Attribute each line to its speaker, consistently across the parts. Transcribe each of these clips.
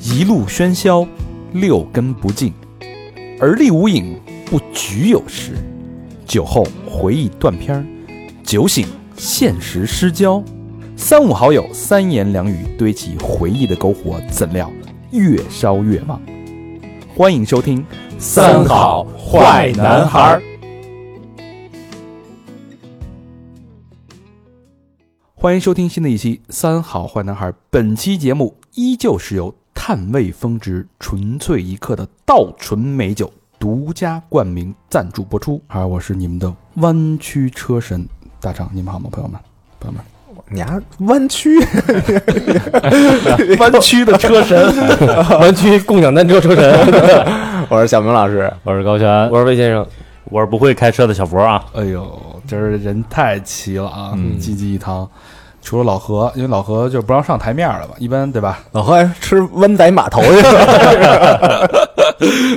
Speaker 1: 一路喧嚣，六根不净，而立无影，不局有时。酒后回忆断片儿，酒醒现实失焦。三五好友三言两语堆起回忆的篝火，怎料越烧越旺。欢迎收听《
Speaker 2: 三好坏男孩儿》，
Speaker 1: 欢迎收听新的一期《三好坏男孩儿》。本期节目依旧是由探味峰值纯粹一刻的稻醇美酒独家冠名赞助播出。好，我是你们的弯曲车神大长，你们好吗，朋友们？朋友们。
Speaker 2: 你还 弯曲，
Speaker 1: 弯曲的车神，
Speaker 3: 湾区共享单车车神，
Speaker 2: 我是小明老师，
Speaker 3: 我是高璇，我是魏先生，
Speaker 4: 我是不会开车的小佛啊，
Speaker 1: 哎呦，今儿人太齐了啊！
Speaker 4: 嗯
Speaker 1: 济济一堂，除了老何，因为老何就不让上台面了吧，一般对吧？
Speaker 2: 老何还吃湾仔码头去了。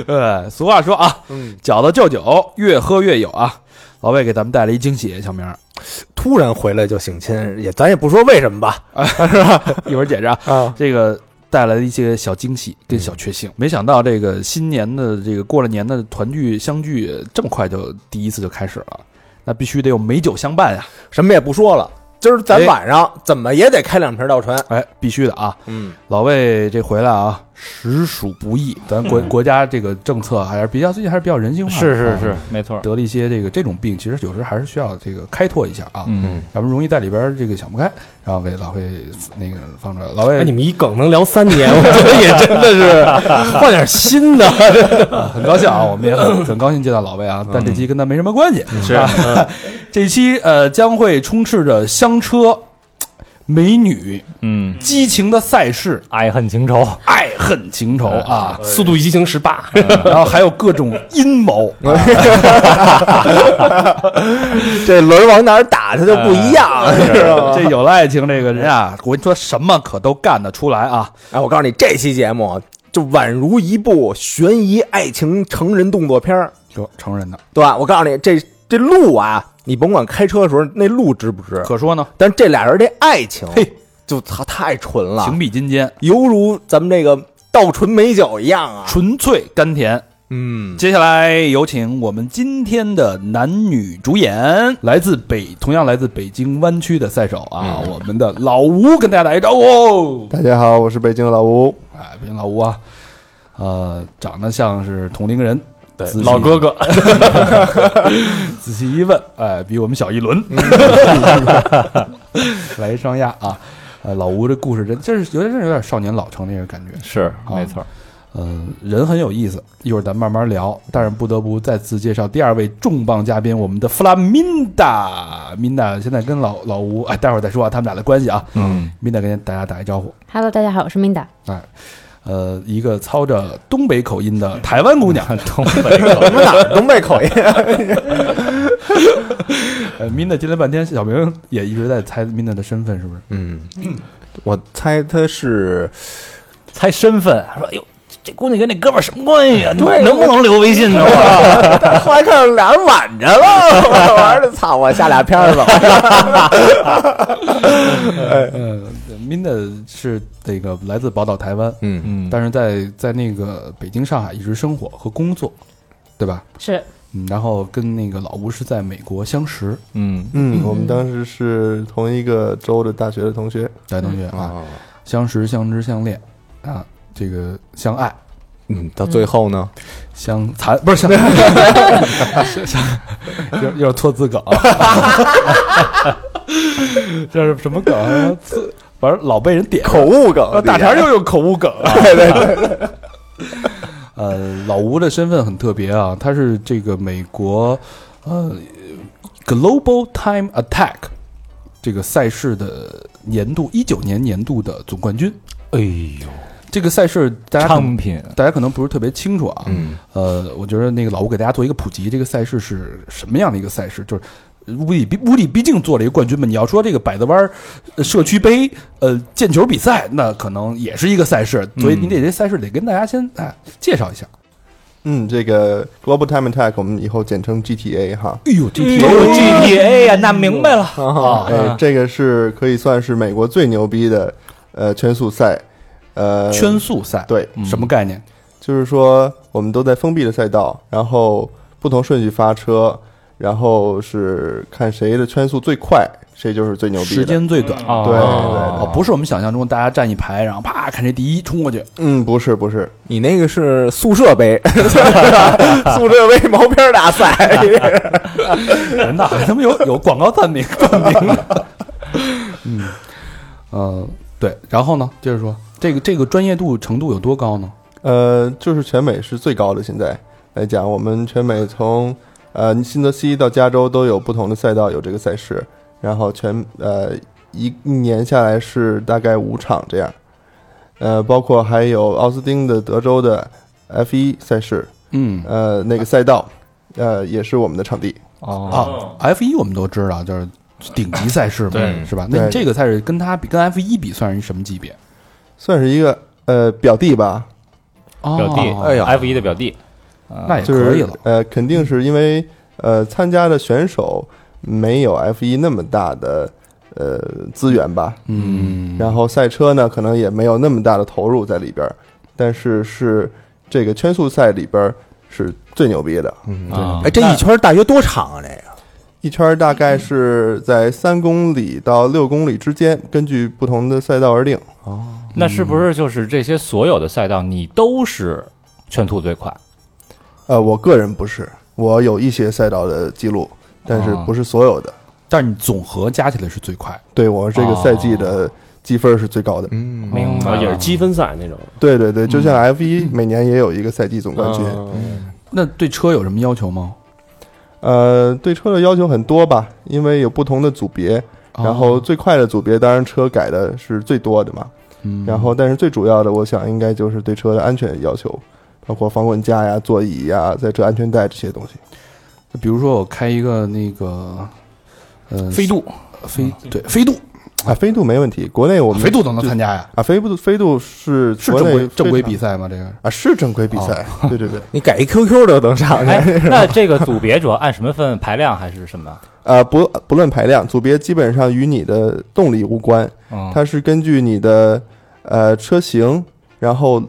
Speaker 1: 对，俗话说啊，
Speaker 2: 嗯，
Speaker 1: 饺子就酒，越喝越有啊。老魏给咱们带来一惊喜，小明儿
Speaker 2: 突然回来就省亲，也咱也不说为什么吧。
Speaker 1: 一会儿解释啊。
Speaker 2: 啊，
Speaker 1: 这个带来了一些小惊喜跟小确幸，没想到这个新年的这个过了年的团聚相聚，这么快就第一次就开始了，那必须得有美酒相伴呀、
Speaker 2: 什么也不说了，今儿咱
Speaker 1: 哎
Speaker 2: 晚上怎么也得开两瓶稻醇。
Speaker 1: 哎，必须的啊！
Speaker 2: 嗯，
Speaker 1: 老魏这回来啊，实属不易。咱国国家这个政策还是比较最近还是比较人性化的，
Speaker 3: 嗯是是是
Speaker 1: 啊，，
Speaker 4: 没错，
Speaker 1: 得了一些这个这种病，其实有时候还是需要这个开拓一下啊，
Speaker 4: 嗯，
Speaker 1: 要不然容易在里边儿这个想不开，然后给老魏那个放出来。老魏，
Speaker 3: 哎，你们一梗能聊三 年，我觉得也 真的是换点新的。嗯
Speaker 1: 很高兴啊，我们也很很高兴见到老魏啊，但这期跟他没什么关系。啊
Speaker 4: 是
Speaker 1: 这期呃将会充斥着香车、美女、
Speaker 4: 嗯，
Speaker 1: 激情的赛事、
Speaker 3: 爱恨情仇，
Speaker 1: 爱恨情仇啊，
Speaker 3: 《速度与激情十八》
Speaker 5: 嗯
Speaker 1: 然后还有各种阴 谋。
Speaker 2: 这轮往哪儿打它就不一 样，知道吗？
Speaker 1: 这有了爱情，这个人啊，我跟你说什么可都干得出来啊！
Speaker 2: 哎，我告诉你，这期节目就宛如一部悬疑爱情成人动作片儿，
Speaker 1: 就承认的，
Speaker 2: 对吧？我告诉你，这这路啊，你甭管开车的时候那路直不直，
Speaker 1: 可说呢，
Speaker 2: 但这俩人这爱情，
Speaker 1: 嘿，
Speaker 2: 就他太纯了，
Speaker 1: 情比金坚，
Speaker 2: 犹如咱们这个倒醇美酒一样啊。
Speaker 1: 纯粹甘甜。
Speaker 2: 嗯，
Speaker 1: 接下来有请我们今天的男女主演，来自北，同样来自北京湾区的赛手啊，
Speaker 3: 嗯
Speaker 1: 我们的老吴跟大家打一招呼。
Speaker 6: 大家好，我是北京的老吴。
Speaker 1: 哎，北京老吴啊，呃，长得像是同龄人，对
Speaker 3: 老哥哥，
Speaker 1: 仔细一问，哎，比我们小一轮，
Speaker 3: 嗯
Speaker 1: 来一双压啊！呃，老吴这故事真，这是有点，真是有点少年老成那个感觉。
Speaker 4: 是
Speaker 1: 啊
Speaker 4: 没错，
Speaker 1: 嗯、人很有意思，一会儿咱慢慢聊。但是不得不再次介绍第二位重磅嘉宾，我们的弗拉明达。明达现在跟老老吴，哎，待会儿再说啊，他们俩的关系啊。
Speaker 4: 嗯，
Speaker 1: 明达跟大家打一招呼，哎
Speaker 5: Hello，大家好，我是 Minda。
Speaker 1: 呃，一个操着东北口音的台湾姑娘，
Speaker 4: 东 北
Speaker 2: 我们哪儿东北口音？
Speaker 1: 呃，明娜今天半天，小明也一直在猜明娜的身份是不是？
Speaker 2: 嗯，我猜他是
Speaker 4: 猜身份，说哎呦，这姑娘跟那哥们儿什么关系啊？
Speaker 2: 对
Speaker 4: 能不能留微信呢？我
Speaker 2: 啊后来看俩人挽着了，我玩的操！我下俩片儿吧。
Speaker 1: 呃，明娜是那个来自宝岛台湾，
Speaker 2: 嗯，
Speaker 4: 嗯，
Speaker 1: 但是在在那个北京、上海一直生活和工作，对吧？
Speaker 5: 是，
Speaker 1: 嗯，然后跟那个老吴是在美国相识，
Speaker 4: 嗯，
Speaker 6: 嗯，我们当时是同一个州的大学的同学。
Speaker 1: 翟同学啊，，相识、相知、相恋啊，这个相爱、
Speaker 2: 嗯，到最后呢，
Speaker 1: 相残，不是相， 相 又又是错字梗，啊这是什么梗啊？字反正老被人点
Speaker 2: 口误梗
Speaker 1: 啊，，大
Speaker 2: 呃肠
Speaker 1: 肠又有口误梗、啊。 对对对。呃，老吴的身份很特别啊，他是这个美国呃 Global Time Attack 这个赛事的年度一九年年度的总冠军。
Speaker 4: 哎呦，
Speaker 1: 这个赛事大家可能
Speaker 4: 商品，
Speaker 1: 大家可能不是特别清楚啊，
Speaker 2: 嗯，
Speaker 1: 呃，我觉得那个老吴给大家做一个普及，这个赛事是什么样的一个赛事？就是无里毕无里毕竟做了一个冠军嘛。你要说这个百子湾儿呃社区杯呃毽球比赛，那可能也是一个赛事，所以你得这赛事得跟大家先哎介绍一下。
Speaker 6: 嗯，这个 Global Time Attack 我们以后简称 GTA 哈。
Speaker 1: 哎呦，这
Speaker 4: 有 GTA 呀，那明白了
Speaker 1: 啊
Speaker 6: 呃哎，这个是可以算是美国最牛逼的呃圈速赛，呃，
Speaker 1: 圈速赛，嗯
Speaker 6: 对，
Speaker 1: 什么概念？
Speaker 6: 就是说我们都在封闭的赛道，然后不同顺序发车，然后是看谁的圈速最快，谁就是最牛逼的。
Speaker 1: 时间最短
Speaker 3: 哦
Speaker 6: 对对
Speaker 1: 哦，不是我们想象中大家站一排，然后啪看谁第一冲过去，
Speaker 6: 嗯，不是不是，
Speaker 2: 你那个是宿舍杯， 宿舍杯毛片大赛，
Speaker 1: 那还他妈有有广告 赞名冠名的，嗯呃对，然后呢，接着说这个这个专业度程度有多高呢？
Speaker 6: 呃，就是全美是最高的。现在来讲，我们全美从呃新泽西到加州都有不同的赛道有这个赛事，然后全呃一一年下来是大概五场这样，呃，包括还有奥斯汀的德州的 F 一赛事，
Speaker 1: 嗯
Speaker 6: 呃，那个赛道，呃，也是我们的场地。
Speaker 2: 哦，
Speaker 1: 啊，F 一我们都知道就是顶级赛事嘛，
Speaker 3: 对
Speaker 1: 是吧？那你
Speaker 6: 对
Speaker 1: 这个赛事跟它比，跟 F 一比算是什么级别？
Speaker 6: 算是一个呃表弟吧，
Speaker 1: 哦
Speaker 3: 表弟，
Speaker 2: 哎呀
Speaker 3: f 一的表弟，啊
Speaker 1: 那也
Speaker 6: 就是
Speaker 1: 哎可以了。
Speaker 6: 呃，肯定是因为呃参加的选手没有 F 一那么大的呃资源吧，
Speaker 1: 嗯，
Speaker 6: 然后赛车呢可能也没有那么大的投入在里边儿，但是是这个圈速赛里边儿是最牛逼的，
Speaker 3: 啊
Speaker 2: 哎，这一圈大约多长啊？这个
Speaker 6: 一圈儿大概是在三公里到六公里之间，根据不同的赛道而定。
Speaker 3: 那是不是就是这些所有的赛道你都是圈速最快？
Speaker 6: 呃，我个人不是，我有一些赛道的记录，但是不是所有的。
Speaker 1: 但是你总和加起来是最快。
Speaker 6: 对我这个赛季的积分是最高的。
Speaker 2: 嗯
Speaker 3: 明
Speaker 5: 啊，
Speaker 1: 哦
Speaker 3: 白
Speaker 5: 也是积分赛那种
Speaker 6: 对对对，就像 F 一每年也有一个赛季总冠军。
Speaker 5: 嗯
Speaker 1: 那对车有什么要求吗？
Speaker 6: 呃，对车的要求很多吧，因为有不同的组别，然后
Speaker 1: 哦
Speaker 6: 最快的组别当然车改的是最多的嘛。
Speaker 1: 嗯，
Speaker 6: 然后，但是最主要的，我想应该就是对车的安全要求，包括防滚架呀、座椅呀、赛车安全带这些东西。
Speaker 1: 比如说我开一个那个，呃，
Speaker 4: 飞度
Speaker 1: 飞对飞度，
Speaker 6: 啊，飞度没问题，国内我们
Speaker 1: 飞度都能参加呀？
Speaker 6: 啊，飞度飞度是
Speaker 1: 是
Speaker 6: 国
Speaker 1: 正
Speaker 6: 内
Speaker 1: 规正规
Speaker 6: 非常
Speaker 1: 比赛哦吗？这个
Speaker 6: 啊，是正规比 赛，对对对，
Speaker 2: 你改一 QQ 都能上 去，
Speaker 3: 哎，那这个组别主要按什么分？排量还是什么？
Speaker 6: 啊，不不论排量，组别基本上与你的动力无关，
Speaker 1: 哦
Speaker 3: 嗯，
Speaker 6: 它是根据你的呃车型，然后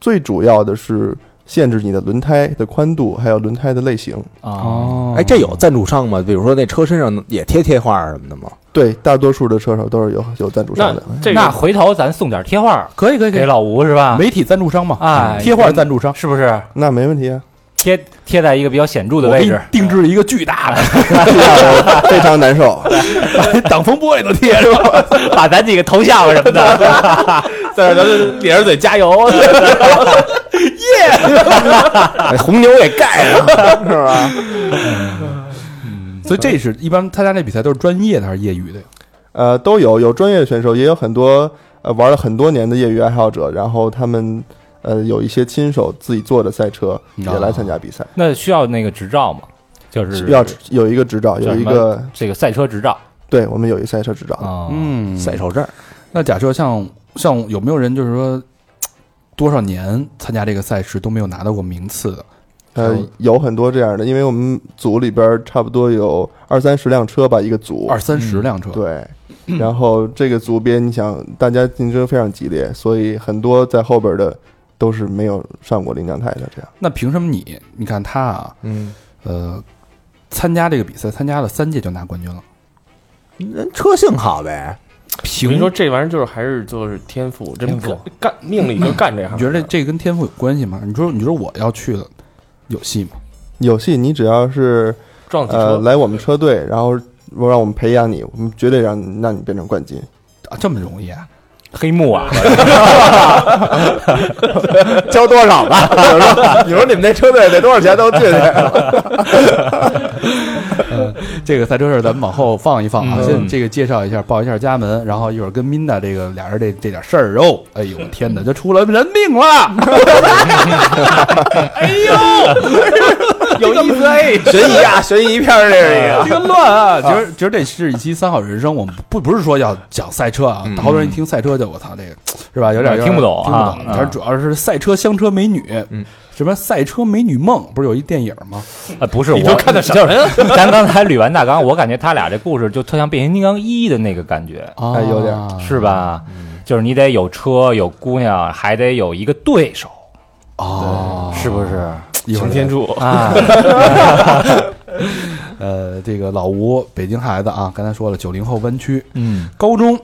Speaker 6: 最主要的是限制你的轮胎的宽度，还有轮胎的类型。
Speaker 1: 哦
Speaker 3: 啊，
Speaker 6: 哦
Speaker 2: 哎，这有赞助商吗？比如说那车身上也贴贴画什么的吗？
Speaker 6: 对，大多数的车手都是有有赞助
Speaker 5: 嗯那
Speaker 6: 商的。
Speaker 5: 这
Speaker 3: 那
Speaker 5: 个
Speaker 3: 回头咱送点贴画
Speaker 1: 可以可以可
Speaker 3: 给
Speaker 1: 以，
Speaker 3: 老吴是吧？
Speaker 1: 媒体赞助商嘛，
Speaker 3: 啊
Speaker 1: 嗯
Speaker 3: 哎
Speaker 1: 贴画赞助商，
Speaker 3: 是不是
Speaker 6: 那没问题啊，
Speaker 3: 贴贴在一个比较显著的
Speaker 1: 我
Speaker 3: 位
Speaker 1: 给你
Speaker 3: 置？
Speaker 1: 定制一个巨大的，
Speaker 6: 这样我非常 难受。
Speaker 1: 挡风玻璃都贴上。
Speaker 3: 把咱几个头像什么的， 在这咱 咧着嘴加油，
Speaker 2: 哎红牛给盖上，
Speaker 1: 所以这是一般参加这比赛都是专业的还是业余的呀？
Speaker 6: 呃，都有有专业选手，也有很多呃玩了很多年的业余爱好者，然后他们呃有一些亲手自己做的赛车
Speaker 3: 啊
Speaker 6: 也来参加比赛，
Speaker 3: 那需要那个执照吗？就是
Speaker 6: 要有一个执照，
Speaker 3: 叫
Speaker 6: 有
Speaker 3: 什
Speaker 6: 一
Speaker 3: 么
Speaker 6: 个
Speaker 3: 这个赛车执照
Speaker 6: 对我们有一个赛车执照。
Speaker 3: 啊，
Speaker 1: 嗯
Speaker 2: 赛手证，
Speaker 1: 那假设像像有没有人就是说多少年参加这个赛事都没有拿到过名次的？
Speaker 6: 呃
Speaker 1: 嗯，
Speaker 6: 有很多这样的，因为我们组里边儿差不多有二三十辆车吧，一个组。
Speaker 1: 二三十辆车，
Speaker 6: 对，然后这个组别，你想，大家竞争非常激烈，所以很多在后边的都是没有上过领奖台的。这样，
Speaker 1: 那凭什么你？你看他啊，
Speaker 2: 嗯，
Speaker 1: 呃，参加这个比赛参加了三届就拿冠军了，
Speaker 2: 人车性好呗，
Speaker 5: 我
Speaker 1: 凭
Speaker 5: 跟你说，这玩意儿就是还是就是天赋，这
Speaker 3: 天赋
Speaker 5: 干命里就干这行。
Speaker 1: 你觉得这这跟天赋有关系吗？你说你说我要去了，有戏吗？
Speaker 6: 有戏，你只要是
Speaker 5: 撞死
Speaker 6: 呃
Speaker 5: 车，
Speaker 6: 来我们车队，然后让我们培养你，我们绝对让你让你变成冠军。
Speaker 1: 啊，这么容易啊？
Speaker 3: 黑幕啊，
Speaker 2: 交多少吧？ 你说你们那车队得多少钱都进去？
Speaker 1: 这个赛车事儿咱们往后放一放啊，
Speaker 3: 嗯
Speaker 1: 先这个介绍一下，报一下家门，然后一会儿跟 Mina 这个俩人这这点事儿哦，哎呦我天
Speaker 2: 嗯
Speaker 1: 哪，这出了人命 了，
Speaker 3: 有意思哎，
Speaker 2: 悬疑啊，悬疑片儿这是一 个。
Speaker 1: 这个乱啊！ 其实其实这是一期三好人生，我们不不是说要讲赛车
Speaker 2: 嗯
Speaker 1: 啊，好多人一听赛车就我操这个是吧，有点有点
Speaker 3: 听不懂
Speaker 1: 听不
Speaker 3: 啊
Speaker 1: 懂，
Speaker 3: 啊
Speaker 2: 嗯
Speaker 1: 但是主要是赛车香车美女，什么赛车美女梦，不是有一电影吗？
Speaker 3: 啊，不是我看的什么呀？ 咱刚才捋完大纲，我感觉他俩这故事就特像变形金刚一的那个感觉，
Speaker 1: 啊
Speaker 6: 哎有点
Speaker 3: 是吧？就是你得有车有姑娘，还得有一个对手，
Speaker 1: 哦，
Speaker 3: 是不是？
Speaker 5: 擎天柱，
Speaker 3: 啊，
Speaker 1: 呃，这个老吴，北京孩子啊，刚才说了，九零后湾区
Speaker 3: 嗯，
Speaker 1: 高中，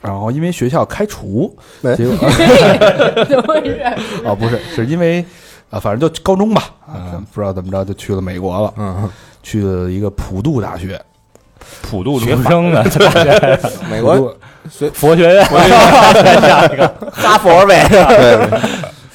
Speaker 1: 然后因为学校开除，
Speaker 6: 哎
Speaker 1: 结果
Speaker 7: 怎么回事？
Speaker 1: 啊，不是，是因为啊，反正就高中吧，啊，不知道怎么着就去了美国了，
Speaker 2: 嗯，
Speaker 1: 去了一个普渡大学，
Speaker 3: 普渡出生 的，
Speaker 2: 美
Speaker 1: 普
Speaker 2: 国
Speaker 1: 渡
Speaker 3: 佛学院，
Speaker 2: 哈佛呗，
Speaker 6: 对，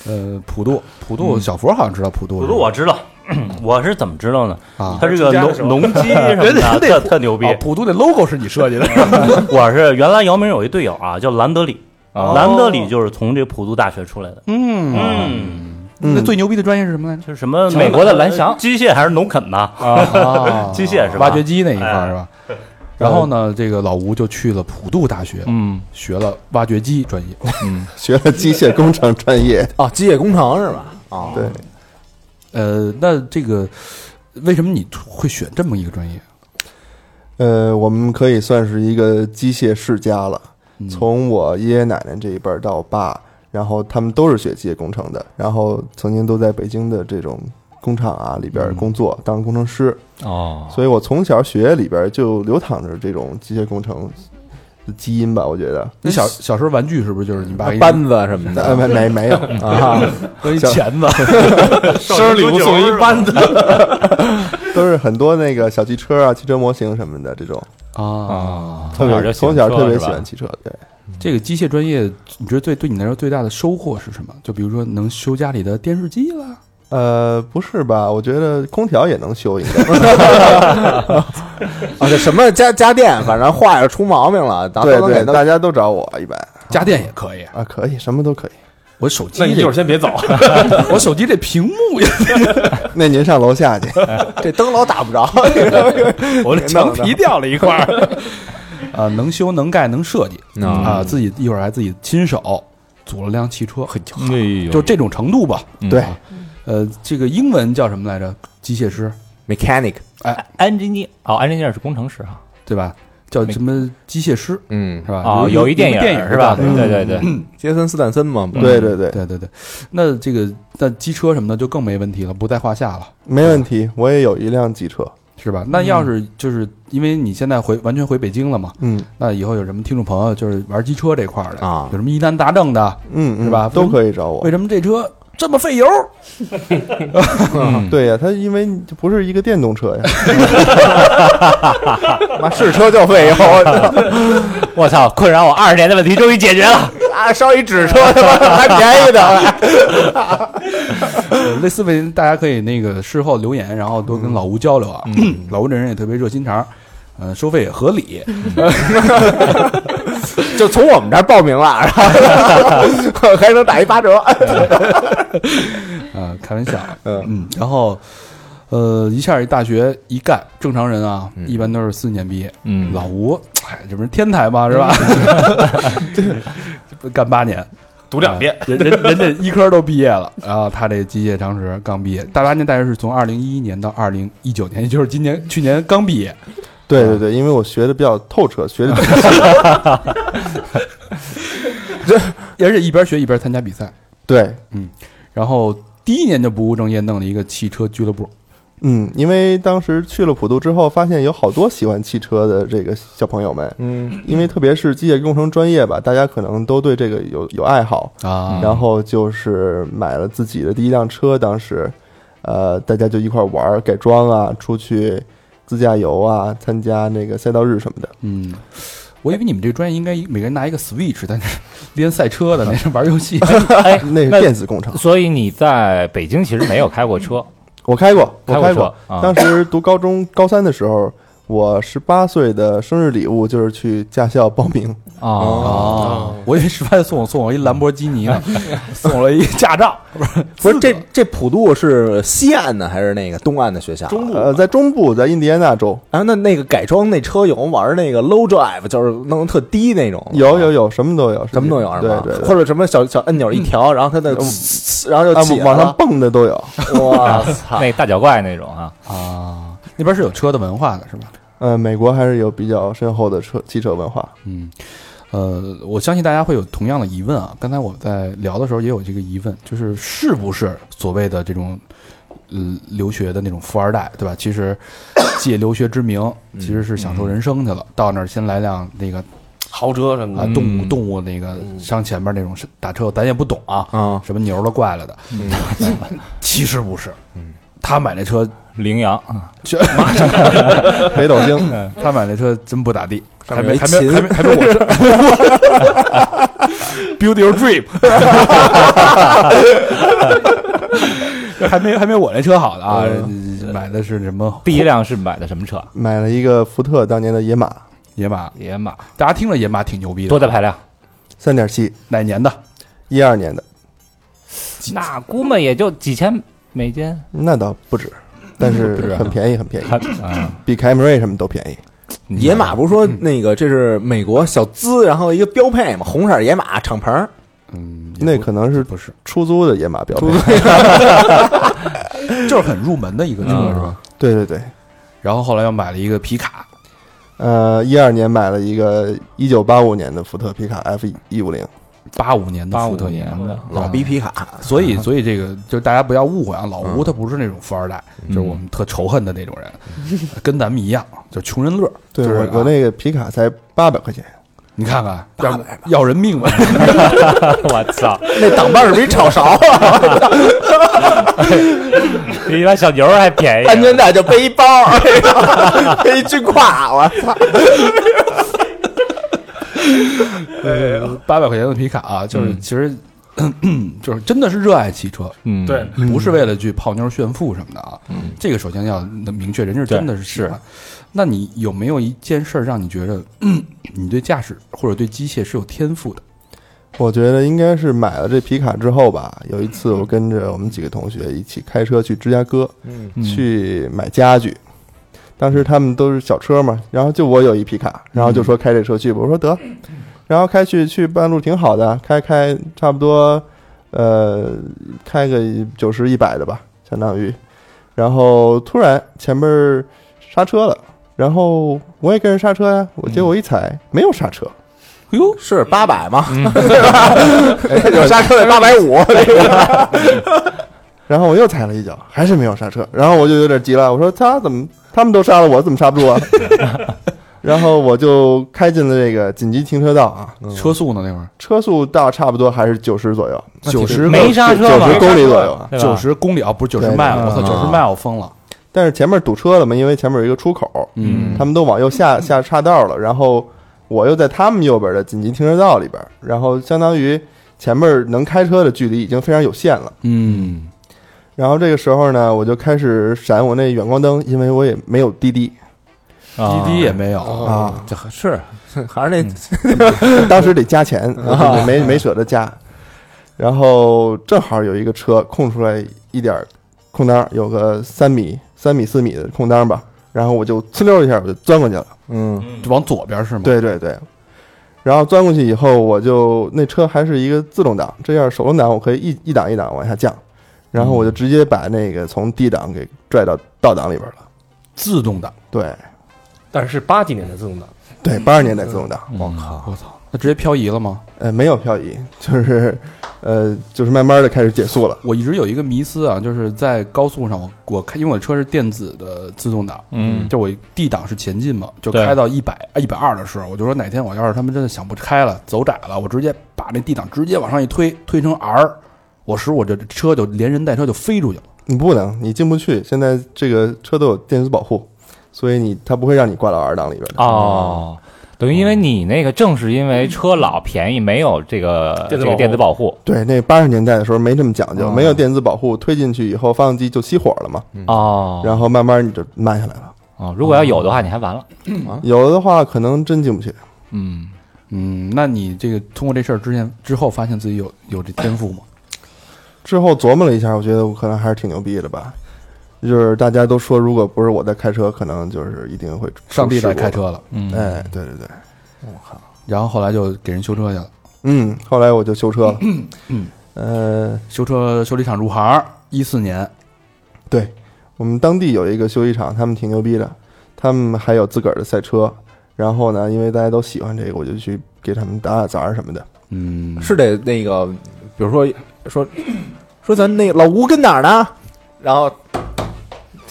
Speaker 1: 呃，普渡，普渡，小佛好像知道普渡，
Speaker 4: 普渡我知道， 我是怎么知道呢？
Speaker 1: 啊
Speaker 4: 它这个农农机什么的，特特牛逼
Speaker 1: 啊，。普渡那 logo 是你设计的，
Speaker 4: 我是原来姚明有一队友啊，叫兰德里，
Speaker 3: 哦
Speaker 4: 兰德里就是从这普渡大学出来的。
Speaker 1: 嗯，
Speaker 4: 嗯，
Speaker 1: 那最牛逼的专业是什么来着？
Speaker 4: 就是什么
Speaker 3: 美国的蓝翔
Speaker 4: 机械还是农垦吧？
Speaker 1: 啊
Speaker 4: 机械是吧哎
Speaker 1: 挖掘机那一块儿是吧？然后呢，这个老吴就去了普渡大学，
Speaker 3: 嗯，
Speaker 1: 学了挖掘机专业。
Speaker 6: 学了机械工程专业，
Speaker 2: 哦，机械工程是吧？哦，
Speaker 6: 对，
Speaker 1: 呃，那这个为什么你会选这么一个专业？
Speaker 6: 呃，我们可以算是一个机械世家了。
Speaker 1: 嗯
Speaker 6: 从我爷爷奶奶这一辈儿到我爸，然后他们都是学机械工程的，然后曾经都在北京的这种工厂啊里边儿工作，当工程师。
Speaker 3: 哦，
Speaker 6: 所以我从小血液里边儿就流淌着这种机械工程的基因吧，我觉得。
Speaker 1: 你小小时候玩具是不是就是你
Speaker 3: 呃
Speaker 1: 爸给你
Speaker 2: 扳子什么 的，
Speaker 6: 呃，没没没有啊，
Speaker 1: 一
Speaker 6: 小
Speaker 1: 钳子？
Speaker 5: 生日礼物送一班子，
Speaker 6: 都是很多那个小汽车啊、汽车模型什么的这种，
Speaker 1: 啊，
Speaker 6: 特
Speaker 3: 从小就
Speaker 6: 别
Speaker 3: 喜欢车是
Speaker 6: 从小特别喜
Speaker 3: 吧
Speaker 6: 欢汽车，对，
Speaker 1: 这个机械专业，你觉得对对你来说最大的收获是什么？就比如说能修家里的电视机了，
Speaker 6: 呃，不是吧？我觉得空调也能修，应该
Speaker 2: 啊，这什么家家电，反正坏了出毛病了，咱
Speaker 6: 对
Speaker 2: 都能
Speaker 6: 对，
Speaker 2: 给
Speaker 6: 大家都找我一般
Speaker 1: 家电也可以。
Speaker 6: 啊，可以，什么都可以。
Speaker 1: 我手机
Speaker 5: 那你一
Speaker 1: 这
Speaker 5: 会儿先别 走，
Speaker 1: 我手机这屏幕也
Speaker 6: 那您上楼下去，
Speaker 2: 这灯笼打不 着，
Speaker 6: 啊
Speaker 1: 我的墙皮掉了一块 儿。啊，能修能盖能设计
Speaker 2: 嗯
Speaker 1: 啊，自己一会儿还自己亲手组了辆汽车，
Speaker 3: 哎呦
Speaker 1: 就这种程度吧。
Speaker 6: 对，
Speaker 1: 呃，这个英文叫什么来着？机械师
Speaker 2: mechanic，
Speaker 3: engineer 哦，engineer 是工程师啊，
Speaker 1: 对吧？叫什么机械师
Speaker 2: 嗯
Speaker 1: 是，吧？
Speaker 3: 哦，有一电影
Speaker 1: 电影
Speaker 3: 是吧？
Speaker 1: 对吧
Speaker 3: 对对对，
Speaker 2: 杰森斯坦森嘛，不是
Speaker 6: 对对嗯对，
Speaker 1: 对对对，那这个那机车什么的就更没问题了，不在话下了。
Speaker 6: 没问题，我也有一辆机车，
Speaker 1: 是吧？那要是就是因为你现在回完全回北京了嘛，
Speaker 6: 嗯
Speaker 1: 那以后有什么听众朋友就是玩机车这块儿的
Speaker 2: 啊
Speaker 1: 有什么疑难杂症的，
Speaker 6: 嗯，嗯
Speaker 1: 是吧
Speaker 6: 都可以找我
Speaker 1: 为。什么这车这么 费油？
Speaker 3: 嗯，
Speaker 6: 对呀，它因为这不是一个电动车呀，
Speaker 2: 妈是车就费油，
Speaker 3: 我操，困扰我二十年的问题终于解决了，
Speaker 2: 啊，烧一纸车他妈还便宜 的，
Speaker 1: 呃 类似问题大家可以那个事后留言，然后多跟
Speaker 6: 嗯
Speaker 1: 老吴交流啊。老吴这人也特别热心肠儿，呃，收费也合理，
Speaker 2: 就从我们这儿报名了，然 后还能打一八折，
Speaker 1: 啊，开玩笑，嗯，然后，呃，一下一大学一干，正常人啊，一般都是四年毕业，
Speaker 3: 嗯
Speaker 1: 老吴，哎，这不是天才吗？是吧？ 这干八年，
Speaker 5: 读两遍，
Speaker 1: 人人人家医科都毕业了，然后他这机械常识刚毕业，大八年大学是从二零一一年到二零一九年，也就是今年去年刚毕业，
Speaker 6: 对对对，因为我学的比较透彻，学的
Speaker 1: 而且一边学一边参加比赛，
Speaker 6: 对，
Speaker 1: 然后第一年就不务正业，弄了一个汽车俱乐部，
Speaker 6: 嗯，因为当时去了普渡之后，发现有好多喜欢汽车的这个小朋友们，
Speaker 2: 嗯，
Speaker 6: 因为特别是机械工程专业吧，大家可能都对这个有有爱好，
Speaker 1: 啊
Speaker 6: 然后就是买了自己的第一辆车，当时，呃，大家就一块儿玩儿改装啊，出去自驾游啊，参加那个赛道日什么的。
Speaker 1: 嗯，我以为你们这个专业应该每个人拿一个 Switch，但是练赛车 的，那是玩游戏。
Speaker 3: 哎，
Speaker 6: 那是
Speaker 3: 那
Speaker 6: 电子工程，
Speaker 3: 所以你在北京其实没有开过车，
Speaker 6: 我开过，我
Speaker 3: 过
Speaker 6: 开
Speaker 3: 车
Speaker 6: 过。
Speaker 3: 啊，
Speaker 6: 当时读高中 高三的时候，我十八岁的生日礼物就是去驾校报名。
Speaker 3: 哦，
Speaker 1: 哦，我以为十八岁送我送我一兰博基尼呢， 送我一驾照。
Speaker 2: 不是这这普渡是西岸的还是那个东岸的学校？中
Speaker 6: 呃，在中部，在印第安纳州，
Speaker 2: 啊，那那个改装那车有玩那个 low drive，就是弄得特低那种，
Speaker 6: 有有有，什么都有，
Speaker 2: 什么都有是
Speaker 6: 对
Speaker 2: 吧？
Speaker 6: 对对
Speaker 2: 或者什么小小按钮一调，然后它的，然后就
Speaker 6: 啊
Speaker 2: 起，来
Speaker 6: 往上
Speaker 2: 了
Speaker 6: 蹦的都有。
Speaker 2: 我操！
Speaker 3: 那大脚怪那种啊，
Speaker 1: 啊，那边是有车的文化的，是吧？
Speaker 6: 呃，美国还是有比较深厚的车汽车文化。
Speaker 1: 嗯，呃，我相信大家会有同样的疑问啊。刚才我在聊的时候也有这个疑问，就是是不是所谓的这种，呃，留学的那种富二代，对吧？其 实借留学之名，其实是享受人生去了。到那儿先来辆那个
Speaker 5: 豪车什么
Speaker 1: 啊
Speaker 5: 的，
Speaker 1: 动
Speaker 3: 嗯
Speaker 1: 物动物那个上前面那种打车，咱也不懂啊，
Speaker 2: 啊，
Speaker 1: 什么牛了怪了的。
Speaker 3: 嗯
Speaker 1: 其实不是，他买那车，
Speaker 3: 羚羊，
Speaker 6: 北斗
Speaker 3: 嗯
Speaker 6: 星，
Speaker 1: 他买那车真不咋地， 还没
Speaker 2: 面有一
Speaker 1: 还没
Speaker 2: 琴
Speaker 1: 还没还没我车。Build your dream，还没还没我那车好呢啊！
Speaker 3: 嗯
Speaker 1: 买的是什么
Speaker 3: 第一辆是买的什么车？
Speaker 6: 买了一个福特当年的野马，
Speaker 1: 野马？
Speaker 3: 野马，
Speaker 1: 大家听着野马挺牛逼的，
Speaker 3: 多大排量？
Speaker 6: 三点七，
Speaker 1: 哪年的？
Speaker 6: 一二年的，
Speaker 3: 那估摸也就几千美金，
Speaker 6: 那倒不止，但是很便宜，很便宜，
Speaker 3: 还嗯，
Speaker 6: 比凯美瑞什么都便宜。
Speaker 2: 野马不是说那个这是美国小资，然后一个标配嘛，红色野马敞篷儿，
Speaker 1: 嗯，也
Speaker 6: 那
Speaker 1: 不
Speaker 6: 可能是
Speaker 1: 不是，
Speaker 6: 出租的野马标配。
Speaker 1: 就是很入门的一个
Speaker 3: 嗯
Speaker 1: 车是吧？
Speaker 6: 对对对，
Speaker 1: 然后后来又买了一个皮卡，
Speaker 6: 呃，一二年买了一个一九八五年的福特皮卡 F 一五零，
Speaker 1: 八五年的
Speaker 3: 八
Speaker 1: 福
Speaker 3: 五
Speaker 1: 特
Speaker 3: 年的，
Speaker 2: 老逼皮卡，
Speaker 1: 所以，所以这个就是大家不要误会啊，老吴他不是那种富二代，就是我们特仇恨的那种人，跟咱们一样，就穷人乐。
Speaker 6: 对
Speaker 1: 就是啊
Speaker 6: 我我那个皮卡才八百块钱，
Speaker 1: 你看看，要要人命吧？
Speaker 3: 我操！
Speaker 2: 那挡把儿是不是一炒勺，
Speaker 3: 比一般小牛还 便宜。
Speaker 2: 安全带就背一包儿， 背一军挎，我操！
Speaker 1: 八百块钱的皮卡啊，就是其实 就是真的是热爱汽车，
Speaker 3: 嗯，
Speaker 5: 对，
Speaker 1: 不是为了去泡妞炫富什么的啊。这个首先要能明确，人是真的是喜欢。那你有没有一件事儿让你觉得 嗯你对驾驶或者对机械是有天赋的？
Speaker 6: 我觉得应该是买了这皮卡之后吧。有一次我跟着我们几个同学一起开车去芝加哥，去买家具。当时他们都是小车嘛，然后就我有一皮卡，然后就说开这车去吧。我说得，然后开去去半路挺好的，开开差不多，呃，开个九十一百的吧，相当于。然后突然前面儿刹车了，然后我也跟着刹车呀、我结果一踩、没有刹车，
Speaker 1: 哟，
Speaker 2: 哎是八百吗？嗯 哎有刹哎车得八百五，
Speaker 6: 然后我又踩了一脚，还是没有刹车，然后我就有点急了，我说他怎么他们都刹了我，怎么刹不 住啊？然后我就开进了这个紧急停车道啊，
Speaker 3: 嗯
Speaker 1: 车速呢？那会儿
Speaker 6: 车速到差不多还是九十左右，
Speaker 1: 九十
Speaker 3: 没刹车
Speaker 6: 九
Speaker 3: 吧
Speaker 6: 十公里左右啊。
Speaker 3: 对吧
Speaker 1: 九十公里啊，不是九十
Speaker 6: 对
Speaker 1: 迈，我操，
Speaker 2: 嗯
Speaker 1: 九十迈我疯了。
Speaker 6: 但是前面堵车了嘛，因为前面有一个出口，
Speaker 1: 嗯
Speaker 6: 他们都往右下下岔道了，然后我又在他们右边的紧急停车道里边，然后相当于前面能开车的距离已经非常有限了。
Speaker 1: 嗯，
Speaker 6: 然后这个时候呢，我就开始闪我那远光灯，因为我也没有滴滴
Speaker 1: 滴
Speaker 3: 滴
Speaker 1: 滴也没有，
Speaker 6: 啊，
Speaker 2: 哦
Speaker 3: 这是
Speaker 2: 还是
Speaker 6: 当时得加钱，没没舍得加。然后正好有一个车空出来一点儿空当，有个三米、三米、四米的空当吧。然后我就呲溜一下，我就钻过去了。
Speaker 2: 那嗯，
Speaker 1: 就往左边是吗？，
Speaker 6: 对对对。然后钻过去以后，我就那车还是一个自动挡，这样手动挡我可以一一档一档往下降，然后我就直接把那个从 D 档给拽到倒档里边了。
Speaker 1: 自动挡。
Speaker 6: 对
Speaker 5: 但是是八几年的自 动挡，
Speaker 6: 对，八十年代自动挡，
Speaker 3: 我靠，
Speaker 1: 我操，啊那直接漂移了吗？
Speaker 6: 呃，没有漂移，就是呃，就是慢慢的开始减速了。
Speaker 1: 我一直有一个迷思啊，就是在高速上，我我开，因为我的车是电子的自动挡，
Speaker 3: 嗯，
Speaker 1: 就我 D 档是前进嘛，就
Speaker 3: 对
Speaker 1: 开到一百啊一百二的时候，我就说哪天我要是他们真的想不开了，走窄了，我直接把那 D 档直接往上一推，推成 R，我使我这车就连人带车就飞出去了。
Speaker 6: 你不能，你进不去。现在这个车都有电子保护，所以你它不会让你挂到 R 档里边
Speaker 1: 啊
Speaker 6: 的。
Speaker 3: 哦，等于因为你那个正是因为车老便宜，没有这个这
Speaker 5: 电子
Speaker 3: 个
Speaker 5: 保护
Speaker 3: 电子保护
Speaker 6: 对，那八十年代的时候没这么讲
Speaker 1: 啊
Speaker 6: 究，
Speaker 3: 哦
Speaker 6: 没有电子保护，推进去以后发动机就熄火了嘛，
Speaker 1: 啊
Speaker 3: 哦
Speaker 6: 然后慢慢你就慢下来了。
Speaker 3: 哦，如果要有的话，你还完了。
Speaker 1: 啊
Speaker 6: 有的话可能真进不去。
Speaker 3: 嗯，
Speaker 1: 嗯，那你这个通过这事儿之前之后，发现自己有有这天赋吗？
Speaker 6: 之后琢磨了一下，我觉得我可能还是挺牛逼的吧。就是大家都说，如果不是我在开车，可能就是一定会出
Speaker 1: 上帝
Speaker 6: 事
Speaker 1: 来
Speaker 6: 故
Speaker 1: 开。车了，
Speaker 3: 嗯
Speaker 6: 哎，对对对，
Speaker 1: 然后后来就给人修车去了，
Speaker 6: 嗯，后来我就 修车了。嗯，呃，
Speaker 1: 修车修理厂入行，一四年，
Speaker 6: 对我们当地有一个修理厂，他们挺牛逼的，他们还有自个儿的赛车，然后呢，因为大家都喜欢这个，我就去给他们打打杂儿什么的。
Speaker 1: 嗯，
Speaker 2: 是得那个，比如说 说说咱那老吴跟哪儿呢？然后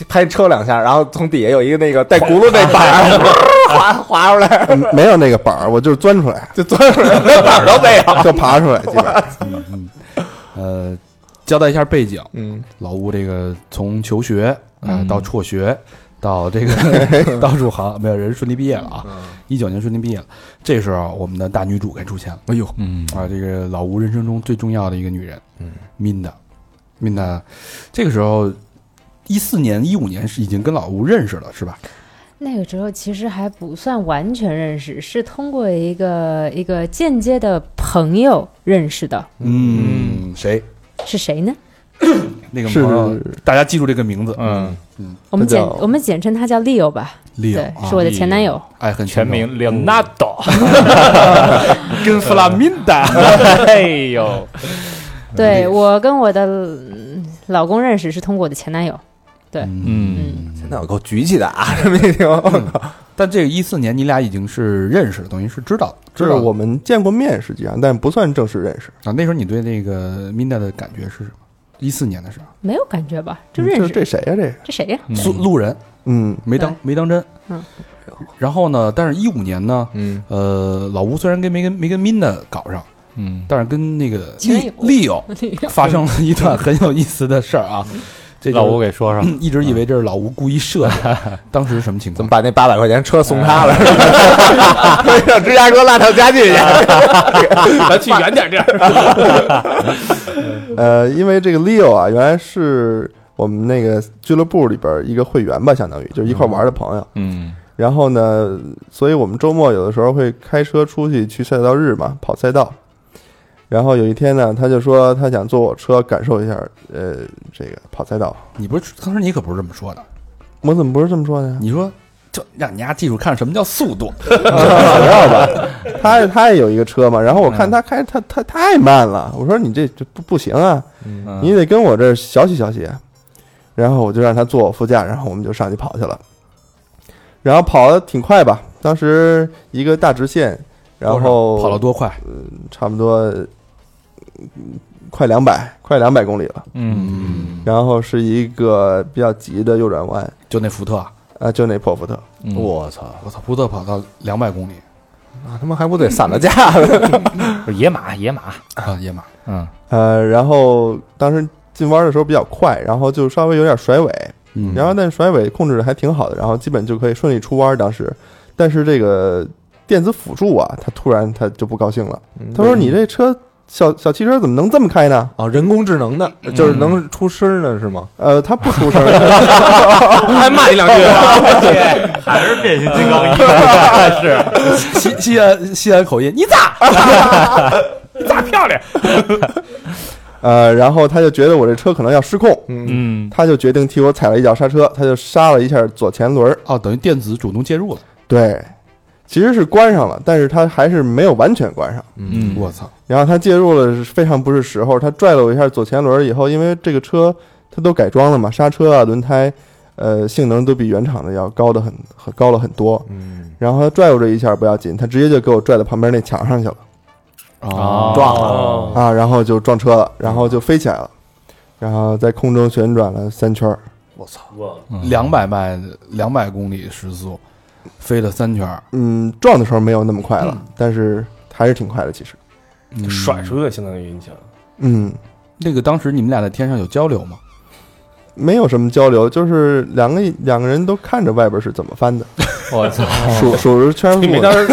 Speaker 2: 拍车两下，然后从底下有一个那个带轱辘那板 儿滑滑出来，
Speaker 6: 嗯没有那个板儿，我就是钻出来，
Speaker 2: 就钻出来，那板儿都没有。
Speaker 6: 就爬出 来，基本上。
Speaker 1: 呃，交代一下背景，
Speaker 2: 嗯，
Speaker 1: 老吴这个从求学啊、呃到辍学，到这个 到入行，没有人顺利毕业了啊，一九年顺利毕业了。这时候我们的大女主该出现了，哎呦
Speaker 3: 嗯
Speaker 1: 啊，这个老吴人生中最重要的一个女人，嗯，Minda，Minda，这个时候一四年一五年是已经跟老吴认识了是吧？
Speaker 7: 那个时候其实还不算完全认识，是通过一个一个间接的朋友认识的，
Speaker 1: 嗯，谁？
Speaker 7: 是谁呢？
Speaker 1: 那个
Speaker 6: 是
Speaker 1: 朋友
Speaker 6: 是是，
Speaker 1: 大家记住这个名字，
Speaker 3: 嗯，
Speaker 7: 我们
Speaker 6: 他
Speaker 7: 简
Speaker 6: 叫啊
Speaker 7: 我们简称他叫 Leo 吧，
Speaker 1: 利
Speaker 7: 对，是我的前男友。
Speaker 1: 啊爱恨
Speaker 3: 全
Speaker 1: 情仇
Speaker 3: 名 Leonardo，跟弗拉明达，哎呦，
Speaker 7: 对我跟我的嗯老公认识是通过我的前男友，
Speaker 1: 呃
Speaker 7: 对
Speaker 3: 嗯，
Speaker 2: 那我够局气的啊， 这么一听，
Speaker 1: 但这个一四年你俩已经是认识了，等于是知道了
Speaker 6: 就是我们见过面，实际上，但不算正式认识，
Speaker 1: 啊。那时候你对那个 Minda 的感觉是什么？一四年的时候，
Speaker 7: 没有感觉吧？就
Speaker 6: 嗯
Speaker 7: 认
Speaker 6: 这
Speaker 7: 识
Speaker 6: 这谁呀、这个，
Speaker 7: 这谁呀？
Speaker 3: 嗯
Speaker 1: 素路人
Speaker 6: 嗯，
Speaker 1: 没当
Speaker 7: 对
Speaker 1: 没当真。
Speaker 7: 嗯。
Speaker 1: 然后呢？但是一五年呢？
Speaker 2: 嗯，
Speaker 1: 呃，老吴虽然跟没跟没跟 Minda 搞上，
Speaker 3: 嗯，
Speaker 1: 但是跟那个
Speaker 7: 前
Speaker 1: 利利友发生了一段很有意思的事儿啊。这
Speaker 3: 老吴
Speaker 1: 给
Speaker 3: 给说说，
Speaker 1: 一直以为这是老吴故意设的，当时是什么情况
Speaker 2: 怎么？把那八百块钱车送他 了？让芝加哥拉趟家具去，咱去远点地 儿。嗯
Speaker 6: 呃，因为这个 Leo 啊，原来是我们那个俱乐部里边一个会员吧，相当于就是一块玩的朋友。
Speaker 3: 嗯
Speaker 6: 然后呢，所以我们周末有的时候会开车出去去赛道日嘛，跑赛道。然后有一天呢，他就说他想坐我车感受一下，呃，这个跑赛道。
Speaker 1: 你不是当时你可不是这么说的，
Speaker 6: 我怎么不是这么说 呢？
Speaker 1: 你说就让你家记住看什么叫速度。
Speaker 6: 想要吧？ 他他也有一个车嘛，然后我
Speaker 1: 嗯
Speaker 6: 看他开他他太慢了，我说你这这不不行啊，
Speaker 1: 嗯
Speaker 6: 你得跟我这儿小洗小洗。然后我就让他坐我副驾，然后我们就上去跑去了。然后跑的挺快吧，当时一个大直线，然后
Speaker 1: 跑了多快？
Speaker 6: 差不多嗯快两百快两百公里了。
Speaker 3: 嗯
Speaker 6: 然后是一个比较急的右转弯，
Speaker 1: 就那福特啊，
Speaker 6: 啊，就那破福特。
Speaker 3: 嗯，
Speaker 2: 我操，
Speaker 1: 我操，福特跑到两百公里
Speaker 2: 那啊他妈还不得散了架了？
Speaker 3: 不是野马野马，
Speaker 1: 啊，野马，
Speaker 3: 嗯
Speaker 6: 呃，然后当时进弯的时候比较快，然后就稍微有点甩尾，
Speaker 1: 嗯
Speaker 6: 然后但是甩尾控制的还挺好的，然后基本就可以顺利出弯。当时，但是这个电子辅助啊，他突然他就不高兴了，
Speaker 2: 嗯
Speaker 6: 他说：“你这车小小汽车怎么能这么开呢
Speaker 2: 哦，人工智能的，就是能出声的是吗？”？
Speaker 6: 呃，他不出声儿，
Speaker 2: 还骂你两 句，
Speaker 4: 还是变形金刚一，
Speaker 1: 西西安西安口音，你咋？
Speaker 6: 呃，然后他就觉得我这车可能要失控，
Speaker 3: 嗯
Speaker 6: 他就决定替我踩了一脚刹车，他就刹了一下左前轮儿，
Speaker 1: 哦，等于电子主动介入了，
Speaker 6: 对，其实是关上了，但是他还是没有完全关上。
Speaker 3: 嗯，
Speaker 1: 我操，
Speaker 6: 然后他介入了是非常不是时候，他拽了我一下左前轮以后，因为这个车它都改装了嘛，刹车啊、轮胎，呃，性能都比原厂的要高的很很高了很多。
Speaker 2: 嗯，
Speaker 6: 然后他拽我这一下不要紧，他直接就给我拽到旁边那墙上去了
Speaker 3: 哦
Speaker 2: 撞
Speaker 5: 哦
Speaker 2: 了，
Speaker 6: 啊，然后就撞车了，然后就飞起来了，然后在空中旋转了三圈儿。
Speaker 1: 两百迈两百公里时速，飞了三圈儿，
Speaker 6: 嗯，撞的时候没有那么快了，但是还是挺快的，其实。
Speaker 5: 甩出去了，相当于你想，
Speaker 6: 嗯，
Speaker 1: 嗯那个当时你们俩在天上有交流吗？
Speaker 6: 没有什么交流，就是两个两个人都看着外边是怎么翻的，
Speaker 3: 我操，
Speaker 6: 数数着圈数
Speaker 5: 李梅
Speaker 6: 的。
Speaker 5: 当时，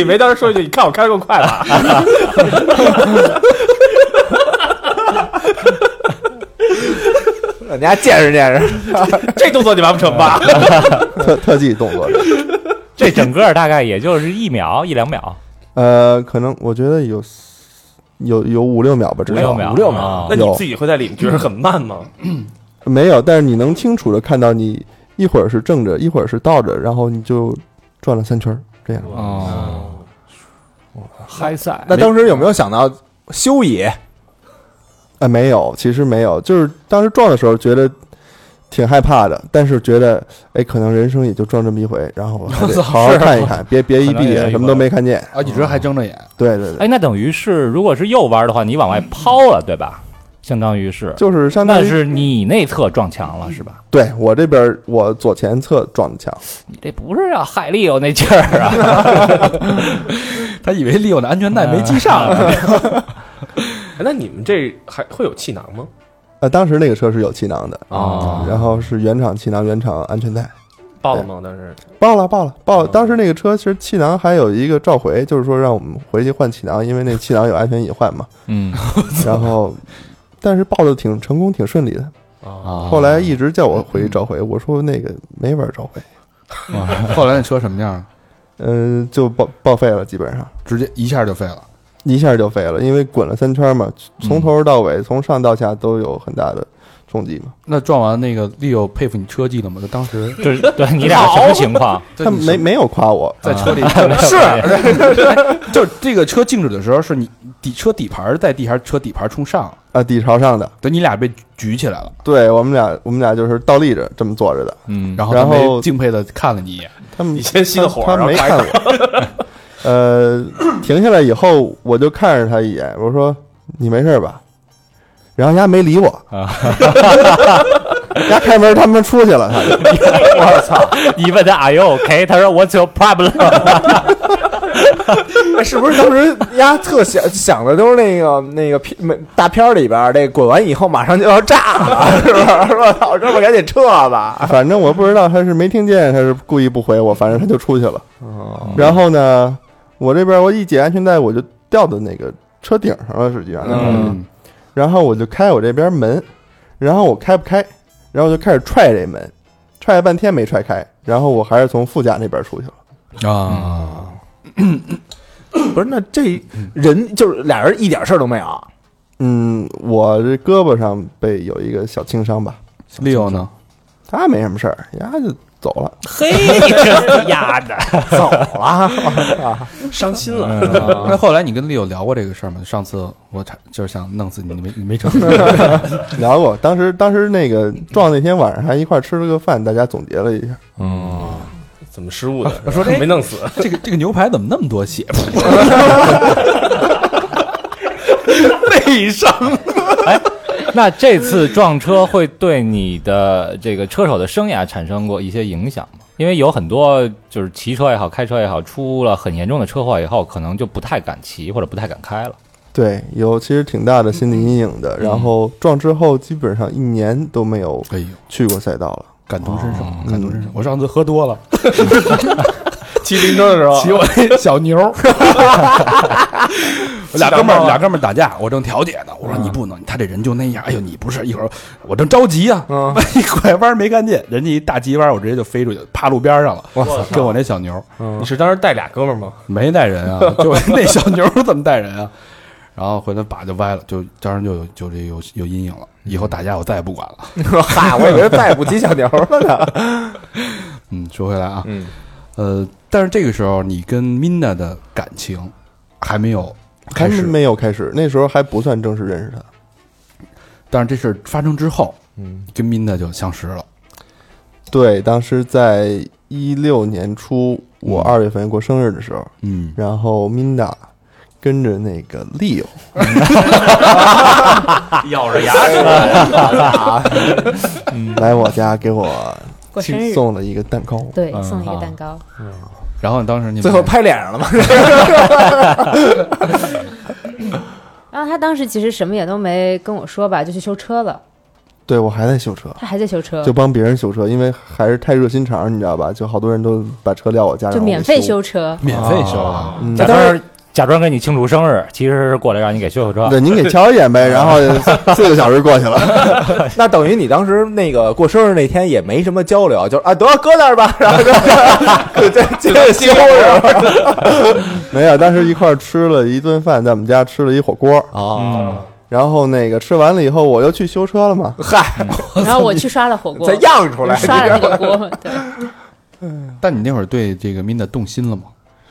Speaker 5: 李梅当时说一句：“你看我开够快吧
Speaker 2: 让人家见识见识。？”
Speaker 5: 这动作你完不成吧？
Speaker 6: 特特技动作的，
Speaker 3: 这整个大概也就是一秒一两秒，
Speaker 6: 呃，可能我觉得有有有五六秒吧，至
Speaker 3: 五
Speaker 6: 少
Speaker 3: 六秒，
Speaker 5: 五六
Speaker 3: 啊
Speaker 5: 秒，那你自己会在里面觉得很慢吗？
Speaker 6: 没有，但是你能清楚的看到你一会儿是正着，一会儿是倒着，然后你就转了三圈儿，这样。
Speaker 3: 哦，嗨赛
Speaker 2: 那当时有没有想到休矣？
Speaker 6: 啊、没有，其实没有，就是当时撞的时候觉得挺害怕的，但是觉得哎，可能人生也就撞这么一回，然后我还得好好看一看，别别一闭眼什么都没看见。
Speaker 1: 啊，一直还睁着眼，
Speaker 6: 对对对，
Speaker 3: 哎，那等于是如果是右弯的话，你往外抛了，对吧？相当于是，
Speaker 6: 就是相当
Speaker 3: 那
Speaker 6: 于
Speaker 3: 是你内侧撞墙了，是吧？
Speaker 6: 对我这边儿我左前侧撞的墙，
Speaker 3: 你这不是要害利欧那劲儿啊？
Speaker 1: 他以为利用的安全带没系上，
Speaker 3: 啊
Speaker 5: 哎那你们这还会有气囊吗？
Speaker 6: 呃，当时那个车是有气囊的
Speaker 5: 哦
Speaker 6: 然后是原厂气囊、原厂安全带，
Speaker 5: 爆了吗？当时
Speaker 6: 报了报了报了。当时那个车其实气囊还有一个召回，就是说让我们回去换气囊，因为那气囊有安全隐患嘛。
Speaker 3: 嗯，
Speaker 6: 然后，但是报的挺成功，挺顺利的。
Speaker 1: 啊
Speaker 6: 后来一直叫我回去召回，我说那个没法召回，
Speaker 1: 啊后来那车什么样？
Speaker 6: 嗯、就报报废了，基本上
Speaker 1: 直接一下就废了。
Speaker 6: 一下就废了，因为滚了三圈嘛，
Speaker 3: 嗯
Speaker 6: 从头到尾，从上到下都有很大的冲击嘛。
Speaker 1: 那撞完那个利友佩服你车技了吗？就当时
Speaker 3: 这是对你俩什么情况？
Speaker 6: 他没没有夸我，
Speaker 1: 在车里，
Speaker 3: 是
Speaker 1: 就是这个车静止的时候，是你底车底盘在地还是车底盘冲上？
Speaker 6: 啊，底朝上的，
Speaker 1: 等你俩被举起来了，
Speaker 6: 对我们俩，我们俩就是倒立着这么坐着的。
Speaker 3: 嗯，
Speaker 1: 然后
Speaker 6: 然后
Speaker 1: 他没敬佩的看了你一眼，
Speaker 6: 他们
Speaker 5: 你先熄的火，
Speaker 6: 他
Speaker 5: 然
Speaker 6: 他
Speaker 5: 后
Speaker 6: 没
Speaker 5: 开
Speaker 6: 看我。呃，停下来以后，我就看着他一眼，我说：“你没事吧？”然后人家没理我，
Speaker 5: 啊
Speaker 6: 人家开门他们出去了，他就
Speaker 3: 我操！你问他 Are you OK？他说 What's your problem？
Speaker 2: 哎 是不是当时丫特想想的都是那个那个片没大片儿里边儿那滚完以后马上就要炸了， 是吧？是吧？操，这不赶紧撤吧！
Speaker 6: 反正我不知道他是没听见，他是故意不回我，反正他就出去了。
Speaker 5: 哦
Speaker 6: 然后呢，我这边我一解安全带，我就掉到那个车顶上了，实际上，
Speaker 1: 嗯，
Speaker 6: 然后我就开我这边门，然后我开不开，然后我就开始踹这门，踹了半天没踹开，然后我还是从副驾那边出去了。
Speaker 1: 啊，
Speaker 2: 不是，那这嗯人就是俩人一点事儿都没有，
Speaker 6: 嗯，我这胳膊上被有一个小轻伤吧，
Speaker 1: 利友呢？
Speaker 6: 他没什么事儿，人家就走了。
Speaker 4: 嘿，这丫 的，
Speaker 2: 走了。
Speaker 5: 伤心了。
Speaker 1: 那后来你跟利友聊过这个事儿吗？上次我差就是想弄死你，你没你没成。
Speaker 6: 聊过，当时当时那个撞那天晚上还一块儿吃了个饭，大家总结了一下。
Speaker 5: 怎么失误的？啊我说哎没弄 死，
Speaker 1: 这个这个牛排怎么那么多血？
Speaker 5: 哎
Speaker 3: 哎那这次撞车会对你的这个车手的生涯产生过一些影响吗？因为有很多就是骑车也好，开车也好，出了很严重的车祸以后，可能就不太敢骑或者不太敢开了。
Speaker 6: 对，有其实挺大的心理阴影
Speaker 1: 嗯
Speaker 6: 的。然后撞之后，基本上一年都没有
Speaker 1: 哎呦，
Speaker 6: 去过赛道了。
Speaker 1: 感同身受，感同身受
Speaker 6: 嗯。
Speaker 1: 哦我上次喝多 了，
Speaker 5: 骑自行车的时候
Speaker 1: 骑我那小牛， 俩哥们儿俩哥们儿打架，我正调解呢，我说你不能，他这人就那样。哎呦，你不是一会儿我正着急啊，
Speaker 2: 嗯
Speaker 1: 万 一拐弯没看见，人家一大急弯，我直接就飞出去，趴路边上了。哇塞，跟我那小牛
Speaker 5: 你是当时带俩哥们儿吗？
Speaker 1: 没带人 啊，就那小牛怎么带人啊？然后回来把就歪了，就当时就有就这有有阴影了，以后打架我再也不管了。
Speaker 2: 嗨，我以为再也不骑小牛了呢。
Speaker 1: 嗯，说回来啊，
Speaker 5: 嗯，
Speaker 1: 呃，但是这个时候你跟 Mina 的感情还没有
Speaker 6: 还
Speaker 1: 开始，
Speaker 6: 没有开始，那时候还不算正式认识他。
Speaker 1: 但是这事儿发生之后，
Speaker 2: 嗯，
Speaker 1: 跟 Mina 就相识了。
Speaker 6: 对，当时在一六年初，我
Speaker 1: 嗯
Speaker 6: 二月份过生日的时候，
Speaker 1: 嗯，
Speaker 6: 然后 Minda 跟着那个 Leo，
Speaker 4: 咬着牙
Speaker 6: 来我家给我
Speaker 7: 过生日，
Speaker 6: 送了啊一个蛋糕。
Speaker 7: 对，
Speaker 1: 嗯
Speaker 7: 送了一个蛋糕，
Speaker 1: 然后当时你们
Speaker 2: 最后拍脸上了吗？
Speaker 7: 然后他当时其实什么也都没跟我说吧，就去修车了，
Speaker 6: 对我还在修车，
Speaker 7: 他还在修
Speaker 4: 嗯
Speaker 7: 车
Speaker 6: 就，帮别人修车，因为还是太热心肠，你知道吧？就好多人都把车撂我家，
Speaker 7: 就
Speaker 6: 让我
Speaker 7: 免
Speaker 6: 给
Speaker 7: 费
Speaker 6: 修。
Speaker 7: 修车，
Speaker 1: 免费啊修了，
Speaker 6: 嗯
Speaker 3: 假装假装给你庆祝生日，其实是过来让你给修修 车。
Speaker 6: 对，您给瞧一眼呗，然后四个小时过去了。
Speaker 2: 那等于你当时那个过生日那天也没什么交流，就是啊，得搁那儿吧，然后就就就接着修是吧？
Speaker 6: 没有，当时一块儿吃了一顿饭，在我们家吃了一火锅，
Speaker 2: 哦，
Speaker 6: 然后那个吃完了以后，我又去修车了嘛。
Speaker 2: 嗨，
Speaker 7: 然后我去刷了火锅
Speaker 2: 再，漾出来，
Speaker 7: 刷了那个锅，对
Speaker 1: 但你那会儿对这个 Mina 动心了吗？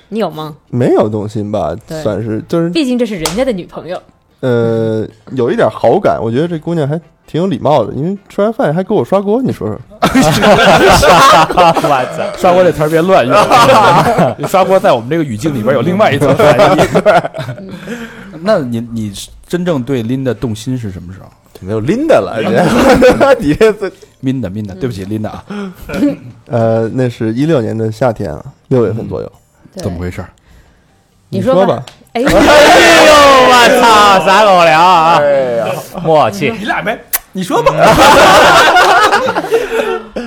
Speaker 7: 你有吗？
Speaker 6: 没有动心吧，
Speaker 7: 对
Speaker 6: 算是就是
Speaker 7: 毕竟这是人家的女朋友，
Speaker 6: 呃有一点好感，我觉得这姑娘还挺有礼貌的，因为吃完饭还给我刷锅，你说说，
Speaker 3: 我操！
Speaker 1: 刷锅这词儿别乱用，刷锅在我们这个语境里边有另外一层含义。那你你真正对 Linda 动心是什么时候
Speaker 2: 没有琳达了，这你这这
Speaker 1: ？Linda Linda，对不
Speaker 7: 嗯
Speaker 1: 起 Linda 啊，
Speaker 6: 呃，那是一六年的夏天啊，六月份左右，
Speaker 7: 对
Speaker 1: 怎么回事？
Speaker 7: 你
Speaker 6: 你
Speaker 7: 说
Speaker 6: 吧，，
Speaker 3: 哎
Speaker 7: 哎，
Speaker 3: 呦，我操！撒狗粮啊！
Speaker 6: 哎
Speaker 3: 默契，
Speaker 5: 你俩没，你说吧。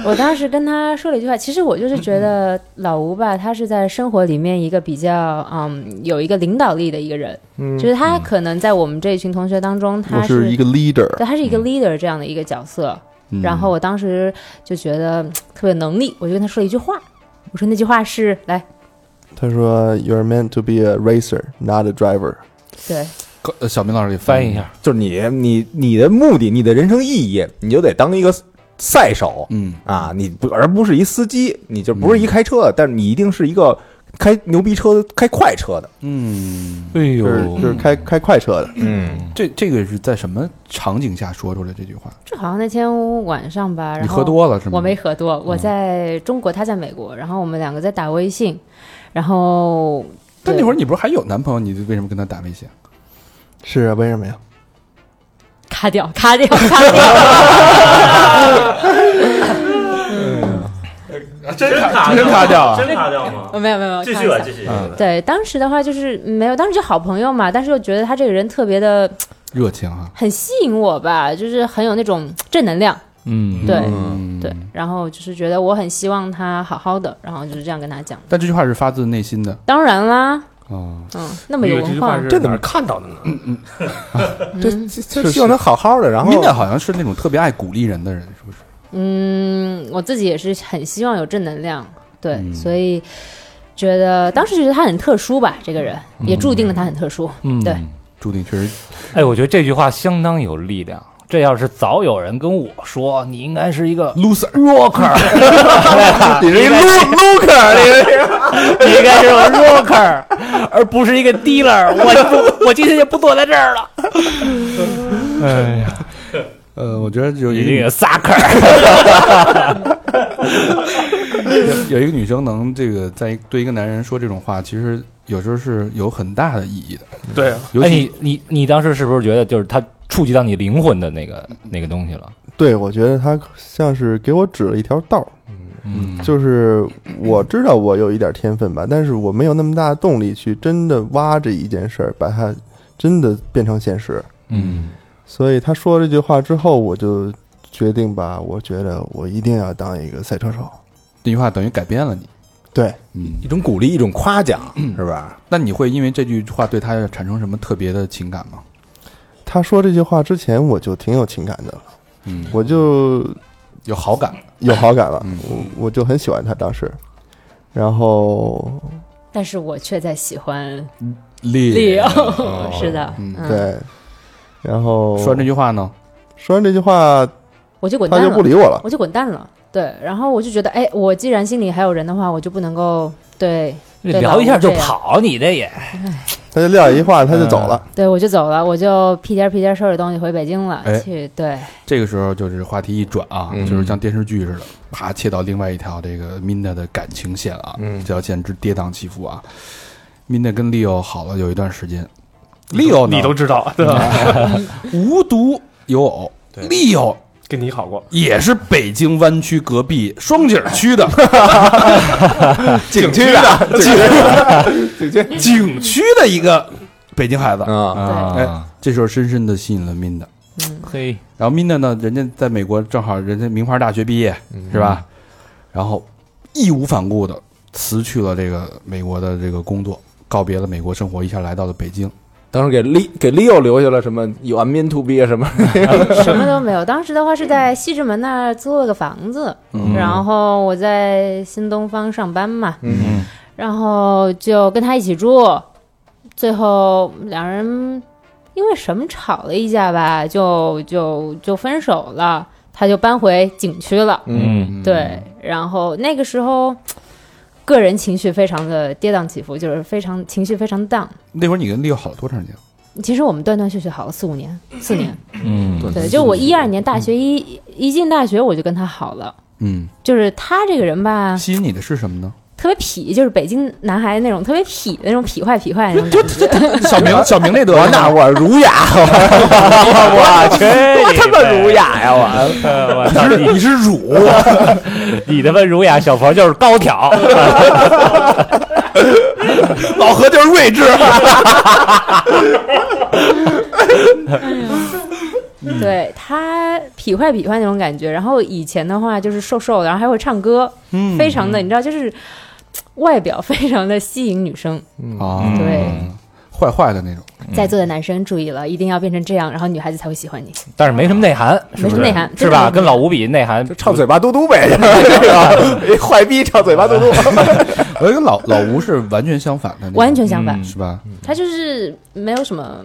Speaker 7: 我当时跟他说了一句话，其实我就是觉得老吴吧，他是在生活里面一个比较嗯有一个领导力的一个人，就是他可能在我们这一群同学当中，
Speaker 6: 我
Speaker 7: 他
Speaker 6: 是一个 leader，
Speaker 7: 对，他是一个 leader 这样的一个角色。
Speaker 1: 嗯
Speaker 7: 然后我当时就觉得嗯特别有能力，我就跟他说了一句话，我说那句话是来
Speaker 6: 他说 You're meant to be a racer, not a driver。
Speaker 7: 对
Speaker 1: 呃小明老师给
Speaker 3: 翻译一，下，
Speaker 2: 就是你你你的目的，你的人生意义，你就得当一个赛手
Speaker 1: 嗯，
Speaker 2: 啊，你不而不是一司机，你就不是一开车的，但是你一定是一个开牛逼车、开快车的。
Speaker 1: 嗯，
Speaker 3: 哎
Speaker 6: 就是
Speaker 3: 呦，
Speaker 6: 就是开开快车的，
Speaker 2: 嗯，
Speaker 1: 这这个是在什么场景下说出来这句话？
Speaker 7: 正好那天晚上吧，然
Speaker 1: 你
Speaker 7: 后
Speaker 1: 喝多
Speaker 5: 嗯
Speaker 1: 了是吗？
Speaker 7: 我没喝多，我在中国，他在美国，然后我们两个在打微信，然后
Speaker 1: 但那
Speaker 7: 对
Speaker 1: 会儿你不是还有男朋友？你为什么跟他打微信？
Speaker 6: 是啊，为什么呀？
Speaker 7: 卡掉， 卡掉，卡掉，
Speaker 5: 真卡
Speaker 1: 真卡掉啊
Speaker 5: 真卡掉吗？
Speaker 7: 没有没有没有，
Speaker 5: 继
Speaker 7: 开
Speaker 5: 续
Speaker 7: 玩
Speaker 5: 吧，
Speaker 7: 笑
Speaker 5: 继续。
Speaker 7: 对，当时的话就是没有，当时就好朋友嘛，但是又觉得他这个人特别的
Speaker 1: 热情啊，
Speaker 7: 很吸引我吧，就是很有那种正能量，
Speaker 3: 嗯，
Speaker 7: 对、
Speaker 1: 嗯
Speaker 7: 对，然后就是觉得我很希望他好好的，然后就是这样跟他讲。
Speaker 1: 但这句话是发自内心的
Speaker 7: 当然啦，
Speaker 1: 啊，
Speaker 7: 嗯，那么有文化，
Speaker 2: 这
Speaker 5: 这
Speaker 2: 怎
Speaker 5: 哪
Speaker 2: 么
Speaker 5: 儿看到的呢？
Speaker 3: 嗯
Speaker 2: 这这这希望他好好的，然后
Speaker 1: 你俩好像是那种特别爱鼓励人的人，是不是？
Speaker 7: 嗯，我自己也是很希望有正能量，对，
Speaker 6: 嗯
Speaker 7: 所以觉得当时觉得他很特殊吧，这个人、
Speaker 6: 嗯
Speaker 7: 也注定了他很特殊，
Speaker 3: 嗯
Speaker 7: 对，
Speaker 1: 注定确实
Speaker 3: 哎，我觉得这句话相当有力量。这要是早有人跟我说，你应该是一个
Speaker 1: loser。
Speaker 3: rocker，
Speaker 6: 你是一
Speaker 3: locker，你应该是个 rocker，而不是一个 dealer。我不，我今天就不坐在这儿了。
Speaker 1: 哎呀，呃，我觉得有
Speaker 3: 你
Speaker 1: 一
Speaker 3: 这
Speaker 1: 个
Speaker 3: 个 sucker，
Speaker 1: 女 有一个女生能这个在对一个男人说这种话，其实有时候是有很大的意义的。
Speaker 5: 对啊，
Speaker 1: 尤
Speaker 3: 哎，
Speaker 1: 其
Speaker 3: 你你你当时是不是觉得就是他触及到你灵魂的那个那个东西了？
Speaker 6: 对，我觉得他像是给我指了一条道儿，
Speaker 3: 嗯，
Speaker 6: 就是我知道我有一点天分吧，但是我没有那么大的动力去真的挖这一件事儿，把它真的变成现实。
Speaker 3: 嗯
Speaker 6: 所以他说这句话之后，我就决定吧，我觉得我一定要当一个赛车手。
Speaker 1: 这句话等于改变了你。
Speaker 6: 对，
Speaker 1: 嗯，
Speaker 2: 一种鼓励，一种夸奖，是吧？
Speaker 1: 那你会因为这句话对他产生什么特别的情感吗？
Speaker 6: 他说这句话之前，我就挺有情感的，
Speaker 1: 嗯，
Speaker 6: 我就
Speaker 1: 有好感。
Speaker 6: 有好感了
Speaker 1: 嗯，
Speaker 6: 我我就很喜欢他当时。然后，
Speaker 7: 但是我却在喜欢
Speaker 1: 力
Speaker 7: 利奥， 是的，
Speaker 1: 嗯
Speaker 6: 哦对，然后
Speaker 1: 说完这句话呢，
Speaker 6: 说完这句话，
Speaker 7: 我就滚
Speaker 6: 他
Speaker 7: 蛋
Speaker 6: 就
Speaker 7: 了
Speaker 6: 不，理我了。
Speaker 7: 我就滚蛋了，对，然后我就觉得，哎，我既然心里还有人的话，我就不能够对对
Speaker 3: 聊一下就
Speaker 7: 老吴这样
Speaker 3: 跑，你这也
Speaker 6: 他就撂一句话，他就走了。
Speaker 7: 对，我就走了，我就屁颠儿屁颠儿收拾东西回北京了，
Speaker 1: 哎
Speaker 7: 去对，
Speaker 1: 这个时候就是话题一转啊，
Speaker 2: 嗯
Speaker 1: 就是像电视剧似的，啪切到另外一条这个 Minda 的感情线啊，
Speaker 2: 嗯
Speaker 1: 这条线之跌宕起伏啊。Minda 跟 Leo 好了有一段时间，Leo 呢
Speaker 5: 你都知道，嗯对啊吧？
Speaker 1: 无独有偶
Speaker 5: 对
Speaker 1: ，Leo
Speaker 5: 跟你好过，
Speaker 1: 也是北京湾区隔壁双井区的
Speaker 2: 景区的，景区，景区，
Speaker 1: 景区的一个北京孩子。
Speaker 2: 嗯，
Speaker 1: 哎
Speaker 3: 啊，
Speaker 1: 这时候深深的吸引了 Minda，
Speaker 3: 嘿，
Speaker 1: 然后 Minda 呢，人家在美国正好人家名牌大学毕业，是吧？然后义无反顾的辞去了这个美国的这个工作，告别了美国生活，一下来到了北京。
Speaker 2: 当时给 Leo 给 Leo 留下了什么有 I'm mean to be 啊什么，
Speaker 7: 什么都没有。当时的话是在西直门那儿租了个房子，
Speaker 1: 嗯
Speaker 7: 然后我在新东方上班嘛，
Speaker 2: 嗯
Speaker 7: 然后就跟他一起住，最后两人因为什么吵了一架吧，就就就分手了，他就搬回景区了。
Speaker 3: 嗯，
Speaker 7: 对，然后那个时候。个人情绪非常的跌宕起伏，就是非常情绪非常 down。
Speaker 1: 那会儿你跟 Leo 好了多长时间？
Speaker 7: 其实我们断断续续好了四五年，四年。
Speaker 3: 嗯，
Speaker 7: 对，就我一二年大学一一进大学我就跟他好了，
Speaker 1: 嗯，
Speaker 7: 就是他这个人吧，
Speaker 1: 吸引你的是什么呢？
Speaker 7: 特别痞，就是北京男孩子那种特别痞的那种痞坏痞坏那种感觉。
Speaker 1: 小明，小明那德
Speaker 2: 我那我儒雅，
Speaker 1: 啊
Speaker 2: 我我去，我他妈儒雅呀！我
Speaker 3: 我操
Speaker 1: 你是
Speaker 3: 你
Speaker 1: 你是乳，
Speaker 3: 你他妈儒雅小佛就是 高挑，
Speaker 1: 老何就是睿智。
Speaker 7: 对他痞坏痞坏那种感觉。然后以前的话就是瘦瘦的，然后还会唱歌，
Speaker 1: 嗯
Speaker 7: 非常的你知道，就是嘖外表 非常的吸引女生。
Speaker 1: 啊，
Speaker 7: 对，
Speaker 1: 坏坏的那种。
Speaker 7: 在座的男生注意了，一定要变成这样，然后女孩子才会喜欢你。
Speaker 1: 嗯
Speaker 3: 但是没什么内涵，是不
Speaker 7: 没什
Speaker 3: 是
Speaker 7: 么内涵
Speaker 3: 是
Speaker 7: 真的没什么内
Speaker 3: 吧？
Speaker 7: 涵
Speaker 3: 跟老吴比，内涵
Speaker 2: 就唱嘴巴嘟嘟呗，就是这个 坏逼唱嘴巴嘟嘟。
Speaker 1: 我跟老老吴是完全相反的那种，
Speaker 7: 完全相反，
Speaker 1: 是吧？
Speaker 7: 他就是没有什么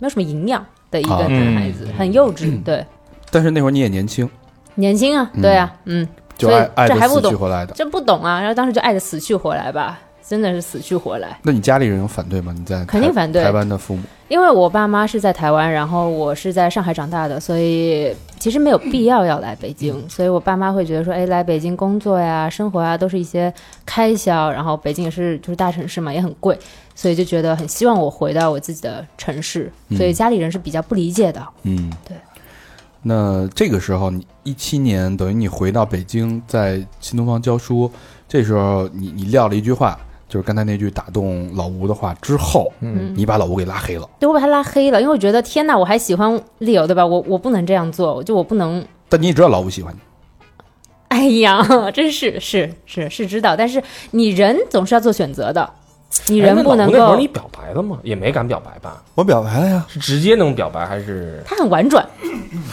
Speaker 7: 没有什么营养的一个
Speaker 1: 啊嗯
Speaker 7: 男孩子，很幼稚，对，
Speaker 1: 但是那会儿你也年轻，
Speaker 7: 年轻啊，
Speaker 1: 嗯
Speaker 7: 对啊，嗯，
Speaker 1: 就
Speaker 7: 所以
Speaker 1: 爱爱
Speaker 7: 这
Speaker 1: 的
Speaker 7: 还不
Speaker 1: 死去
Speaker 7: 懂，
Speaker 1: 活来的。
Speaker 7: 这不懂啊，然后当时就爱的死去活来吧，真的是死去活来。
Speaker 1: 那你家里人有反对吗？你在
Speaker 7: 肯定
Speaker 1: 台
Speaker 7: 反对
Speaker 1: 台湾的父母，
Speaker 7: 因为我爸妈是在台湾，然后我是在上海长大的，所以其实没有必要要来北京，所以我爸妈会觉得说，哎，来北京工作呀、生活啊呀，都是一些开销，然后北京也是就是大城市嘛，也很贵，所以就觉得很希望我回到我自己的城市，所以家里人是比较不理解的。
Speaker 1: 嗯，
Speaker 7: 对。
Speaker 1: 那这个时候，你一七年等于你回到北京，在新东方教书，这时候你你撂了一句话，就是刚才那句打动老吴的话之后，
Speaker 7: 嗯
Speaker 1: 你把老吴给拉黑了。
Speaker 7: 对，我把他拉黑了，因为我觉得天呐，我还喜欢丽友，对吧？我我不能这样做，就我不能，
Speaker 1: 但你也知道老吴喜欢你，
Speaker 7: 哎呀，真是是是是知道，但是你人总是要做选择的，你人不能
Speaker 5: 哎那老吴那会儿。
Speaker 7: 够
Speaker 5: 你表白了吗？也没敢表白吧？
Speaker 6: 我表白了呀，
Speaker 5: 是直接能表白还是？
Speaker 7: 他很婉
Speaker 5: 嗯
Speaker 7: 转，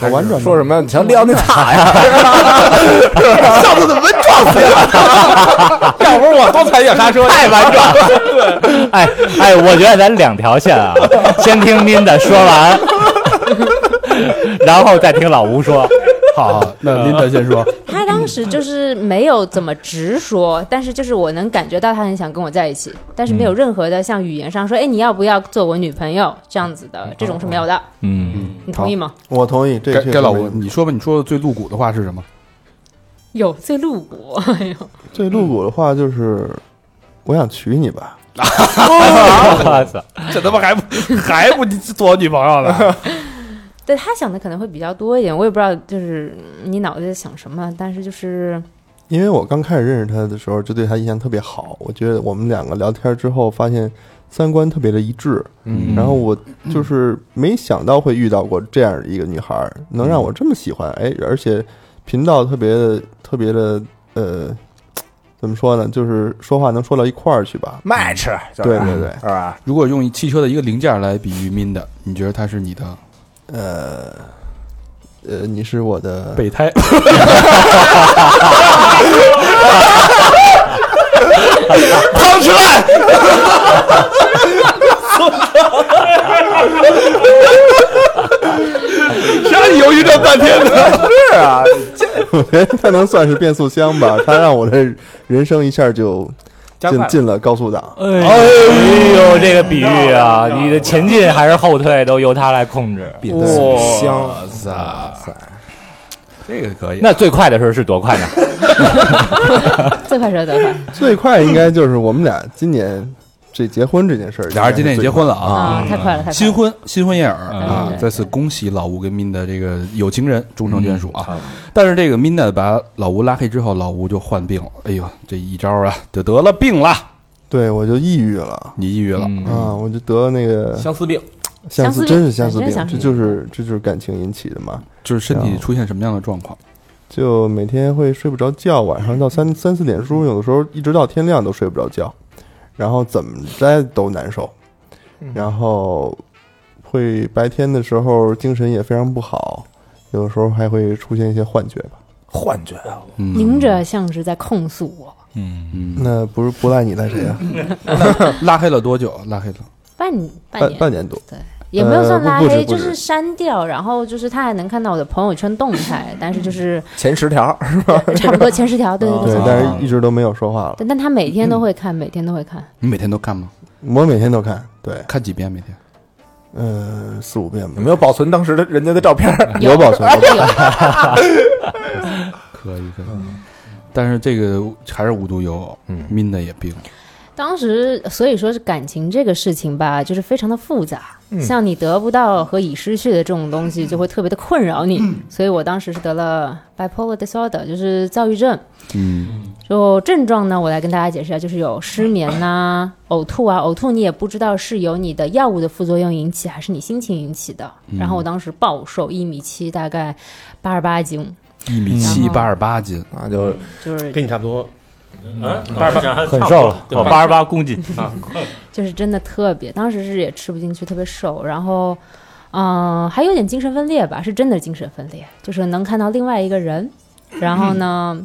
Speaker 6: 我婉转
Speaker 2: 说什么？你瞧撩那塔呀！上次怎么没撞死呀？要不是我多踩一脚刹车，太婉转。
Speaker 3: 哎哎，我觉得咱两条 线啊，先听您的说完，然后再听老吴说。
Speaker 1: 好，那林德先说，
Speaker 7: 他当时就是没有怎么直说，但是就是我能感觉到他很想跟我在一起，但是没有任何的像语言上
Speaker 5: 嗯
Speaker 7: 说，哎，你要不要做我女朋友这样子的，这种是没有的。
Speaker 3: 嗯，
Speaker 7: 你同意吗？
Speaker 6: 我同意，这
Speaker 1: 该
Speaker 6: 这
Speaker 1: 该老
Speaker 6: 没
Speaker 1: 吴，你说吧，你说的最露骨的话是什么？
Speaker 7: 有最露骨，哎呦，
Speaker 6: 最露骨的话就是，我想娶你吧。
Speaker 3: 我操，
Speaker 1: 哦这他妈还不还不做我女朋友呢？
Speaker 7: 对他想的可能会比较多一点，我也不知道就是你脑子在想什么，但是就是
Speaker 6: 因为我刚开始认识他的时候，就对他印象特别好。我觉得我们两个聊天之后，发现三观特别的一致。
Speaker 1: 嗯
Speaker 6: 然后我就是没想到会遇到过这样的一个女孩儿，能让我这么喜欢。哎，而且频道特别的、特别的，呃，怎么说呢？就是说话能说到一块儿去吧。
Speaker 2: match，
Speaker 6: 对对对，
Speaker 2: 是吧？
Speaker 1: 如果用汽车的一个零件来比喻 Min 的，你觉得它是你的
Speaker 6: 呃，呃，你是我的
Speaker 1: 备胎？
Speaker 2: 汤吃饭，
Speaker 1: 谁 让你犹豫这半天呢？
Speaker 2: 是啊，
Speaker 6: 我觉得 他能算是变速箱吧，他让我的人生一下就
Speaker 5: 加快
Speaker 6: 进
Speaker 5: 了
Speaker 6: 进了高速档。
Speaker 3: 哎呦，这个比喻 啊，你的前进还是后退都由他来控制。
Speaker 1: 变
Speaker 2: 香
Speaker 1: 塞，这个可以。
Speaker 3: 那最快的时候是多快 呢？
Speaker 7: 最快手得快
Speaker 6: 最快应该就是我们俩今年这结婚这件事儿，
Speaker 1: 俩人今天也结婚了啊，
Speaker 7: 啊，太快了，太快了。
Speaker 1: 新婚新婚燕尔
Speaker 3: 嗯
Speaker 1: 啊
Speaker 7: 对！
Speaker 1: 再次恭喜老吴跟 Min 的这个有情人终成
Speaker 3: 嗯
Speaker 1: 眷属啊！但是这个 Min 呢，把老吴拉黑之后，老吴就患病了。哎呦，这一招啊，就得了病了，
Speaker 6: 对我就抑郁了。
Speaker 1: 你抑郁了。
Speaker 3: 嗯，
Speaker 6: 啊，我就得了那个
Speaker 5: 相思病，
Speaker 6: 相
Speaker 7: 思
Speaker 6: 思，
Speaker 7: 病
Speaker 6: 真是相思
Speaker 7: 真
Speaker 6: 病
Speaker 7: 是相，思
Speaker 6: 这
Speaker 7: 病
Speaker 6: 就是这就是感情引起的嘛。
Speaker 1: 就是身体出现什么样的状况？
Speaker 6: 就每天会睡不着觉，晚上到三三四点钟，有的时候一直到天亮都睡不着觉，然后怎么着都难受，然后会白天的时候精神也非常不好，有的时候还会出现一些幻觉吧。
Speaker 2: 幻觉啊！
Speaker 1: 嗯
Speaker 7: 您这像是在控诉我，
Speaker 1: 嗯，
Speaker 6: 那不是不赖你赖谁啊？
Speaker 1: 拉黑了多久？拉黑了
Speaker 7: 半半
Speaker 6: 半
Speaker 7: 年
Speaker 6: 半年多，
Speaker 7: 也没有算拉
Speaker 6: 呃不
Speaker 7: 黑，
Speaker 6: 不止不
Speaker 7: 就
Speaker 6: 止
Speaker 7: 是删掉，然后就是他还能看到我的朋友圈动态，但是 就是
Speaker 2: 前十条，
Speaker 7: 差不多前十条，对对啊
Speaker 6: 对
Speaker 7: 对，，
Speaker 6: 但是一直都没有说话了。
Speaker 7: 但但他每天都会看，每天都会看，
Speaker 1: 你每天都看吗？
Speaker 6: 我每天都看，对，
Speaker 1: 看几遍每天？
Speaker 6: 嗯、四五遍吧
Speaker 2: 有，没有保存当时的人家的照片？
Speaker 6: 有保存，有保存
Speaker 1: 可以可以。但是这个还是无独有偶，
Speaker 2: 嗯
Speaker 1: min 的也病，
Speaker 7: 当时所以说是感情这个事情吧，就是非常的复杂。
Speaker 2: 嗯
Speaker 7: 像你得不到和已失去的这种东西，就会特别的困扰你。
Speaker 6: 嗯
Speaker 7: 所以我当时是得了 bipolar disorder，就是躁郁症。
Speaker 1: 嗯，
Speaker 7: 就症状呢，我来跟大家解释一下，就是有失眠呐、呕吐啊，呕吐你也不知道是由你的药物的副作用引起，还是你心情引起的。然后我当时暴瘦一米七，大概八十八斤，
Speaker 1: 一米七八十八斤，
Speaker 2: 啊，就
Speaker 7: 就是
Speaker 5: 跟你差不多，嗯，八十八，
Speaker 3: 很瘦了，
Speaker 5: 对吧
Speaker 3: 八十八公斤，
Speaker 7: 就是真的特别，当时是也吃不进去，特别瘦，然后，嗯、还有点精神分裂吧，是真的精神分裂，就是能看到另外一个人，然后呢，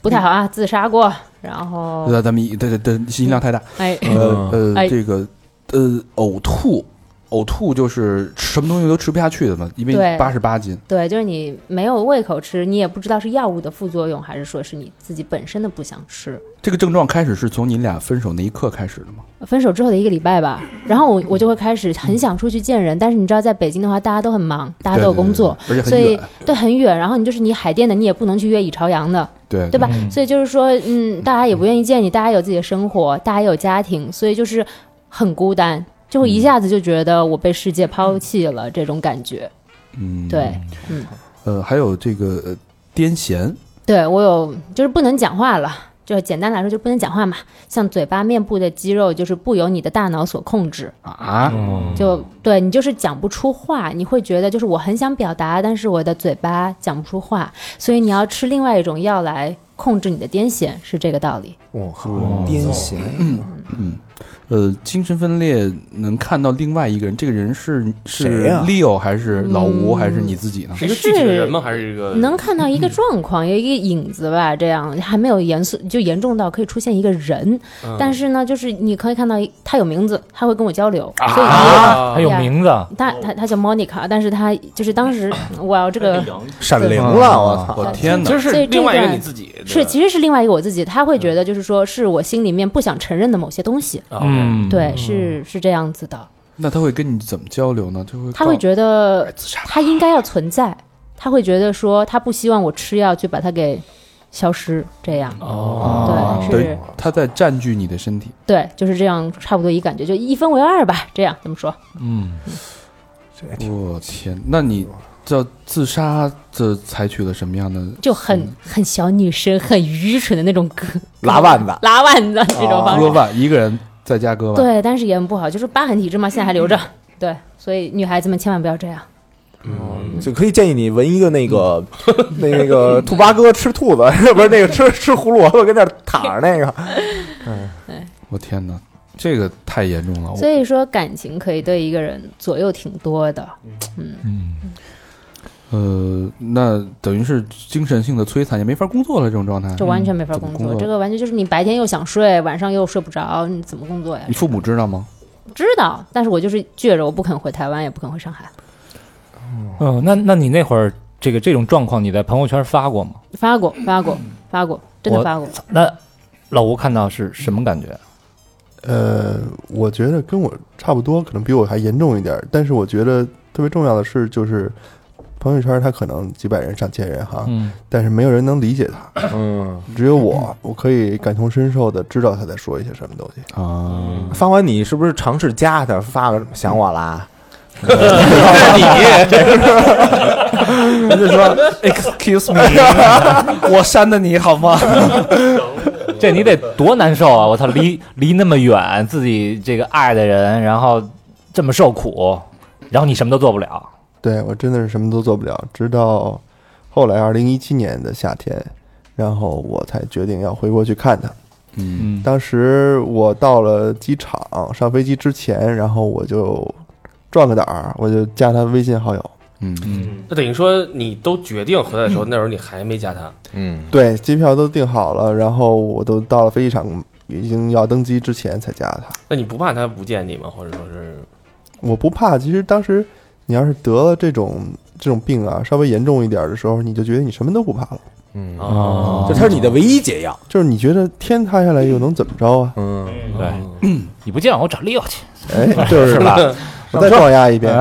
Speaker 7: 不太好啊，自杀过，然后，
Speaker 1: 那咱们一对对对，信息量太大，
Speaker 7: 哎，
Speaker 1: 呃呃，
Speaker 7: 哎
Speaker 1: 这个呃呕吐，呕吐就是什么东西都吃不下去的嘛，因为
Speaker 7: 对
Speaker 1: 八十八斤，
Speaker 7: 对，就是你没有胃口吃，你也不知道是药物的副作用，还是说是你自己本身的不想吃。
Speaker 1: 这个症状开始是从你俩分手那一刻开始的吗？
Speaker 7: 分手之后的一个礼拜吧，然后我我就会开始很想出去见人，但是你知道，在北京的话，大家都很忙，大家都有工作，
Speaker 1: 对，对对而且
Speaker 7: 所
Speaker 1: 很
Speaker 7: 以
Speaker 1: 远，
Speaker 7: 对很远。然后你就是你海淀的，你也不能去约以朝阳的，
Speaker 1: 对
Speaker 7: 对吧？所以就是说，嗯，大家也不愿意见你，大家有自己的生活，大家也有家庭，所以就是很孤单，就会一下子就觉得我被世界抛弃了、这种感觉。
Speaker 1: 嗯，
Speaker 7: 对，
Speaker 1: 呃，还有这个呃癫痫，
Speaker 7: 对我有就是不能讲话了。就是简单来说，就不能讲话嘛。像嘴巴、面部的肌肉，就是不由你的大脑所控制。
Speaker 1: 啊，
Speaker 7: 就对你就是讲不出话，你会觉得就是我很想表达，但是我的嘴巴讲不出话，所以你要吃另外一种药来控制你的癫痫，是这个道理。
Speaker 2: 我靠，癫痫，
Speaker 1: 呃，精神分裂能看到另外一个人，这个人是是
Speaker 2: 谁呀
Speaker 1: Leo 还是
Speaker 7: 嗯
Speaker 1: 老吴还是你自己呢？
Speaker 5: 是一个具体的人吗？还是一个
Speaker 7: 能看到一个状况，有一个影子吧，这样还没有严肃，就严重到可以出现一个人，
Speaker 5: 嗯
Speaker 7: 但是呢，就是你可以看到一他有名字，他会跟我交流，所以
Speaker 5: 啊
Speaker 7: 啊
Speaker 3: 还有名字，
Speaker 7: 他他他叫 Monica，但是他就是当时哇，这个
Speaker 2: 闪灵了，我操！
Speaker 1: 我天哪！
Speaker 5: 就是
Speaker 7: 所以这
Speaker 5: 另外一个
Speaker 7: 段
Speaker 5: 你自己
Speaker 7: 是其实是另外一个我自己，他会觉得就是说是我心里面不想承认的某些东西，
Speaker 5: 嗯，
Speaker 7: 对，是是这样子的。
Speaker 1: 那他会跟你怎么交流呢？就会
Speaker 7: 他
Speaker 1: 告
Speaker 7: 会觉得
Speaker 5: 自杀
Speaker 7: 他应该要存在，他会觉得说他不希望我吃药去把它给消失，这样哦，对，
Speaker 1: 对
Speaker 7: 是，
Speaker 1: 他在占据你的身体。
Speaker 7: 对，就是这样，差不多一感觉就一分为二吧，这样这么说，
Speaker 1: 我、天，那你叫自杀这采取了什么样的？
Speaker 7: 就很很小女生很愚蠢的那种割
Speaker 2: 拉腕子，
Speaker 7: 拉腕子这种方
Speaker 1: 割
Speaker 7: 式，
Speaker 1: 腕，一个人在家割腕。
Speaker 7: 对，但是也很不好，就是疤痕体质嘛，现在还
Speaker 1: 嗯
Speaker 7: 留着，对，所以女孩子们千万不要这样。
Speaker 2: 就可以建议你纹一个那 个那那个兔八哥吃兔子， 不是那个吃吃胡萝卜跟那儿躺着那个，
Speaker 1: 我天哪，这个太严重了。我
Speaker 7: 所以说，感情可以对一个人左右挺多的，
Speaker 1: 嗯呃，那等于是精神性的摧残，也没法工作了。这种状态，
Speaker 7: 就完全没法
Speaker 1: 怎么
Speaker 7: 工
Speaker 1: 工
Speaker 7: 作。
Speaker 1: 作
Speaker 7: 这个完全就是你白天又想睡，晚上又睡不着，你怎么工作呀
Speaker 1: 你？父母知道吗？
Speaker 7: 知道，但是我就是倔着，我不肯回台湾，也不肯回上海。
Speaker 3: 嗯，那那你那会儿这个这种状况，你在朋友圈发过吗？
Speaker 7: 发过，发过，
Speaker 1: 嗯
Speaker 7: 发过，真的
Speaker 3: 我
Speaker 7: 发过。
Speaker 3: 那老吴看到是什么感觉？
Speaker 6: 呃，我觉得跟我差不多，可能比我还严重一点儿。但是我觉得特别重要的是，就是朋友圈它可能几百人、上千人哈，
Speaker 3: 嗯，
Speaker 6: 但是没有人能理解他，
Speaker 2: 嗯，
Speaker 6: 只有我，我可以感同身受的知道他在说一些什么东西。
Speaker 1: 啊，
Speaker 2: 发完你是不是尝试加他，发个想我啊 啦？
Speaker 1: 他就说 “Excuse me”，我删的你好吗？
Speaker 3: 这你得多难受啊！我 操，离离那么远，自己这个爱的人，然后这么受苦，然后你什么都做不了。
Speaker 6: 对我真的是什么都做不了，直到后来二零一七年的夏天，然后我才决定要回国去看他。
Speaker 1: 嗯，
Speaker 3: 嗯，
Speaker 6: 当时我到了机场，上飞机之前，然后我就壮个胆儿，我就加他微信好友。
Speaker 1: 嗯，
Speaker 5: 那等于说你都决定回来的
Speaker 7: 嗯
Speaker 5: 时候，那时候你还没加他，
Speaker 2: 嗯，
Speaker 6: 对，机票都订好了，然后我都到了飞机场，已经要登机之前才加的他。
Speaker 5: 那你不怕他不见你吗？或者说是
Speaker 6: 我不怕，其实当时你要是得了这种这种病啊，稍微严重一点的时候，你就觉得你什么都不怕了，
Speaker 5: 哦，
Speaker 2: 就他是你的唯一解药。
Speaker 6: 就是你觉得天塌 下来又能怎么着啊？
Speaker 2: 嗯，
Speaker 3: 对，你不见我找六去，
Speaker 6: 哎，就是
Speaker 3: 吧？
Speaker 6: 我再撞压一遍。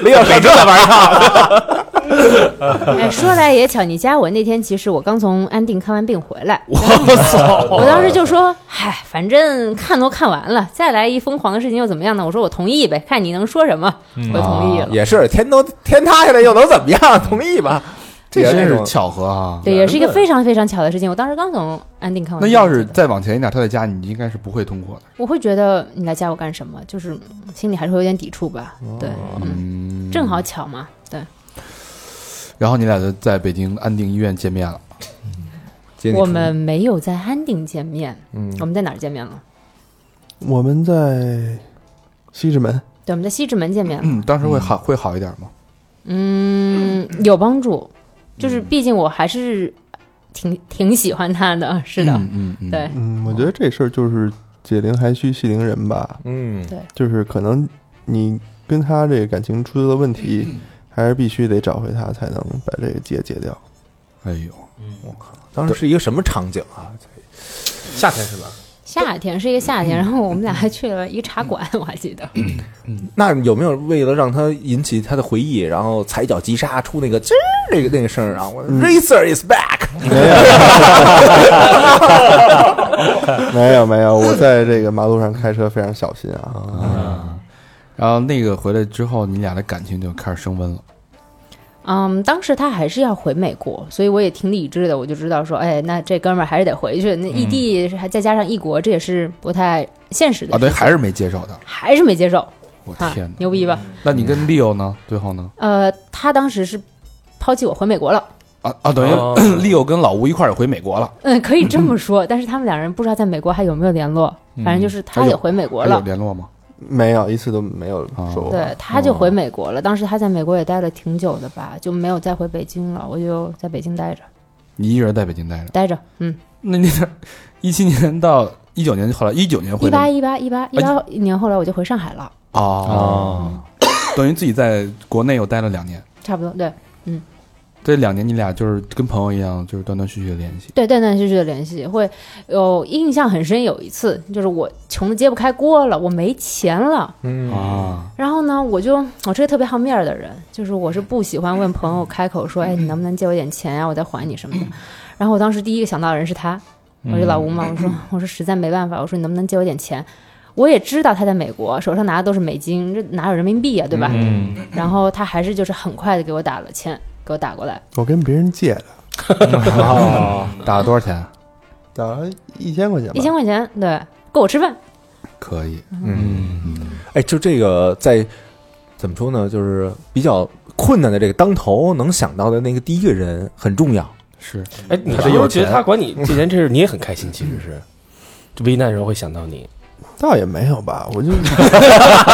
Speaker 2: 李老师正在玩
Speaker 3: 啊
Speaker 2: 呢。
Speaker 7: 哎，说来也巧，你加我那天，其实我刚从安定看完病回来，
Speaker 1: 我
Speaker 3: 啊
Speaker 1: 操！
Speaker 7: 我当时就说，嗨，反正看都看完了，再来一疯狂的事情又怎么样呢？我说我同意呗，看你能说什么，
Speaker 1: 嗯
Speaker 7: 我同
Speaker 1: 啊
Speaker 7: 意了。
Speaker 2: 也是天都天塌下来又能怎么样？同意吧？
Speaker 1: 这
Speaker 2: 也
Speaker 1: 真
Speaker 2: 那
Speaker 1: 是
Speaker 2: 种
Speaker 1: 巧合啊！
Speaker 7: 对，也是一个非常非常巧的事情。我当时刚从安定看完
Speaker 1: 那
Speaker 7: 病，
Speaker 1: 要是再往前一点，他在家，你应该是不会通过的。
Speaker 7: 我会觉得你来加我干什么，就是心里还是会有点抵触吧。对，嗯，
Speaker 1: 哦嗯，
Speaker 7: 正好巧嘛。对，
Speaker 1: 然后你俩就在北京安定医院见面了。
Speaker 2: 接你
Speaker 7: 我们没有在安定见面，
Speaker 2: 嗯
Speaker 7: 我们在哪儿见面了？
Speaker 6: 我们在西直门，
Speaker 7: 对，我们在西直门 见面了。
Speaker 1: 嗯，当时会好会好一点吗？
Speaker 7: 嗯，有帮助，
Speaker 1: 嗯
Speaker 7: 就是毕竟我还是挺挺喜欢他的，是的，
Speaker 1: 嗯嗯嗯，
Speaker 7: 对，
Speaker 6: 嗯，我觉得这事儿就是解铃还须系铃人吧，
Speaker 2: 嗯
Speaker 6: 就是可能你跟他这个感情出了问 题，还是必须得找回他，才能把这个结解掉。
Speaker 1: 哎呦，
Speaker 2: 当时是一个什么场景啊？夏天是吧？
Speaker 7: 夏天是一个夏天，然后我们俩还去了一个茶馆，我还记得，
Speaker 2: 那有没有为了让他引起他的回忆，然后踩脚急刹出那个吱儿那个那个声儿啊？我 Racer is back，
Speaker 6: 没有没有，我在这个马路上开车非常小心啊。
Speaker 1: 然后那个回来之后，你俩的感情就开始升温了。
Speaker 7: 嗯，当时他还是要回美国，所以我也挺理智的，我就知道说，哎，那这哥们儿还是得回去，那异
Speaker 1: 嗯
Speaker 7: 地还再加上异国，这也是不太现实的
Speaker 1: 啊，对，
Speaker 7: 事情
Speaker 1: 还是没接受的。
Speaker 7: 还是没接受，
Speaker 1: 我
Speaker 7: 啊
Speaker 1: 天哪！嗯
Speaker 7: 牛逼吧？
Speaker 1: 那你跟 Leo 呢？最后呢？
Speaker 7: 呃，他当时是抛弃我回美国了。
Speaker 1: 啊啊，等于
Speaker 5: 哦
Speaker 1: Leo 跟老吴一块儿回美国了，
Speaker 7: 嗯，可以这么说，但是他们两人不知道在美国还有没有联络，反正就是他
Speaker 1: 嗯还有
Speaker 7: 也回美国
Speaker 1: 还有
Speaker 7: 了，
Speaker 1: 联络吗？
Speaker 6: 没有一次都没有说过话
Speaker 7: 对，他就
Speaker 1: 哦
Speaker 7: 回美国了。当时他在美国也待了挺久的吧，就没有再回北京了。我就在北京待着，
Speaker 1: 你一人在北京待着？
Speaker 7: 待着。嗯，
Speaker 1: 那你一七年到一九年，后来一九年
Speaker 7: 一
Speaker 1: 回
Speaker 7: 八
Speaker 1: 来哎
Speaker 7: 一八一八一八年后来我就回上海了，
Speaker 1: 哦， 等于自己在国内又待了两年。
Speaker 7: 差不多。对
Speaker 1: 这两年你俩就是跟朋友一样，就是断断续续的联系。
Speaker 7: 对，断断续续的联系，会有印象很深。有一次就是我穷的揭不开锅了，我没钱了，
Speaker 1: 啊，
Speaker 7: 然后呢，我就我是个特别好面儿的人，就是我是不喜欢问朋友开口说，哎，你能不能借我点钱呀、我再还你什么的。然后我当时第一个想到的人是他，我就老吴嘛，我说我说实在没办法，我说你能不能借我点钱？我也知道他在美国，手上拿的都是美金，这哪有人民币呀、啊对吧？然后他还是就是很快的给我打了钱，给我打过来。
Speaker 6: 我跟别人借的，
Speaker 1: 打了多少钱？啊
Speaker 6: 打了一千块钱吧，
Speaker 7: 一千块钱，对，够我吃饭。
Speaker 1: 可以，
Speaker 2: 哎，就这个在怎么说呢？就是比较困难的这个当头，能想到的那个第一个人很重要。
Speaker 1: 是
Speaker 5: 哎，你
Speaker 1: 他
Speaker 5: 当
Speaker 1: 得有
Speaker 5: 时觉得
Speaker 1: 钱
Speaker 5: 他管你借钱这事儿，你也很 开心，其实是。就危难的时候会想到你，
Speaker 6: 倒也没有 吧，我就，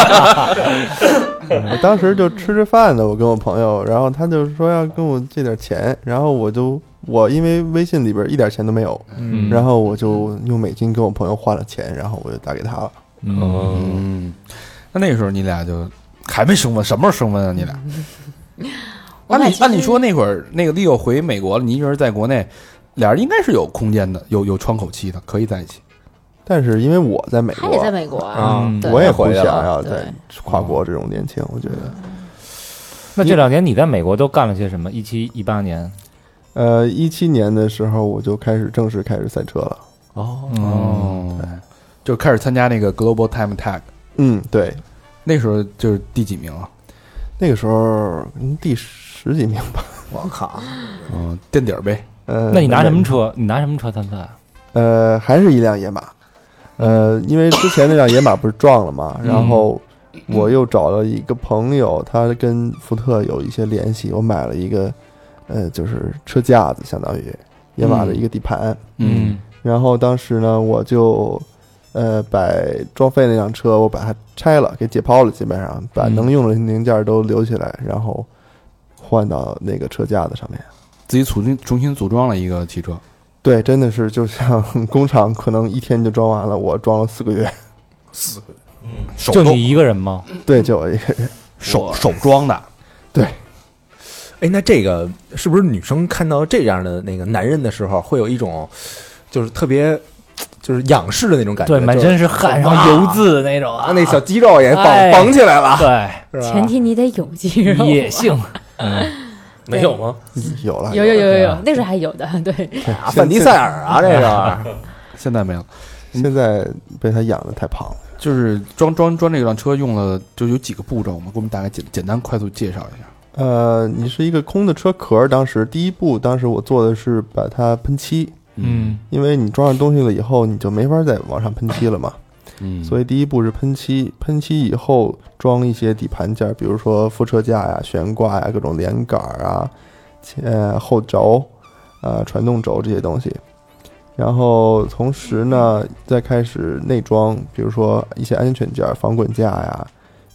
Speaker 6: 我嗯当时就吃着饭呢，我跟我朋友，然后他就说要跟我借点钱，然后我就我因为微信里边一点钱都没有，
Speaker 2: 嗯
Speaker 6: 然后我就用美金跟我朋友换了钱，然后我就打给他了。
Speaker 5: 嗯，
Speaker 1: 嗯，那那个时候你俩就还没升温，什么时候升温啊？你俩？
Speaker 7: 我
Speaker 1: 按
Speaker 7: 俩
Speaker 1: 理
Speaker 7: 其实
Speaker 1: 按理说那会儿那个 Leo 回美国了，你一人在国内，俩人应该是有空间的，有有窗口期的，可以在一起。
Speaker 6: 但是因为我在美
Speaker 7: 他也在
Speaker 6: 国，
Speaker 7: 美国啊，
Speaker 2: 啊，
Speaker 7: 对
Speaker 6: 嗯我也不想要
Speaker 7: 对
Speaker 6: 再跨国这种恋情，我觉得。
Speaker 3: 那这两年你在美国都干了些什么？一七一八年，
Speaker 6: 呃，一七年的时候我就开始正式开始赛车了。
Speaker 1: 哦，就开始参加那个 Global Time Tag，
Speaker 6: 嗯，对，
Speaker 1: 那时候就是第几名啊？
Speaker 6: 那个时候嗯第十几名吧。
Speaker 2: 我靠，
Speaker 1: 嗯，垫底儿呗。
Speaker 6: 呃，
Speaker 3: 那你拿什
Speaker 6: 美
Speaker 3: 么车？你拿什么车参赛？啊
Speaker 6: 呃，还是一辆野马。呃，因为之前那辆野马不是撞了
Speaker 3: 嗯
Speaker 6: 嘛，然后我又找了一个朋友，他跟福特有一些联系，我买了一个呃，就是车架子，相当于野马的一个底盘。
Speaker 1: 嗯
Speaker 6: 然后当时呢，我就呃把装废那辆车，我把它拆了，给解剖了，基本上把能用的零件都留起来，然后换到那个车架子上面。
Speaker 1: 自己重新重新组装了一个汽车，
Speaker 6: 对，真的是就像工厂可能一天就装完了，我装了四个月。
Speaker 1: 手
Speaker 3: 就
Speaker 1: 动
Speaker 3: 你一个人吗？
Speaker 6: 对，就我一个人。
Speaker 1: 手手装的。
Speaker 2: 哎，那这个是不是女生看到这样的那个男人的时候，会有一种就是特别就是仰视的那种感觉，
Speaker 4: 对，满
Speaker 2: 就是
Speaker 4: 身是汗，然后油渍的那种啊，
Speaker 2: 啊，那小肌肉也绑
Speaker 4: 哎
Speaker 2: 绑起来了，
Speaker 4: 对
Speaker 2: 是吧
Speaker 7: 前提你得有肌肉，啊
Speaker 4: 野性，
Speaker 5: 没有吗？
Speaker 6: 有 了，
Speaker 7: 有有有有有，那时候还有的， 对，
Speaker 2: 啊 范迪塞尔啊，这 个
Speaker 1: 现在没了。
Speaker 6: 现在被他养的太胖了。
Speaker 1: 就是装装装这辆车用了，就有几个步骤嘛，给我们大概简简单快速介绍一下。
Speaker 6: 呃，你是一个空的车壳儿，当时第一步，当时我做的是把它喷漆，
Speaker 1: 嗯
Speaker 6: 因为你装上东西了以后，你就没法再往上喷漆了嘛。
Speaker 1: 嗯
Speaker 6: 所以第一步是喷漆，喷漆以后装一些底盘件儿，比如说副车架呀、悬挂呀、各种连杆儿啊、前呃后轴、呃传动轴这些东西。然后同时呢，再开始内装，比如说一些安全件儿、防滚架呀、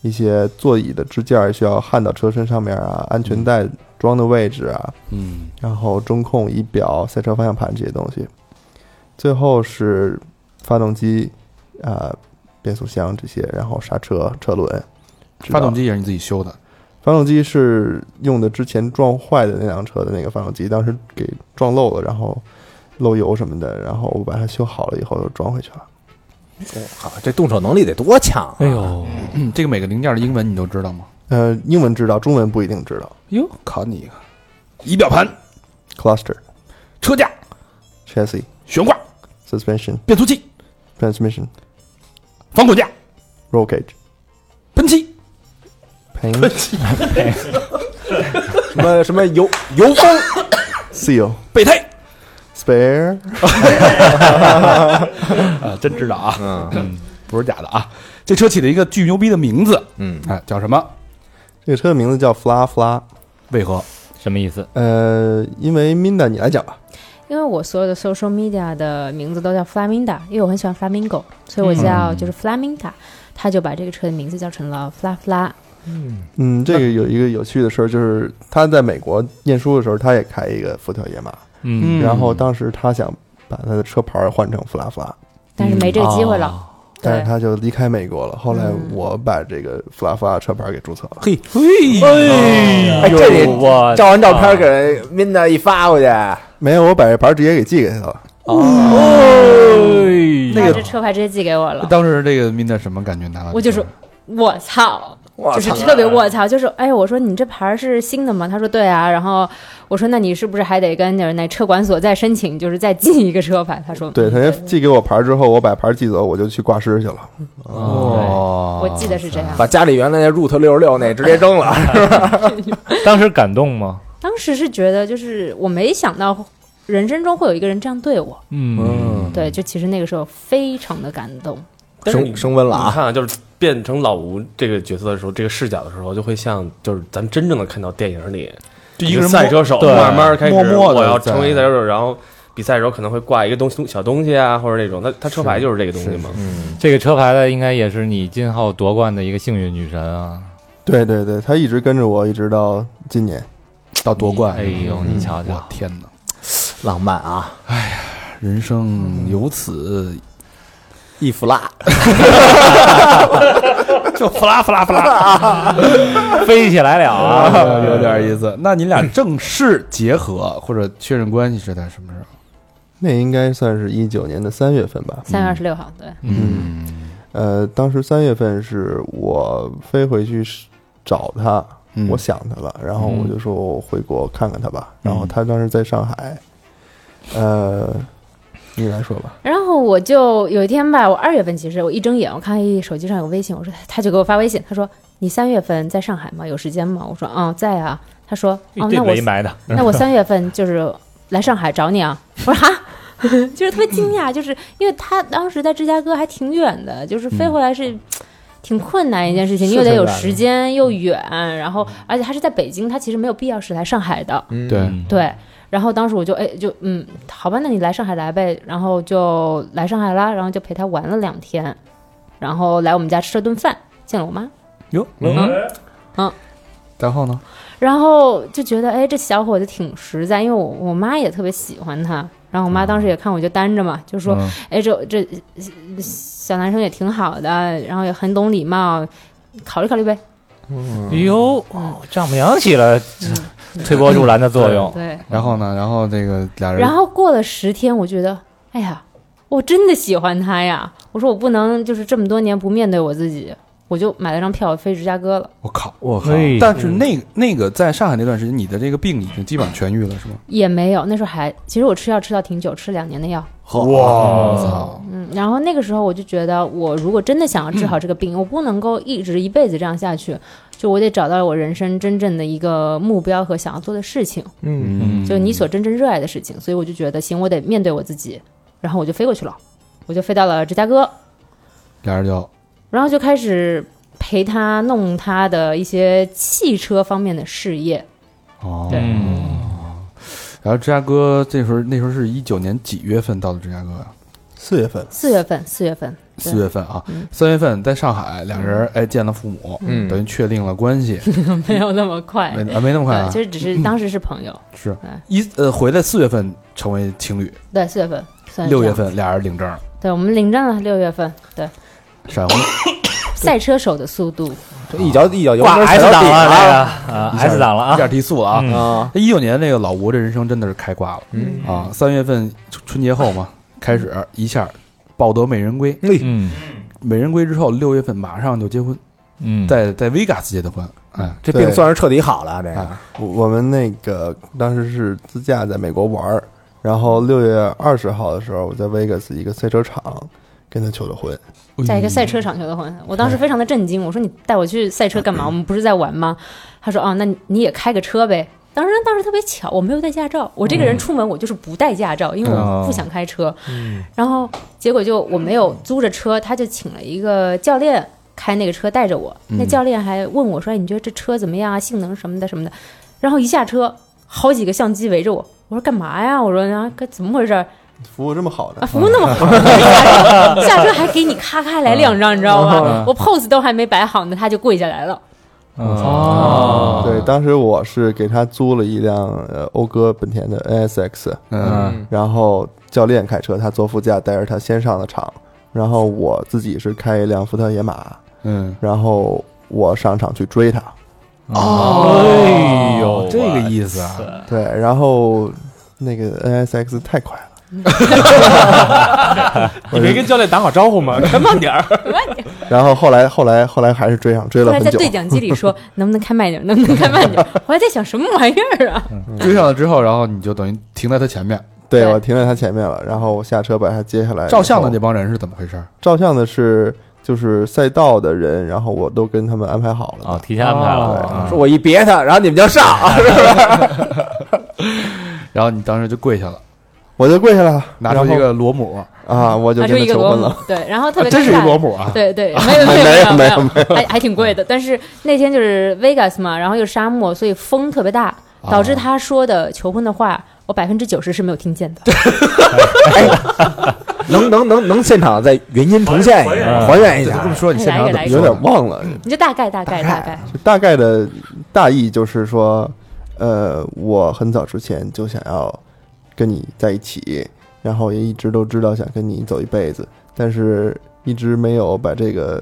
Speaker 6: 一些座椅的支架儿需要焊到车身上面啊，安全带装的位置啊，
Speaker 1: 嗯
Speaker 6: 然后中控、仪表、赛车方向盘这些东西，最后是发动机、啊、变速箱这些，然后刹车、车轮。直到
Speaker 1: 发动，机也是你自己修的，
Speaker 6: 发动机是用的之前撞坏的那辆车的那个发动机，当时给撞漏了，然后漏油什么的，然后我把它修好了以后又装回去了。
Speaker 2: 啊，这动手能力得多强啊！
Speaker 5: 哎呦，
Speaker 1: 嗯这个每个零件的英文你都知道吗？
Speaker 6: 呃，英文知道，中文不一定知道。
Speaker 1: 哟，考你一个，仪表盘、
Speaker 6: Cluster、
Speaker 1: 车架、
Speaker 6: chassis、
Speaker 1: 悬挂、
Speaker 6: suspension、
Speaker 1: 变速器、
Speaker 6: transmission、
Speaker 1: 防滚架、
Speaker 6: roll cage、
Speaker 1: 喷漆、
Speaker 6: paint、
Speaker 2: 什么什么油油封
Speaker 6: seal、
Speaker 1: 备胎
Speaker 6: spare。
Speaker 1: 啊，真知道啊，嗯， 不是假的啊。这车起了一个巨牛逼的名字，
Speaker 2: 嗯，
Speaker 1: 哎，叫什么？
Speaker 6: 这个车的名字叫 Fla Fla。
Speaker 1: 为何？
Speaker 3: 什么意思？
Speaker 6: 呃，因为 Minda 你来讲吧，
Speaker 7: 因为我所有的 social media 的名字都叫 Flaminda，因为我很喜欢 Flamingo，所以我叫就是 Flaminda，、他就把这个车的名字叫成了 Fla Fla，
Speaker 6: 嗯，这个有一个有趣的事儿，就是他在美国念书的时候，他也开一个福特野马，
Speaker 1: 嗯
Speaker 6: 然后当时他想把他的车牌儿换成弗拉弗拉，
Speaker 7: 但是没这个机会了。
Speaker 6: 但
Speaker 7: 对
Speaker 6: 是，他就离开美国了。后来
Speaker 7: 嗯
Speaker 6: 我把这个弗拉弗拉车牌儿给注册了，
Speaker 5: 哎
Speaker 2: 哎，这得
Speaker 3: 我
Speaker 2: 照完照片给人 Minda 一发过去，
Speaker 6: 没有，我把这牌儿直接给寄给他了。
Speaker 1: 哎
Speaker 7: 他把这车牌直接寄给我了，
Speaker 1: 当时这个 Minda 什么感觉拿到？
Speaker 7: 我就说我操，
Speaker 2: 我
Speaker 7: 就是
Speaker 2: 操！
Speaker 7: 特别我操，就是哎，我说你这牌儿是新的吗？他说对啊，然后我说那你是不是还得跟就是那车管所再申请，就是再进一个车牌？他说
Speaker 6: 对，他寄给我牌儿之后，我把牌儿寄走，我就去挂失去了。
Speaker 1: 啊
Speaker 2: 哦
Speaker 7: 我记得是这样，
Speaker 2: 把家里原来那 Root 六十六那直接扔了，
Speaker 3: 当时感动吗？
Speaker 7: 当时是觉得就是我没想到人生中会有一个人这样对我，
Speaker 3: 嗯，
Speaker 7: 对，就其实那个时候非常的感动，
Speaker 5: 但是你
Speaker 2: 升升温了
Speaker 5: 你
Speaker 2: 啊！
Speaker 5: 看啊，就是变成老吴这个角色的时候，这个视角的时候，就会像就是咱们真正的看到电影里，
Speaker 1: 就一个人
Speaker 5: 赛车手
Speaker 3: 对
Speaker 5: 慢慢开始，
Speaker 1: 默默地
Speaker 5: 我要
Speaker 1: 在
Speaker 5: 成为赛车手，然后比赛的时候可能会挂一个东西小东西啊，或者那种，他他车牌就是这个东西嘛。
Speaker 3: 这个车牌的应该也是你今后夺冠的一个幸运女神啊！
Speaker 6: 对对对，他一直跟着我，一直到今年。
Speaker 1: 到夺冠，
Speaker 3: 哎呦，你瞧
Speaker 1: 我
Speaker 3: 瞧，
Speaker 1: 天哪！哎
Speaker 2: 浪漫啊，
Speaker 1: 人生由此
Speaker 2: 一弗拉，
Speaker 1: 就弗拉弗拉弗拉，
Speaker 3: 飞起来了啊！
Speaker 1: 有点意思。那你俩 正式结合或者确认关系是在什么时候？
Speaker 6: 那应该算是一九年的三月份吧，
Speaker 7: 三月二十六号，对，
Speaker 1: 嗯
Speaker 6: 呃，当时三月份是我飞回去是找他，
Speaker 1: 嗯
Speaker 6: 我想他了，然后我就说我回国看看他吧。然后他当时在上海，呃，你来说吧。
Speaker 7: 然后我就有一天吧，我二月份其实我一睁眼，我看哎手机上有微信，我说他就给我发微信，他说你三月份在上海吗？有时间吗？我说嗯在啊。他说哦
Speaker 3: 这
Speaker 7: 那我
Speaker 3: 没埋的，
Speaker 7: 那我三月份就是来上海找你啊。 我说哈。就是特别惊
Speaker 2: 嗯
Speaker 7: 讶，就是因为他当时在芝加哥还挺远的，就是飞回来是挺困难一件事情，
Speaker 2: 嗯是
Speaker 7: 又得有
Speaker 2: 挺远的
Speaker 7: 时间又远，然后而且他是在北京，他其实没有必要是来上海的。
Speaker 2: 嗯
Speaker 1: 对，
Speaker 7: 对，然后当时我就哎就嗯，好吧，那你来上海来呗，然后就来上海啦，然后就陪他玩了两天，然后来我们家吃了顿饭，见了我妈，
Speaker 1: 哟，然后呢？
Speaker 7: 然后就觉得哎这小伙子挺实在，因为我我妈也特别喜欢他，然后我妈当时也看我就单着嘛，就说
Speaker 1: 嗯
Speaker 7: 哎这这小男生也挺好的，然后也很懂礼貌，考虑考虑呗，
Speaker 3: 哟，哦丈母娘起了推波助
Speaker 7: 哎
Speaker 3: 澜的作用，
Speaker 7: 对，
Speaker 1: 然后呢？然后这个俩人
Speaker 7: 然后过了十天，我觉得哎呀。我真的喜欢他呀！我说我不能就是这么多年不面对我自己，我就买了张票飞芝加哥了，
Speaker 1: 我靠，我
Speaker 3: 靠哎
Speaker 1: 但是那那个在上海那段时间，你的这个病已经基本上痊愈了，是吗？
Speaker 7: 也没有。那时候还其实我吃药吃到挺久，吃两年的药。
Speaker 1: 哇操！
Speaker 7: 嗯，然后那个时候我就觉得，我如果真的想要治好这个病，我不能够一直一辈子这样下去，就我得找到我人生真正的一个目标和想要做的事情，
Speaker 2: 嗯，
Speaker 3: 嗯
Speaker 7: 就是你所真正热爱的事情。所以我就觉得，行，我得面对我自己，然后我就飞过去了，我就飞到了芝加哥，
Speaker 1: 俩人就
Speaker 7: 然后就开始陪他弄他的一些汽车方面的事业。
Speaker 1: 哦
Speaker 7: 对
Speaker 3: 嗯，
Speaker 1: 然后芝加哥这时候那时候是一九年几月份到的芝加哥呀？
Speaker 6: 四月份，
Speaker 7: 四月份，四月份，对
Speaker 1: 四月份啊
Speaker 7: 嗯，
Speaker 1: 三月份在上海，俩人哎见了父母，
Speaker 2: 嗯
Speaker 1: 等于确定了关系，
Speaker 7: 没有那么快，
Speaker 1: 没啊没那么快
Speaker 7: 对，
Speaker 1: 啊
Speaker 7: 就，是只是当时是朋友。
Speaker 1: 是
Speaker 7: 对
Speaker 1: 一呃回来四月份成为情侣，
Speaker 7: 对，四月份，算是
Speaker 1: 六
Speaker 7: 这
Speaker 1: 月
Speaker 7: 样，
Speaker 1: 份俩人领证，
Speaker 7: 对我们领证了，六月份，对。
Speaker 1: 闪婚
Speaker 7: 赛车手的速度，
Speaker 1: 嗯
Speaker 2: 这一脚一脚油
Speaker 3: 挂
Speaker 2: 门踩
Speaker 3: S
Speaker 2: 到
Speaker 3: 档
Speaker 2: 底
Speaker 3: 了，
Speaker 2: 了
Speaker 3: 这个啊
Speaker 1: 一下
Speaker 3: S 档了
Speaker 1: 一
Speaker 3: 啊，
Speaker 1: 下提速了啊。
Speaker 3: 嗯
Speaker 2: 啊，
Speaker 1: 一九年那个老吴这人生真的是开挂了。
Speaker 2: 嗯，
Speaker 1: 啊，三月份春春节后嘛，开始一下抱得美人归，
Speaker 2: 哎，
Speaker 3: 嗯
Speaker 1: 美人归之后，六月份马上就结婚，
Speaker 3: 嗯，
Speaker 1: 在在 Vegas 结的婚，哎，
Speaker 2: 这
Speaker 6: 对
Speaker 2: 病算是彻底好了，这个
Speaker 1: 啊
Speaker 6: 我我们那个当时是自驾在美国玩儿，然后六月二十号的时候，我在 Vegas 一个赛车场跟他求的婚。
Speaker 7: 在一个赛车场求的婚，我当时非常的震惊，我说你带我去赛车干嘛？我们不是在玩吗？他说哦，那你你也开个车呗。当时当时特别巧，我没有带驾照，我这个人出门我就是不带驾照，因为我不想开车。然后结果就我没有租着车，他就请了一个教练开那个车带着我。那教练还问我说：“哎，你觉得这车怎么样啊？性能什么的什么的。”然后一下车，好几个相机围着我，我说干嘛呀？我说啊，该怎么回事儿？
Speaker 6: 服务这么好
Speaker 7: 啊，
Speaker 6: 的，
Speaker 7: 服务那么好，下车下车还给你咔咔来两张，你知道吗？我 pose 都还没摆好呢，他就跪下来了。
Speaker 3: 哦，
Speaker 6: 对，当时我是给他租了一辆呃讴歌本田的 NSX，
Speaker 1: 嗯，
Speaker 6: 然后教练开车，他坐副驾带着他先上的场，然后我自己是开一辆福特野马，
Speaker 1: 嗯，
Speaker 6: 然后我上场去追他。
Speaker 3: 哎呦，
Speaker 1: 哦这个意思啊，
Speaker 6: 对，然后那个 NSX 太快了，
Speaker 5: 你没跟教练打好招呼吗？ 开慢点儿。
Speaker 6: 然后后来后来后来还是追上，追
Speaker 7: 后
Speaker 6: 了
Speaker 7: 来
Speaker 6: 很
Speaker 7: 在
Speaker 6: 久
Speaker 7: 对。讲机里说，能不能开慢点，能不能开慢点？我还在想什么玩意儿啊？
Speaker 1: 追上了之后，然后你就等于停在他前面，
Speaker 6: 对
Speaker 7: 对
Speaker 6: 我停在他前面了，然后我下车把他接下来。
Speaker 1: 照相的
Speaker 6: 然后
Speaker 1: 那帮人是怎么回事？
Speaker 6: 照相的是就是赛道的人，然后我都跟他们安排好了的。
Speaker 1: 啊
Speaker 3: 哦，提前安排了，
Speaker 2: 说我一别他，然后你们就上， 是吧？
Speaker 1: 然后你当时就跪下了，
Speaker 6: 我就跪下了，
Speaker 1: 拿出
Speaker 6: 然后
Speaker 1: 一个裸母，
Speaker 6: 啊，我就
Speaker 7: 拿
Speaker 6: 跟
Speaker 7: 出
Speaker 6: 他
Speaker 7: 一个
Speaker 6: 求
Speaker 7: 螺
Speaker 6: 婚
Speaker 7: 母
Speaker 6: 了。，
Speaker 7: 对，然后特
Speaker 1: 啊
Speaker 7: 别
Speaker 1: 真是一
Speaker 7: 尴尬
Speaker 1: 裸母啊，
Speaker 7: 对对，没有
Speaker 6: 没
Speaker 7: 没
Speaker 6: 有
Speaker 7: 有
Speaker 6: 没有
Speaker 7: 有，还还挺贵的。但是那天就是 Vegas 嘛，然后又是沙漠，所以风特别大，导致他说的求婚的话，我百分之九十是没有听见的。
Speaker 2: 能能能能现场再原音重现一下，嗯还原一
Speaker 1: 对
Speaker 2: 下
Speaker 1: 这么，说你现场怎么
Speaker 7: 哎来一
Speaker 6: 有
Speaker 7: 个
Speaker 1: 说的
Speaker 6: 点忘了，
Speaker 7: 你就大概大概大概，
Speaker 6: 就大概的大意就是说，呃，我很早之前就想要跟你在一起，然后也一直都知道想跟你走一辈子，但是一直没有把这个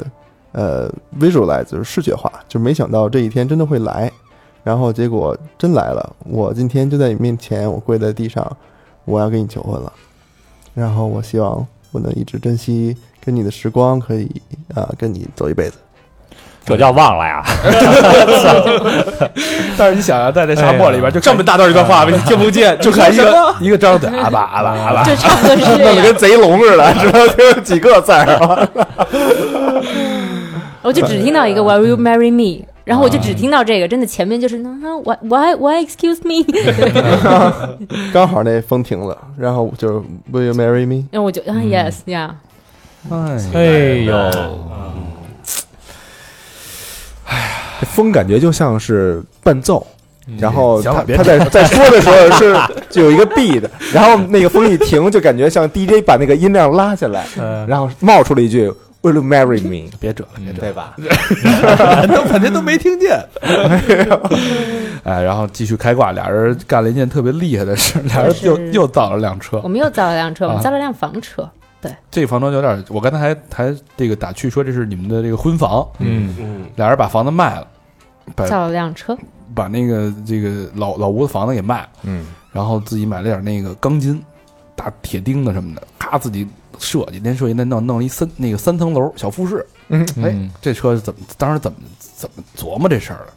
Speaker 6: 呃 visualize 就是视觉化，就没想到这一天真的会来，然后结果真来了，我今天就在你面前，我跪在地上，我要跟你求婚了，然后我希望我能一直珍惜跟你的时光，可以啊、跟你走一辈子。
Speaker 3: 这叫啊忘了呀，
Speaker 1: 但是你想想，啊在这沙漠
Speaker 2: 哎
Speaker 1: 里边就嗯
Speaker 5: 这么大段一段话，你听不见，
Speaker 1: 就看一个一个张嘴，啊吧啊吧啊吧，
Speaker 7: 就差不多 是这
Speaker 2: 弄得
Speaker 7: 样
Speaker 2: 跟。贼龙似的， 只能听几个 字儿。
Speaker 7: 我就只听到一个 Will you marry me？然后我就只听到这个，真的前面就是那啊，why why why excuse me？
Speaker 6: 刚好那风停了，然后就是 Will you marry me？
Speaker 7: 然后我就
Speaker 6: 嗯
Speaker 7: 啊 yes yeah，
Speaker 1: 哎，
Speaker 3: 哎呦，
Speaker 2: 这风感觉就像是伴奏，然后
Speaker 1: 行
Speaker 2: 他
Speaker 1: 了别
Speaker 2: 他在在说的时候是就有一个 beat，的然后那个风一停，就感觉像 DJ 把那个音量拉下来，
Speaker 3: 嗯
Speaker 2: 然后冒出了一句 Will you marry me？
Speaker 1: 别折了，别折了。
Speaker 2: 对吧？
Speaker 1: 都 反正都没听见。哎，然后继续开挂，俩人干了一件特别厉害的事，俩人又
Speaker 7: 是
Speaker 1: 又造了辆车
Speaker 7: 我。们又造了辆车，我们
Speaker 1: 啊
Speaker 7: 造了辆房车，
Speaker 1: 这房车有点，我刚才还还这个打趣说这是你们的这个婚房，
Speaker 3: 嗯
Speaker 5: 嗯，
Speaker 1: 俩人把房子卖了，把
Speaker 7: 造了辆车，
Speaker 1: 把那个这个老老吴的房子给卖了，
Speaker 2: 嗯，
Speaker 1: 然后自己买了点那个钢筋、大铁钉子什么的，咔自己设计，连设计连弄弄了一三那个三层楼小复式，
Speaker 2: 嗯，
Speaker 1: 哎
Speaker 3: 嗯，
Speaker 1: 这车是怎么当时怎么怎么琢磨这事儿的？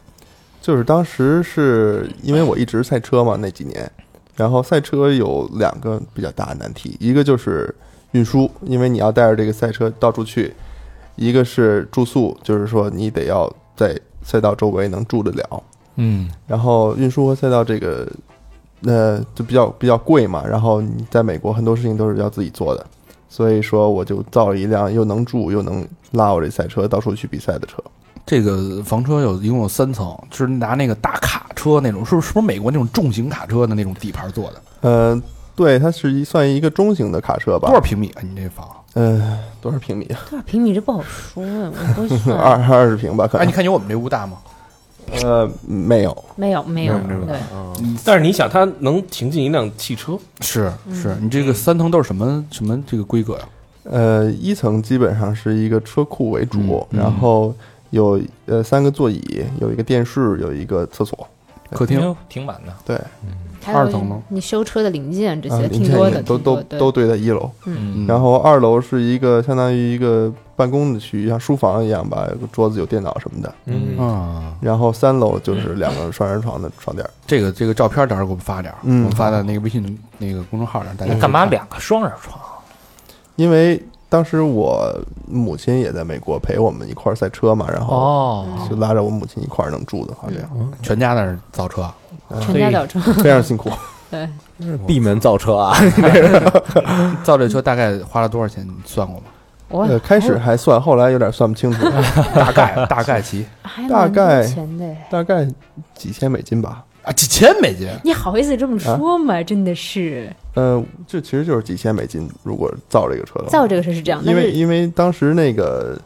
Speaker 6: 就是当时是因为我一直赛车嘛那几年，然后赛车有两个比较大的难题，一个就是运输，因为你要带着这个赛车到处去；一个是住宿，就是说你得要在赛道周围能住得了。
Speaker 3: 嗯
Speaker 6: 然后运输和赛道这个，呃，就比较比较贵嘛。然后你在美国很多事情都是要自己做的，所以说我就造了一辆又能住又能拉我这赛车到处去比赛的车。
Speaker 1: 这个房车有一共有三层，就是拿那个大卡车那种，是不是是不是美国那种重型卡车的那种底盘做的？
Speaker 6: 呃，对，它是一算一个中型的卡车吧？
Speaker 1: 多少平米啊？你这房？
Speaker 6: 呃，多少平米？
Speaker 7: 多少啊平米这不好说呀，我不
Speaker 6: 二
Speaker 7: 算，
Speaker 6: 二十平吧，可
Speaker 1: 哎，
Speaker 6: 能
Speaker 1: 你。看有我们这屋大吗？
Speaker 6: 呃，没有，啊
Speaker 7: 没有没有，
Speaker 2: 没有没有
Speaker 7: 对，
Speaker 5: 但是你想，它能停进一辆汽车，
Speaker 1: 是是，你这个三层都是什么什么这个规格呀、
Speaker 6: 呃，一层基本上是一个车库为主，
Speaker 1: 嗯嗯
Speaker 6: 然后有呃三个座椅，有一个电视，有一个厕所。
Speaker 1: 客厅
Speaker 3: 哎挺满的，
Speaker 6: 对，
Speaker 7: 还有
Speaker 1: 二层吗
Speaker 7: 你修车的零件这
Speaker 6: 啊
Speaker 7: 些，
Speaker 6: 零
Speaker 7: 挺
Speaker 6: 件
Speaker 7: 多
Speaker 6: 也
Speaker 7: 的，
Speaker 6: 都
Speaker 7: 挺多
Speaker 6: 都
Speaker 7: 的对
Speaker 6: 都堆在一楼。
Speaker 1: 嗯
Speaker 6: 然后二楼是一个相当于一个办公的区域，像书房一样吧，有个桌子有电脑什么的。
Speaker 5: 嗯，
Speaker 1: 啊，
Speaker 6: 然后三楼就是两个双人床的 床垫儿。
Speaker 1: 这个这个照片到时候给我们发点儿，
Speaker 6: 嗯
Speaker 1: 我们发在那个微信那个公众号上，大家
Speaker 4: 干嘛
Speaker 1: 可以看
Speaker 4: 两个双人床？
Speaker 3: 啊
Speaker 6: 因为当时我母亲也在美国陪我们一块儿赛车嘛，然后
Speaker 3: 哦，
Speaker 6: 就拉着我母亲一块儿能住的话，这
Speaker 5: 嗯
Speaker 6: 样
Speaker 1: 全家在那儿造车？
Speaker 7: 全家倒 车，
Speaker 6: 非常辛苦。
Speaker 7: 对，
Speaker 2: 闭门造车啊，
Speaker 1: 造这车大概花了多少钱？你算过吗？
Speaker 7: 我
Speaker 6: 呃，开
Speaker 5: 哦
Speaker 6: 始还算，后来有点算 不清楚，
Speaker 1: 大概大概齐
Speaker 7: 还
Speaker 6: 大
Speaker 7: 蛮多
Speaker 6: 概
Speaker 7: 钱的哎。
Speaker 6: 大概几千美金吧。
Speaker 1: 啊，几千美金。
Speaker 7: 你好意思这么说
Speaker 6: 啊
Speaker 7: 吗？真的是
Speaker 6: 呃，这其实就是几千美金，如果造这个车的话，
Speaker 7: 造这个事是这样，但
Speaker 6: 因为
Speaker 7: 是
Speaker 6: 因为当时那个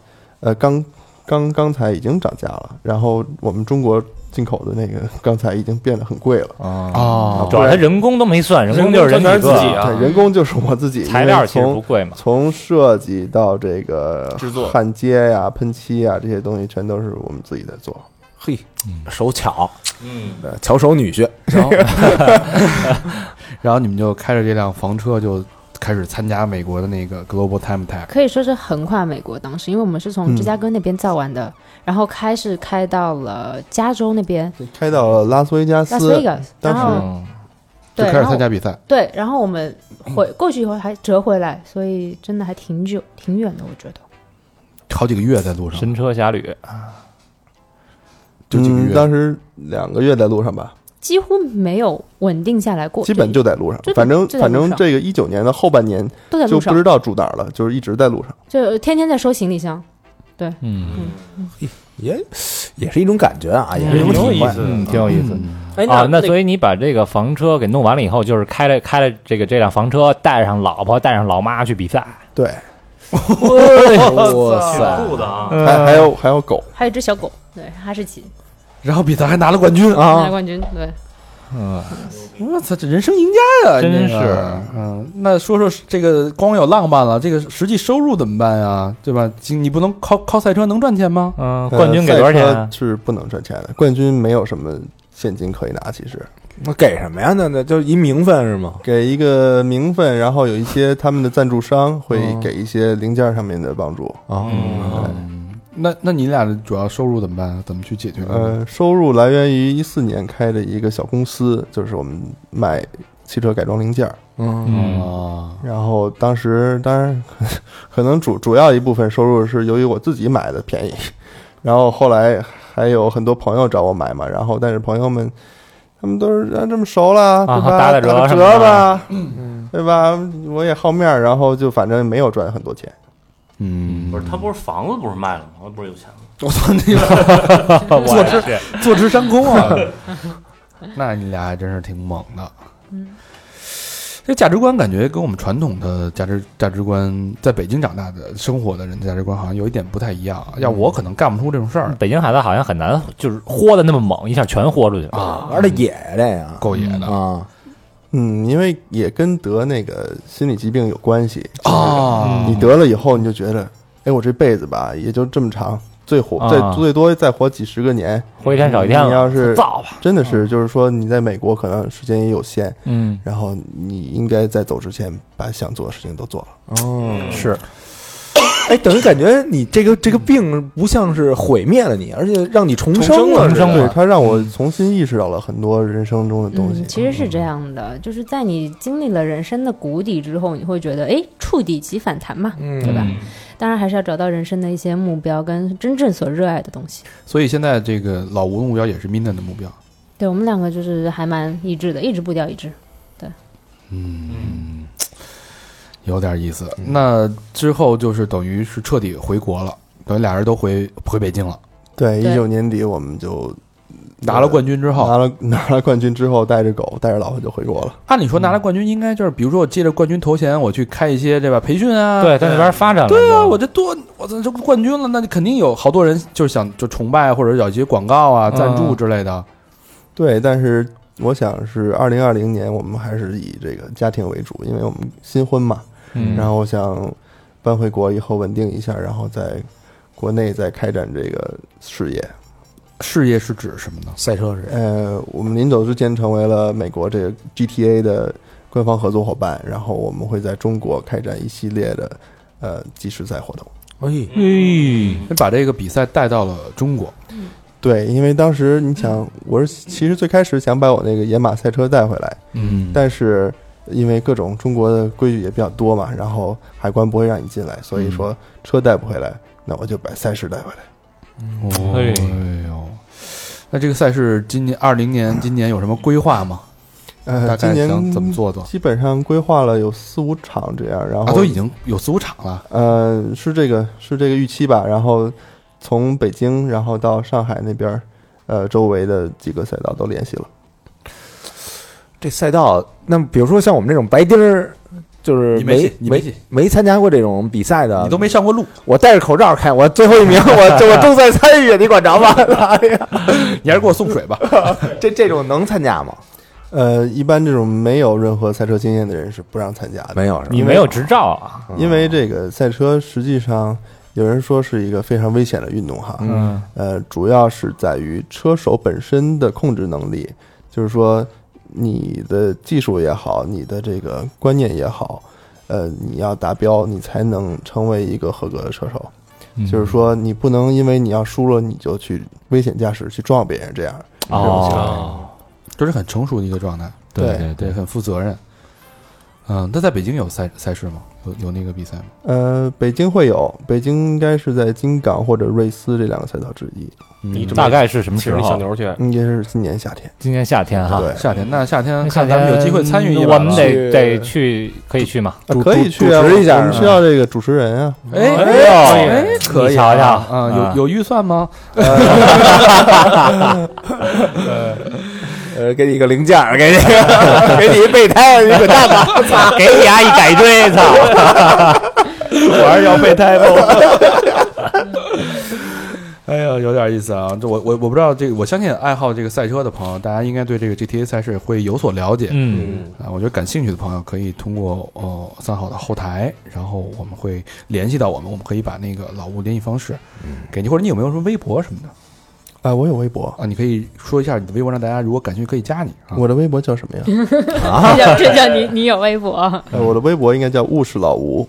Speaker 6: 呃钢钢钢材已经涨价了，然后我们中国进口的那个钢材已经变得很贵了。
Speaker 1: 哦
Speaker 3: 主要他人工都没算，人工就是人
Speaker 5: 人工
Speaker 3: 个
Speaker 5: 全是自己啊
Speaker 6: 对，人工就是我自己，
Speaker 3: 材料
Speaker 6: 因为
Speaker 3: 其实不
Speaker 6: 从
Speaker 3: 贵嘛，
Speaker 6: 从设计到这个
Speaker 5: 制作
Speaker 6: 焊接呀、喷漆呀这些东西，全都是我们自己在做。
Speaker 2: 嘿，手巧，
Speaker 5: 嗯，
Speaker 2: 呃巧手女婿，
Speaker 1: 然后，然后你们就开着这辆房车就开始参加美国的那个 Global Time Tag，
Speaker 7: 可以说是横跨美国。当时，因为我们是从
Speaker 6: 嗯
Speaker 7: 芝加哥那边造完的，然后开是开到了加州那边，
Speaker 6: 开到了拉斯维加斯
Speaker 7: 拉斯维加斯，
Speaker 6: 当
Speaker 7: 然
Speaker 6: 时
Speaker 7: 后
Speaker 3: 嗯，
Speaker 1: 就
Speaker 7: 对，
Speaker 1: 开始
Speaker 7: 然
Speaker 1: 参
Speaker 7: 后
Speaker 1: 加比赛。
Speaker 7: 对，然后我们回过去以后还折回来，所以真的还挺久、挺远的，我觉得。
Speaker 1: 好几个月在路上，
Speaker 3: 神车侠侣，
Speaker 1: 就几个
Speaker 6: 嗯
Speaker 1: 月，
Speaker 6: 当时两个月在路上吧，
Speaker 7: 几乎没有稳定下来过，
Speaker 6: 基本就在路上
Speaker 7: 就。在
Speaker 6: 反正
Speaker 7: 就在
Speaker 6: 反
Speaker 7: 路上
Speaker 6: 正这个一九年的后半年
Speaker 7: 都在
Speaker 6: 就
Speaker 7: 路
Speaker 6: 不
Speaker 7: 上，
Speaker 6: 知道住哪儿了，就是一直在路上。
Speaker 7: 就天天在收行李箱。
Speaker 3: 嗯，
Speaker 2: 也也是一种感觉啊，也是一种
Speaker 5: 挺有
Speaker 2: 体
Speaker 5: 意
Speaker 2: 验
Speaker 5: 思。的。
Speaker 3: 挺有意思的。
Speaker 1: 嗯
Speaker 5: 哎，
Speaker 3: 嗯啊，
Speaker 5: 那
Speaker 3: 那所以你把这个房车给弄完了以后，就是开了开了这个这辆房车，带上老婆，带上老妈去比赛，
Speaker 6: 对，
Speaker 2: 哇塞，
Speaker 5: 的啊，
Speaker 6: 还还有还有狗，
Speaker 7: 还有一只小狗，对，哈士奇
Speaker 1: 然后比赛还拿了冠军
Speaker 7: 拿
Speaker 1: 啊
Speaker 7: 了！冠军，对，
Speaker 1: 我操，这人生赢家呀，
Speaker 3: 真
Speaker 1: 这个
Speaker 3: 是
Speaker 1: 嗯。那说说这个光有浪漫了，这个实际收入怎么办呀？对吧？你不能靠靠赛车能赚钱吗？
Speaker 3: 嗯，
Speaker 6: 呃
Speaker 3: 冠军给多少钱
Speaker 6: 赛
Speaker 3: 啊
Speaker 6: 车？是不能赚钱的，冠军没有什么现金可以拿，其实
Speaker 2: 那给什么呀？那那就是一名分是吗？
Speaker 6: 给一个名分，然后有一些他们的赞助商会
Speaker 2: 哦
Speaker 6: 给一些零件上面的帮助。
Speaker 2: 哦，
Speaker 1: 那那你俩的主要收入怎么办？啊怎么去解决呢？
Speaker 6: 呃，收入来源于一四年开的一个小公司，就是我们卖汽车改装零件儿。
Speaker 2: 嗯，
Speaker 3: 嗯，
Speaker 1: 啊，
Speaker 6: 然后当时当然可能主主要一部分收入是由于我自己买的便宜，然后后来还有很多朋友找我买嘛，然后但是朋友们他们都是啊这么熟了，对吧？
Speaker 3: 打
Speaker 6: 打
Speaker 3: 打折
Speaker 6: 个
Speaker 3: 什么的嗯
Speaker 6: 折吧，嗯对吧？我也好面儿，然后就反正没有赚很多钱。
Speaker 1: 嗯，
Speaker 8: 不是他不是房子不是卖了吗？他不是有钱吗？
Speaker 1: 我操， 那个坐吃坐吃山空啊！ 那你俩还真是挺猛的。
Speaker 7: 嗯，
Speaker 1: 这价值观感觉跟我们传统的价值价值观，在北京长大的生活的人的价值观好像有一点不太一样啊。要我可能干不出这种事儿
Speaker 3: 北京孩子好像很难，就是豁的那么猛，一下全豁出去了。
Speaker 2: 啊，玩的野这样
Speaker 1: 够野的
Speaker 2: 啊，
Speaker 6: 嗯，因为也跟得那个心理疾病有关系。
Speaker 1: 啊！
Speaker 6: 你得了以后，你就觉得，哎，我这辈子吧，也就这么长，最火
Speaker 3: 啊
Speaker 6: 再最多再活几十个年，
Speaker 3: 活一天少一天了，嗯
Speaker 6: 你要是
Speaker 3: 造吧，
Speaker 6: 真的是就是说你在美国可能时间也有限，
Speaker 3: 嗯，
Speaker 6: 然后你应该在走之前把想做的事情都做了。
Speaker 2: 哦，是。哎，等于感觉你这个这个病不像是毁灭了你，而且让你重生了，
Speaker 3: 重生了嗯
Speaker 6: 对，它让我重新意识到了很多人生中的东西。
Speaker 7: 嗯。其实是这样的，就是在你经历了人生的谷底之后，你会觉得，哎，触底即反弹嘛，
Speaker 2: 嗯
Speaker 7: 对吧？当然还是要找到人生的一些目标跟真正所热爱的东西。
Speaker 1: 所以现在这个老吴的目标也是 Mina 的目标。
Speaker 7: 对我们两个就是还蛮一致的，一直步调一致。
Speaker 1: 嗯，有点意思。那之后就是等于是彻底回国了，等于俩人都回回北京了。
Speaker 6: 对，
Speaker 7: 对
Speaker 6: 一九年底我们就
Speaker 1: 拿了冠军之后，
Speaker 6: 拿了 拿了冠军之后，带着狗带着老婆就回国了。
Speaker 1: 按理说
Speaker 3: 嗯
Speaker 1: 拿了冠军应该就是，比如说我借着冠军头衔，我去开一些对吧培训啊，
Speaker 3: 对，在那边发展了，
Speaker 1: 对啊，
Speaker 3: 就
Speaker 1: 我这多，我这这冠军了，那就肯定有好多人就是想就崇拜或者有一些广告啊、
Speaker 3: 嗯
Speaker 1: 赞助之类的。
Speaker 6: 对，但是我想是二零二零年，我们还是以这个家庭为主，因为我们新婚嘛。
Speaker 3: 嗯
Speaker 6: 然后我想搬回国以后稳定一下，然后在国内再开展这个事业。
Speaker 1: 事业是指什么呢？
Speaker 2: 赛车是哎
Speaker 6: 呃，我们临走之前成为了美国这个 GTA 的官方合作伙伴，然后我们会在中国开展一系列的呃计时赛活动。
Speaker 2: 哎，
Speaker 3: 嗯，
Speaker 1: 把这个比赛带到了中国，
Speaker 6: 对，因为当时你想，我是其实最开始想把我那个野马赛车带回来，
Speaker 1: 嗯
Speaker 6: 但是因为各种中国的规矩也比较多嘛，然后海关不会让你进来，所以说车带不回来，那我就把赛事带回来。
Speaker 1: 哦哎呦，那这个赛事今年二零年今年有什么规划吗？
Speaker 6: 呃，
Speaker 1: 大
Speaker 6: 今
Speaker 1: 概
Speaker 6: 年
Speaker 1: 想怎么做做？
Speaker 6: 基本上规划了有四五场这样，然
Speaker 1: 啊，
Speaker 6: 后
Speaker 1: 都已经有四五场了，
Speaker 6: 呃，是这个是这个预期吧。然后从北京，然后到上海那边儿，呃，周围的几个赛道都联系了。
Speaker 2: 这赛道，那么比如说像我们这种白丁儿，就是
Speaker 1: 你没
Speaker 2: 没
Speaker 1: 戏你没
Speaker 2: 没
Speaker 1: 戏
Speaker 2: 没参加过这种比赛
Speaker 6: 啊
Speaker 2: 的，
Speaker 1: 你都没上过路，
Speaker 2: 我戴着口罩开，我最后一名，我我正在参与，你管着吗？ 哎呀
Speaker 1: 你还是给我送水 吧。
Speaker 2: 这这种能参加吗？
Speaker 6: 呃，一般这种没有任何赛车经验的人是不让参加的，
Speaker 2: 没有，是吧
Speaker 3: 你没有执照啊，
Speaker 6: 因为这个赛车实际上有人说是一个非常危险的运动哈。
Speaker 3: 嗯
Speaker 6: 呃，主要是在于车手本身的控制能力，就是说你的技术也好，你的这个观念也好，呃，你要达标，你才能成为一个合格的车手。
Speaker 1: 嗯
Speaker 6: 就是说，你不能因为你要输了，你就去危险驾驶去撞别人，这样这种行为
Speaker 5: 哦，
Speaker 1: 这是很成熟的一个状态，
Speaker 6: 对
Speaker 3: 对
Speaker 1: 对，，很负责任。嗯，那在北京有赛赛事吗？有有那个比赛吗？
Speaker 6: 呃，北京会有，北京应该是在京港或者瑞思这两个赛道之一，
Speaker 5: 你这么
Speaker 3: 大概是什么
Speaker 5: 骑
Speaker 3: 时
Speaker 5: 着小
Speaker 3: 候？
Speaker 5: 牛去，
Speaker 6: 应该是今年夏天。
Speaker 3: 今年夏天哈，
Speaker 6: 对，
Speaker 1: 夏天，那夏天
Speaker 3: 那夏
Speaker 1: 看咱
Speaker 3: 天
Speaker 1: 们有机会参与一把吧
Speaker 3: 我们得得去，可以去吗？
Speaker 6: 啊
Speaker 2: 主
Speaker 6: 可以
Speaker 2: 主
Speaker 6: 去啊，
Speaker 2: 主持一下
Speaker 6: 我们
Speaker 2: 是
Speaker 6: 需
Speaker 2: 吧
Speaker 6: 要这个主持人啊。
Speaker 1: 哎
Speaker 3: 哎
Speaker 1: 哎
Speaker 3: 呦
Speaker 1: 哎，可以
Speaker 3: 你
Speaker 1: 啊
Speaker 3: 瞧瞧嗯
Speaker 1: 啊，有有预算吗？
Speaker 2: 呃，给你一个零件儿，给你给你一备胎，你滚蛋吧！
Speaker 3: 有， 给你啊一改锥，操！ 我还是要备胎吧。
Speaker 1: 哎呀，有点意思啊！这我我我不知道这个，我相信爱好这个赛车的朋友，大家应该对这个 GTA 赛事会有所了解。
Speaker 3: 嗯，
Speaker 5: 嗯，
Speaker 1: 啊，我觉得感兴趣的朋友可以通过呃三好的后台，然后我们会联系到我们，我们可以把那个老吴联系方式
Speaker 3: 嗯
Speaker 1: 给你，或者你有没有什么微博什么的
Speaker 6: 啊，我有微博，
Speaker 1: 啊？你可以说一下你的微博，让大家如果感兴趣可以加你啊。
Speaker 6: 我的微博叫什么呀？
Speaker 7: 这 叫这叫你你有微博，
Speaker 6: 呃哎我的微博应该叫务实老吴，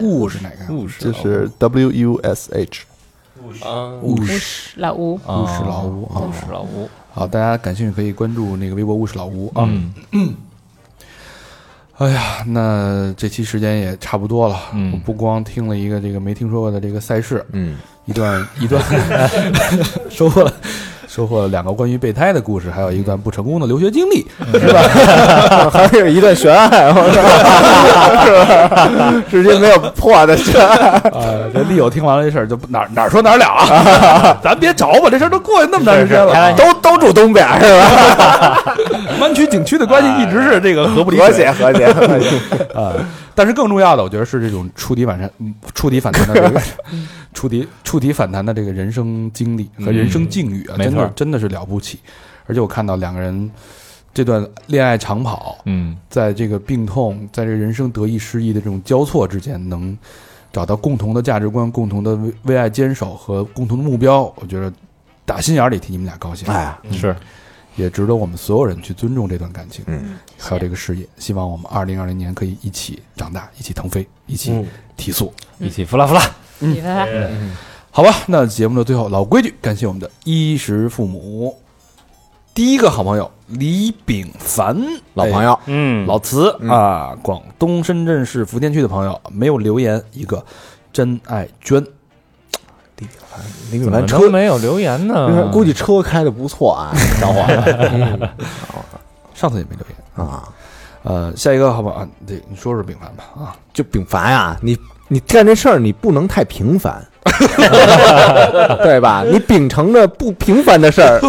Speaker 1: 物是哪个？
Speaker 3: 务实
Speaker 6: 就是 W U S H。
Speaker 5: 啊，
Speaker 1: 物
Speaker 7: 吴
Speaker 1: 是
Speaker 7: 是 老吴，
Speaker 3: 啊
Speaker 1: 物是老吴啊。
Speaker 3: 是老吴，
Speaker 1: 好，大家感兴趣可以关注那个微博物是老吴啊。
Speaker 3: 嗯
Speaker 1: 哎呀，那这期时间也差不多了。
Speaker 3: 嗯
Speaker 1: 我不光听了一个这个没听说过的这个赛事，
Speaker 2: 嗯，
Speaker 1: 一段一段收获了收获了两个关于备胎的故事，还有一段不成功的留学经历。
Speaker 2: 还是有一段悬案，我说是吧？至今没有破的悬案。
Speaker 1: 啊，这利友听完了这事儿就不哪儿哪儿说哪儿了啊， 咱别找吧，这事儿都过去那么长时间了，啊
Speaker 2: 都都住东边儿是吧？
Speaker 1: 湾区景区的关系一直是这个合不理
Speaker 2: 和谐和谐和谐，
Speaker 1: 啊。但是更重要的，我觉得是这种触底反弹、嗯触底反弹的这 个触底触底反弹的这个人生经历和人生境遇啊，
Speaker 3: 嗯没
Speaker 1: 真
Speaker 3: 错
Speaker 1: 的真的是了不起。而且我看到两个人这段恋爱长跑，
Speaker 3: 嗯，
Speaker 1: 在这个病痛，在这个人生得意失意的这种交错之间，能找到共同的价值观、共同的为为爱坚守和共同的目标，我觉得打心眼里替你们俩高兴，
Speaker 2: 哎，
Speaker 8: 嗯
Speaker 3: 是
Speaker 1: 也值得我们所有人去尊重这段感情，
Speaker 2: 嗯，
Speaker 1: 还有这个事业。希望我们二零二零年可以一起长大，一起腾飞，一起
Speaker 2: 嗯
Speaker 1: 提速。
Speaker 3: 一起服了服了，
Speaker 7: 你拜拜。
Speaker 1: 好吧，那节目的最后老规矩，感谢我们的衣食父母。第一个好朋友李炳凡，
Speaker 2: 老
Speaker 1: 友。
Speaker 2: 朋友，
Speaker 3: 嗯，
Speaker 1: 老慈
Speaker 2: 嗯
Speaker 1: 啊，广东深圳市福田区的朋友没有留言，一个真爱娟，
Speaker 2: 林子
Speaker 3: 怎么
Speaker 2: 凡
Speaker 3: 能
Speaker 2: 车，
Speaker 3: 没嗯有留言呢？
Speaker 2: 估计车开的不错啊，小伙子
Speaker 1: 上次也没留言。
Speaker 2: 啊，
Speaker 1: 呃，下一个好吧，啊，对，你说说丙凡吧啊，
Speaker 2: 就丙凡啊，你你干这事儿你不能太平凡，对吧？你秉承着不平凡的事儿，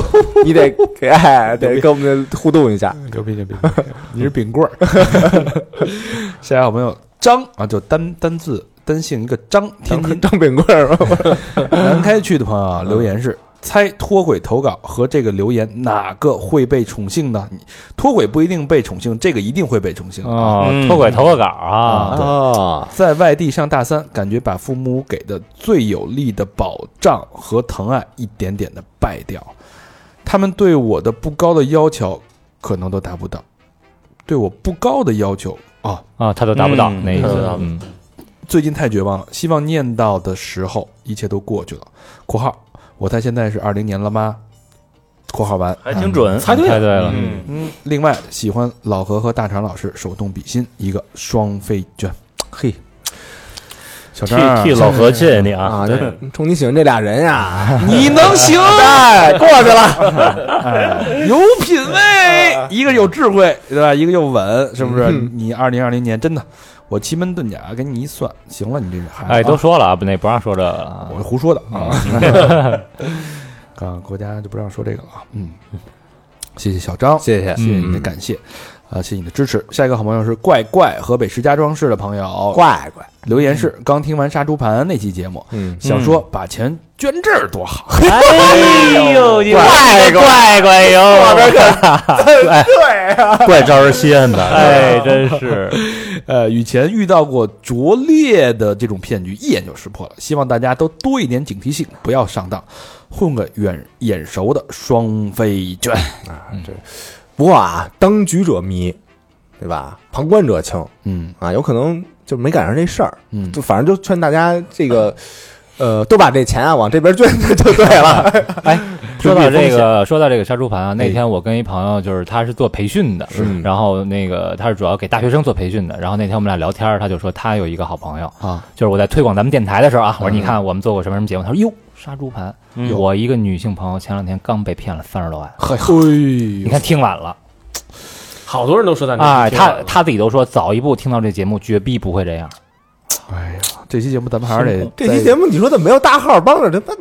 Speaker 2: 你得给哎得跟我们互动一下，
Speaker 1: 牛逼牛逼，你是饼棍儿。下一个好朋友张啊，就单单字单姓一个张，天津
Speaker 2: 张炳贵儿嘛，
Speaker 1: 南开区的朋友啊，留言是。猜脱轨投稿和这个留言哪个会被宠幸呢？你脱轨不一定被宠幸，这个一定会被宠幸啊！
Speaker 3: 哦，
Speaker 8: 嗯
Speaker 3: 脱轨投个稿啊，
Speaker 2: 啊，
Speaker 1: 在外地上大三，感觉把父母给的最有力的保障和疼爱一点点的败掉，他们对我的不高的要求可能都达不到，对我不高的要求啊，
Speaker 3: 啊，他都达不到
Speaker 8: 嗯
Speaker 3: 那意
Speaker 8: 他都
Speaker 3: 思
Speaker 8: 达，不到
Speaker 3: 嗯，
Speaker 1: 最近太绝望了。希望念到的时候一切都过去了。（括号我猜现在是二零年了吗？）（括号完）
Speaker 8: 还挺准，
Speaker 3: 猜对了，
Speaker 8: 嗯，
Speaker 1: 嗯，另外喜欢老何和大肠老师手动比心一个双飞卷，嘿，小
Speaker 8: 替
Speaker 1: 张啊
Speaker 8: 替老何谢谢你啊，
Speaker 2: 啊，
Speaker 8: 对
Speaker 2: 这冲你喜欢这俩人呀，
Speaker 1: 你能行，哎，过去了， 有品位，一个有智慧，对吧？一个又稳，是不是？你二零二零年真的，我奇门遁甲给你一算，行了，你这个孩子，
Speaker 3: 哎，都说了啊，不那不让说这个了啊
Speaker 1: 我是胡说的啊， 啊，国家就不让说这个了啊，嗯，谢谢小张，
Speaker 2: 谢谢
Speaker 1: 谢谢你的感谢，啊，谢谢你的支持。下一个好朋友是怪怪，河北石家庄市的朋友，
Speaker 2: 怪怪，
Speaker 1: 留言是刚听完杀猪盘那期节目，
Speaker 2: 嗯，
Speaker 1: 想说把钱捐这儿多好。
Speaker 8: 哎呦，你
Speaker 2: 怪
Speaker 8: 怪怪哟， 怪招人稀罕的，
Speaker 3: 啊哎，真是，
Speaker 1: 呃，以前遇到过拙劣的这种骗局，一眼就识破了。希望大家都多一点警惕性，不要上当，混个眼眼熟的双飞 卷。
Speaker 2: 不过啊，当局者迷，对吧？旁观者清
Speaker 1: 嗯
Speaker 2: 啊，有可能就没赶上这事儿，
Speaker 1: 嗯，
Speaker 2: 就反正就劝大家这个，呃，都把这钱啊往这边捐就对了。
Speaker 3: 说到这个，说到这个杀猪盘啊，那天我跟一朋友，就是他是做培训的，然后那个他是主要给大学生做培训的，然后那天我们俩聊天儿，他就说他有一个好朋友，
Speaker 1: 啊，
Speaker 3: 就是我在推广咱们电台的时候啊，我说你看我们做过什么什么节目，他说哟杀猪盘，
Speaker 8: 嗯
Speaker 3: 我一个女性朋友前两天刚被骗了三十多万，
Speaker 1: 嘿，
Speaker 3: 你看听晚了
Speaker 5: 好多人都说咱这
Speaker 3: 啊，
Speaker 5: 挺好
Speaker 3: 他
Speaker 5: 的
Speaker 3: 他自己都说早一步听到这节目绝逼不会这样，
Speaker 1: 哎呀，这期节目咱们还是 得，
Speaker 2: 这期节目你说怎么没有大号帮着？这不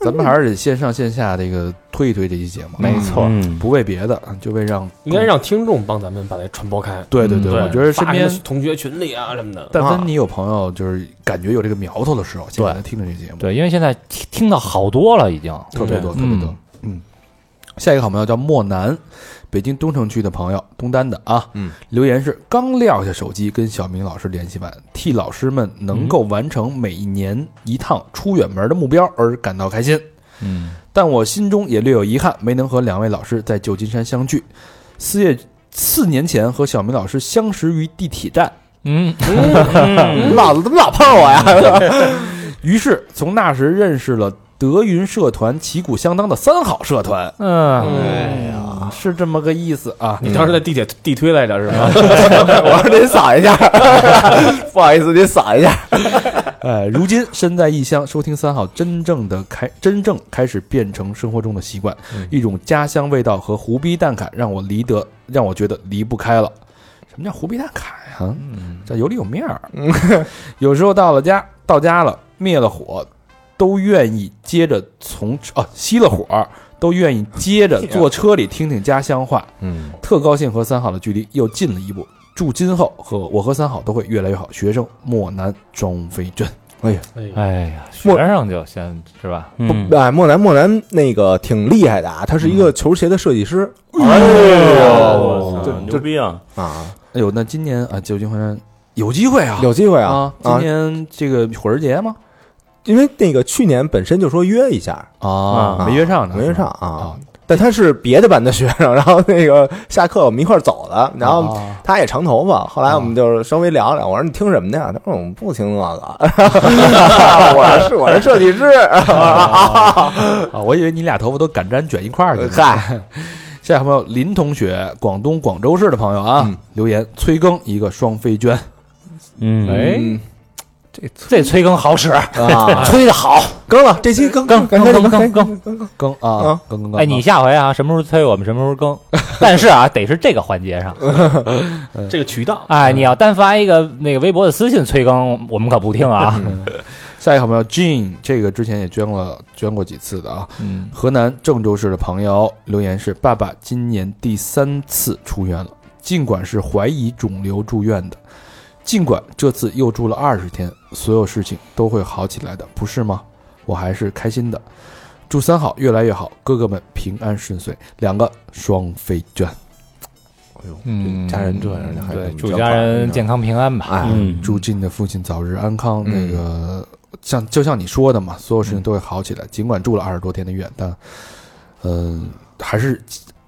Speaker 1: 咱们还是得线上线下这个推一推这期节目。
Speaker 3: 没错，
Speaker 8: 嗯，
Speaker 1: 不为别的，就为让
Speaker 5: 应该让听众帮咱们把它传播开。
Speaker 1: 对对对，
Speaker 8: 对
Speaker 1: 我觉得身
Speaker 5: 发
Speaker 1: 边
Speaker 5: 什么同学群里啊什么的，
Speaker 1: 但凡你有朋友就是感觉有这个苗头的时候，现在听着这节目，
Speaker 3: 对，因为现在听听到好多了已经，
Speaker 1: 特别多，特
Speaker 3: 嗯
Speaker 1: 别多。嗯，下一个好朋友叫莫南，北京东城区的朋友，东单的啊。
Speaker 2: 嗯，
Speaker 1: 留言是刚撂下手机跟小明老师联系完，替老师们能够完成每一年一趟出远门的目标而感到开心。
Speaker 3: 嗯，
Speaker 1: 但我心中也略有遗憾，没能和两位老师在旧金山相聚。四月四年前和小明老师相识于地铁站，
Speaker 3: 嗯，
Speaker 2: 老子怎么老碰我呀？
Speaker 1: 于是从那时认识了德云社团旗鼓相当的三好社团，
Speaker 3: 嗯，
Speaker 1: 啊是这么个意思啊。
Speaker 5: 你当时在地铁地推来着是吧？
Speaker 2: 我说您扫一下， 不好意思，您扫一下。
Speaker 1: 呃，如今身在异乡，收听三好，真正的开，真正开始变成生活中的习惯，一种家乡味道和胡逼蛋侃，让我离得，让我觉得离不开了。什么叫胡逼蛋侃呀、叫有里有面儿。有时候到了家，到家了，灭了火，都愿意接着从哦、熄了火，都愿意接着坐车里听听家乡话。
Speaker 2: 嗯，
Speaker 1: 特高兴和三好的距离又近了一步。祝今后和我和三好都会越来越好。学生莫南庄飞娟，
Speaker 3: 哎呀，学生就先是吧，
Speaker 8: 嗯
Speaker 2: 哎，莫南莫南那个挺厉害的啊，他是一个球鞋的设计师
Speaker 8: 哎呦，我操
Speaker 2: 就
Speaker 8: 牛逼啊！
Speaker 2: 啊。
Speaker 1: 哎呦，那今年啊，旧金山有机会啊，
Speaker 2: 有机会啊
Speaker 1: 啊！今年这个火人节吗？
Speaker 2: 因为那个去年本身就说约一下，
Speaker 1: 啊没约上呢，
Speaker 2: 没约上啊。
Speaker 8: 哦
Speaker 2: 但他是别的班的学生，然后那个下课我们一块儿走的，然
Speaker 8: 哦
Speaker 2: 后
Speaker 1: 啊
Speaker 2: 他也长头发，后来我们就是稍微聊聊，我说你听什么的呀？他说我们不听那个，我说是我是设计师，
Speaker 1: 啊，我以为你俩头发都敢粘卷一块儿去。
Speaker 2: 嗨，
Speaker 1: 下一个朋友林同学，广东广州市的朋友啊，
Speaker 2: 嗯
Speaker 1: 留言催更一个双飞娟，
Speaker 8: 嗯，
Speaker 3: 哎，
Speaker 4: 这催更好使，
Speaker 2: 啊，
Speaker 4: 催的好。
Speaker 2: 更了，这期更更更更更更
Speaker 1: 更啊
Speaker 2: 啊，
Speaker 1: 更更更！
Speaker 3: 哎，你下回啊，什么时候催我们，什么时候更。但是啊，得是这个环节上。
Speaker 5: 这个渠道
Speaker 3: 哎，你要单发一个那个微博的私信催更，我们可不听啊。
Speaker 1: 下一个好朋友 Jean，这个之前也捐过捐过几次的啊。
Speaker 3: 嗯，
Speaker 1: 河南郑州市的朋友留言是：爸爸今年第三次出院了，尽管是怀疑肿瘤住院的，尽管这次又住了二十天，所有事情都会好起来的，不是吗？我还是开心的，祝三好越来越好，哥哥们平安顺遂，两个双飞卷。
Speaker 3: 嗯
Speaker 2: 家人哎这样的还
Speaker 3: 对，
Speaker 2: 挺
Speaker 3: 祝家人健康平安吧。
Speaker 2: 哎，
Speaker 8: 嗯，
Speaker 1: 祝晋的父亲早日安康。
Speaker 2: 嗯
Speaker 1: 那个像就像你说的嘛，所有事情都会好起来。尽管住了二十多天的院，但嗯、还是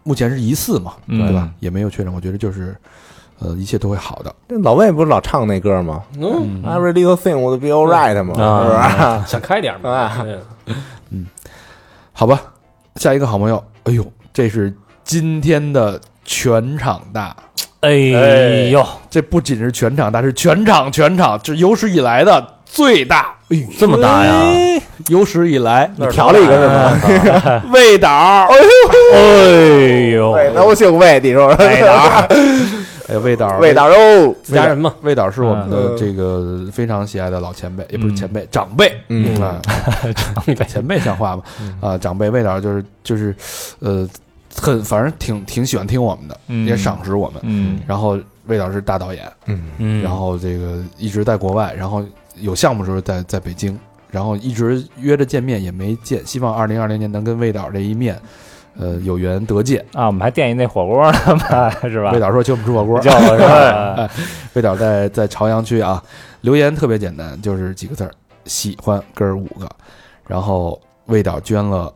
Speaker 1: 目前是疑似嘛，
Speaker 3: 嗯
Speaker 1: 对吧？也没有确诊，我觉得就是呃，一切都会好的。
Speaker 2: 这老魏不是老唱那歌吗
Speaker 5: 嗯，
Speaker 2: ？Every little thing would be alright 嘛，是不是？
Speaker 5: 想开点嘛
Speaker 2: 啊。
Speaker 5: 嗯
Speaker 1: 好吧，下一个好朋友，哎呦，这是今天的全场大。
Speaker 4: 哎呦，
Speaker 1: 这不仅是全场大，是全场全场，这有史以来的最大，哎
Speaker 8: 这么大呀？
Speaker 1: 有史以来
Speaker 2: 你调了一个是吗？
Speaker 1: 味道。
Speaker 4: 哎呦，
Speaker 2: 对，那我姓魏，你
Speaker 6: 啊
Speaker 2: 说魏导，
Speaker 1: 哎，味道，
Speaker 2: 魏导哟，
Speaker 5: 自家人嘛，
Speaker 1: 魏导是我们的
Speaker 2: 嗯
Speaker 1: 这个非常喜爱的老前辈，也不是前辈，长辈。
Speaker 2: 嗯
Speaker 1: 啊，前辈像话吗？啊，长辈魏导就是就是，呃，很反正挺挺喜欢听我们的，
Speaker 3: 嗯
Speaker 1: 也赏识我们。
Speaker 3: 嗯
Speaker 1: 然后魏导是大导演，
Speaker 8: 嗯，
Speaker 1: 然后这个一直在国外，然后有项目的时候在在北京，然后一直约着见面也没见，希望二零二零年能跟魏导这一面，呃，有缘得见。
Speaker 3: 啊，我们还惦记那火锅呢嘛，是吧
Speaker 1: 魏？导说请我们吃火锅， 哎
Speaker 3: 叫我是吧？
Speaker 1: 魏导在在朝阳区啊，留言特别简单，就是几个字儿：喜欢哥儿五个。然后魏导捐了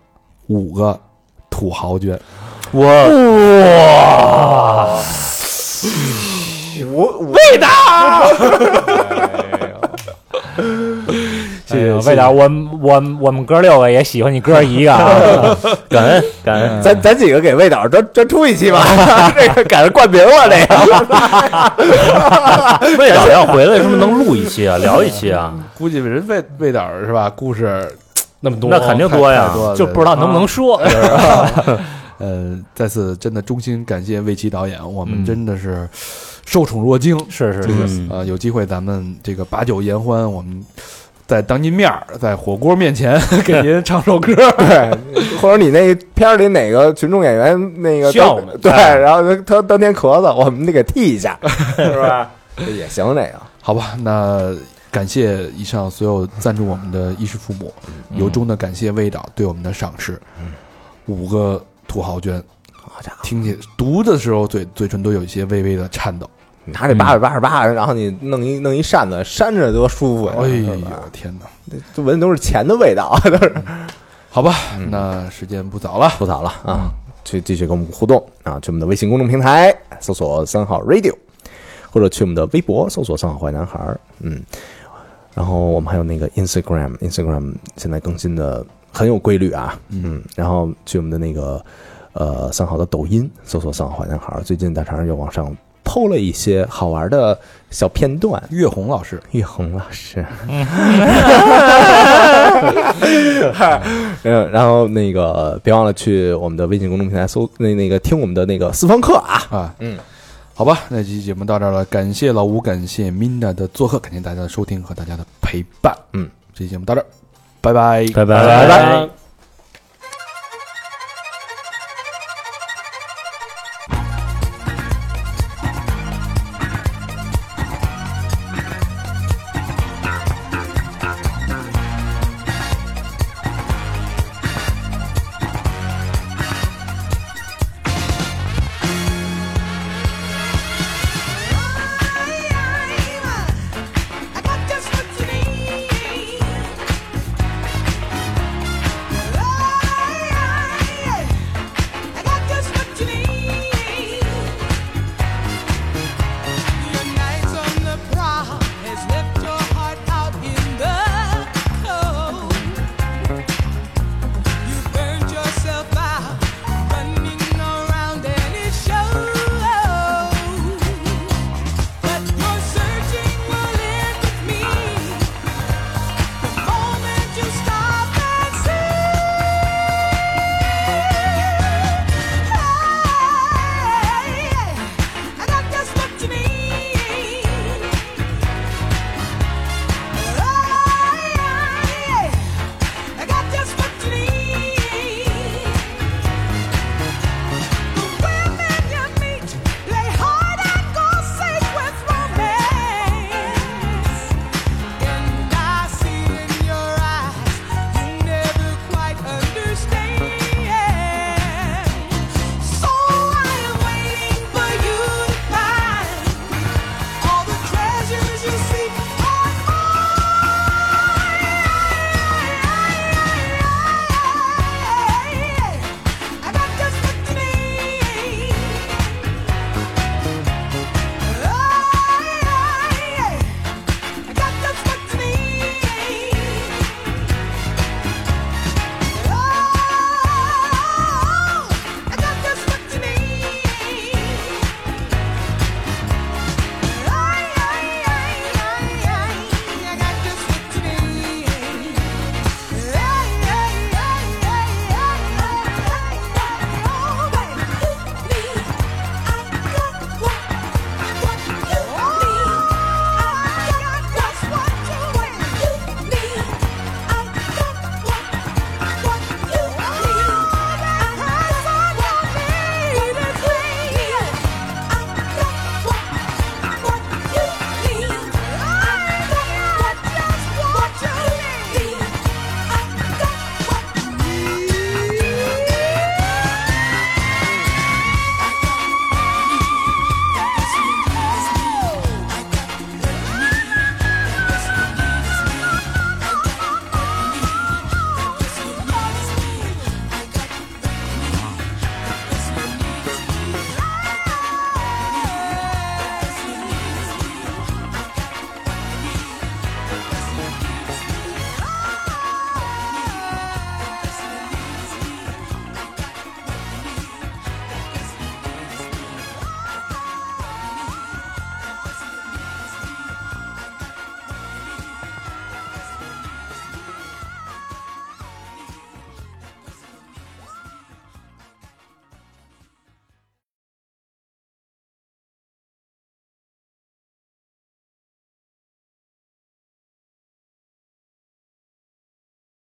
Speaker 1: 五个土豪捐，
Speaker 8: 我
Speaker 2: 我我
Speaker 1: 谢谢
Speaker 3: 哎呦
Speaker 1: 谢
Speaker 3: 魏
Speaker 1: 谢
Speaker 3: 导，我们我们我们哥六个也喜欢你哥一个啊，
Speaker 8: 感恩感
Speaker 1: 嗯
Speaker 8: 恩，
Speaker 2: 咱咱几个给魏导专专出一期吧，这个赶上冠名了，这个
Speaker 8: 魏导要回来是不是能录一期啊，聊一期啊？
Speaker 1: 估计人魏魏导是吧？故事
Speaker 5: 那么多，
Speaker 8: 那肯定多呀
Speaker 1: 太。多了
Speaker 3: 就不知道能不能说。
Speaker 1: 呃，再次真的衷心感谢魏奇导演，我们真的是受宠若惊。
Speaker 3: 是是
Speaker 1: 这
Speaker 3: 是，
Speaker 1: 个
Speaker 8: 嗯
Speaker 1: 呃，有机会咱们这个把酒言欢，我们在当您面儿，在火锅面前给您唱首歌。
Speaker 2: 对，嗯 或者你那片儿里哪个群众演员那个
Speaker 5: 需要我们
Speaker 2: 对，然后他他当天咳嗽，我们得给替一下，是吧？这也行，这个
Speaker 1: 好吧，那感谢以上所有赞助我们的衣食父母，由衷的感谢魏导对我们的赏识，五个土豪捐，
Speaker 2: 好家伙，
Speaker 1: 听起读的时候嘴嘴唇都有一些微微的颤抖。
Speaker 2: 拿这八百八十八，然后你弄一弄一扇子扇着多舒服呀！
Speaker 1: 哎
Speaker 2: 是
Speaker 1: 呦
Speaker 2: 吧，
Speaker 1: 天哪！
Speaker 2: 这闻都是钱的味道，啊 都是
Speaker 1: 好吧，那时间不早了，
Speaker 2: 吐槽了啊！去继续跟我们互动啊！去我们的微信公众平台搜索“三好 radio”，或者去我们的微博搜索“三好坏男孩”。儿”。嗯，然后我们还有那个 Instagram，Instagram 现在更新的很有规律啊。嗯，然后去我们的那个呃三好的抖音搜索“三好坏男孩”，儿”。最近大肠又往上抛了一些好玩的小片段。
Speaker 1: 岳红老师，
Speaker 2: 玉红老师， 嗯，然后那个别忘了去我们的微信公众平台搜那那个听我们的那个私房课啊，
Speaker 1: 啊，嗯，好吧，那期节目到这儿了，感谢老吴，感谢 Mina 的做客，感谢大家的收听和大家的陪伴，
Speaker 2: 嗯，
Speaker 1: 这期节目到这儿，拜拜。
Speaker 8: 拜拜
Speaker 5: 拜拜。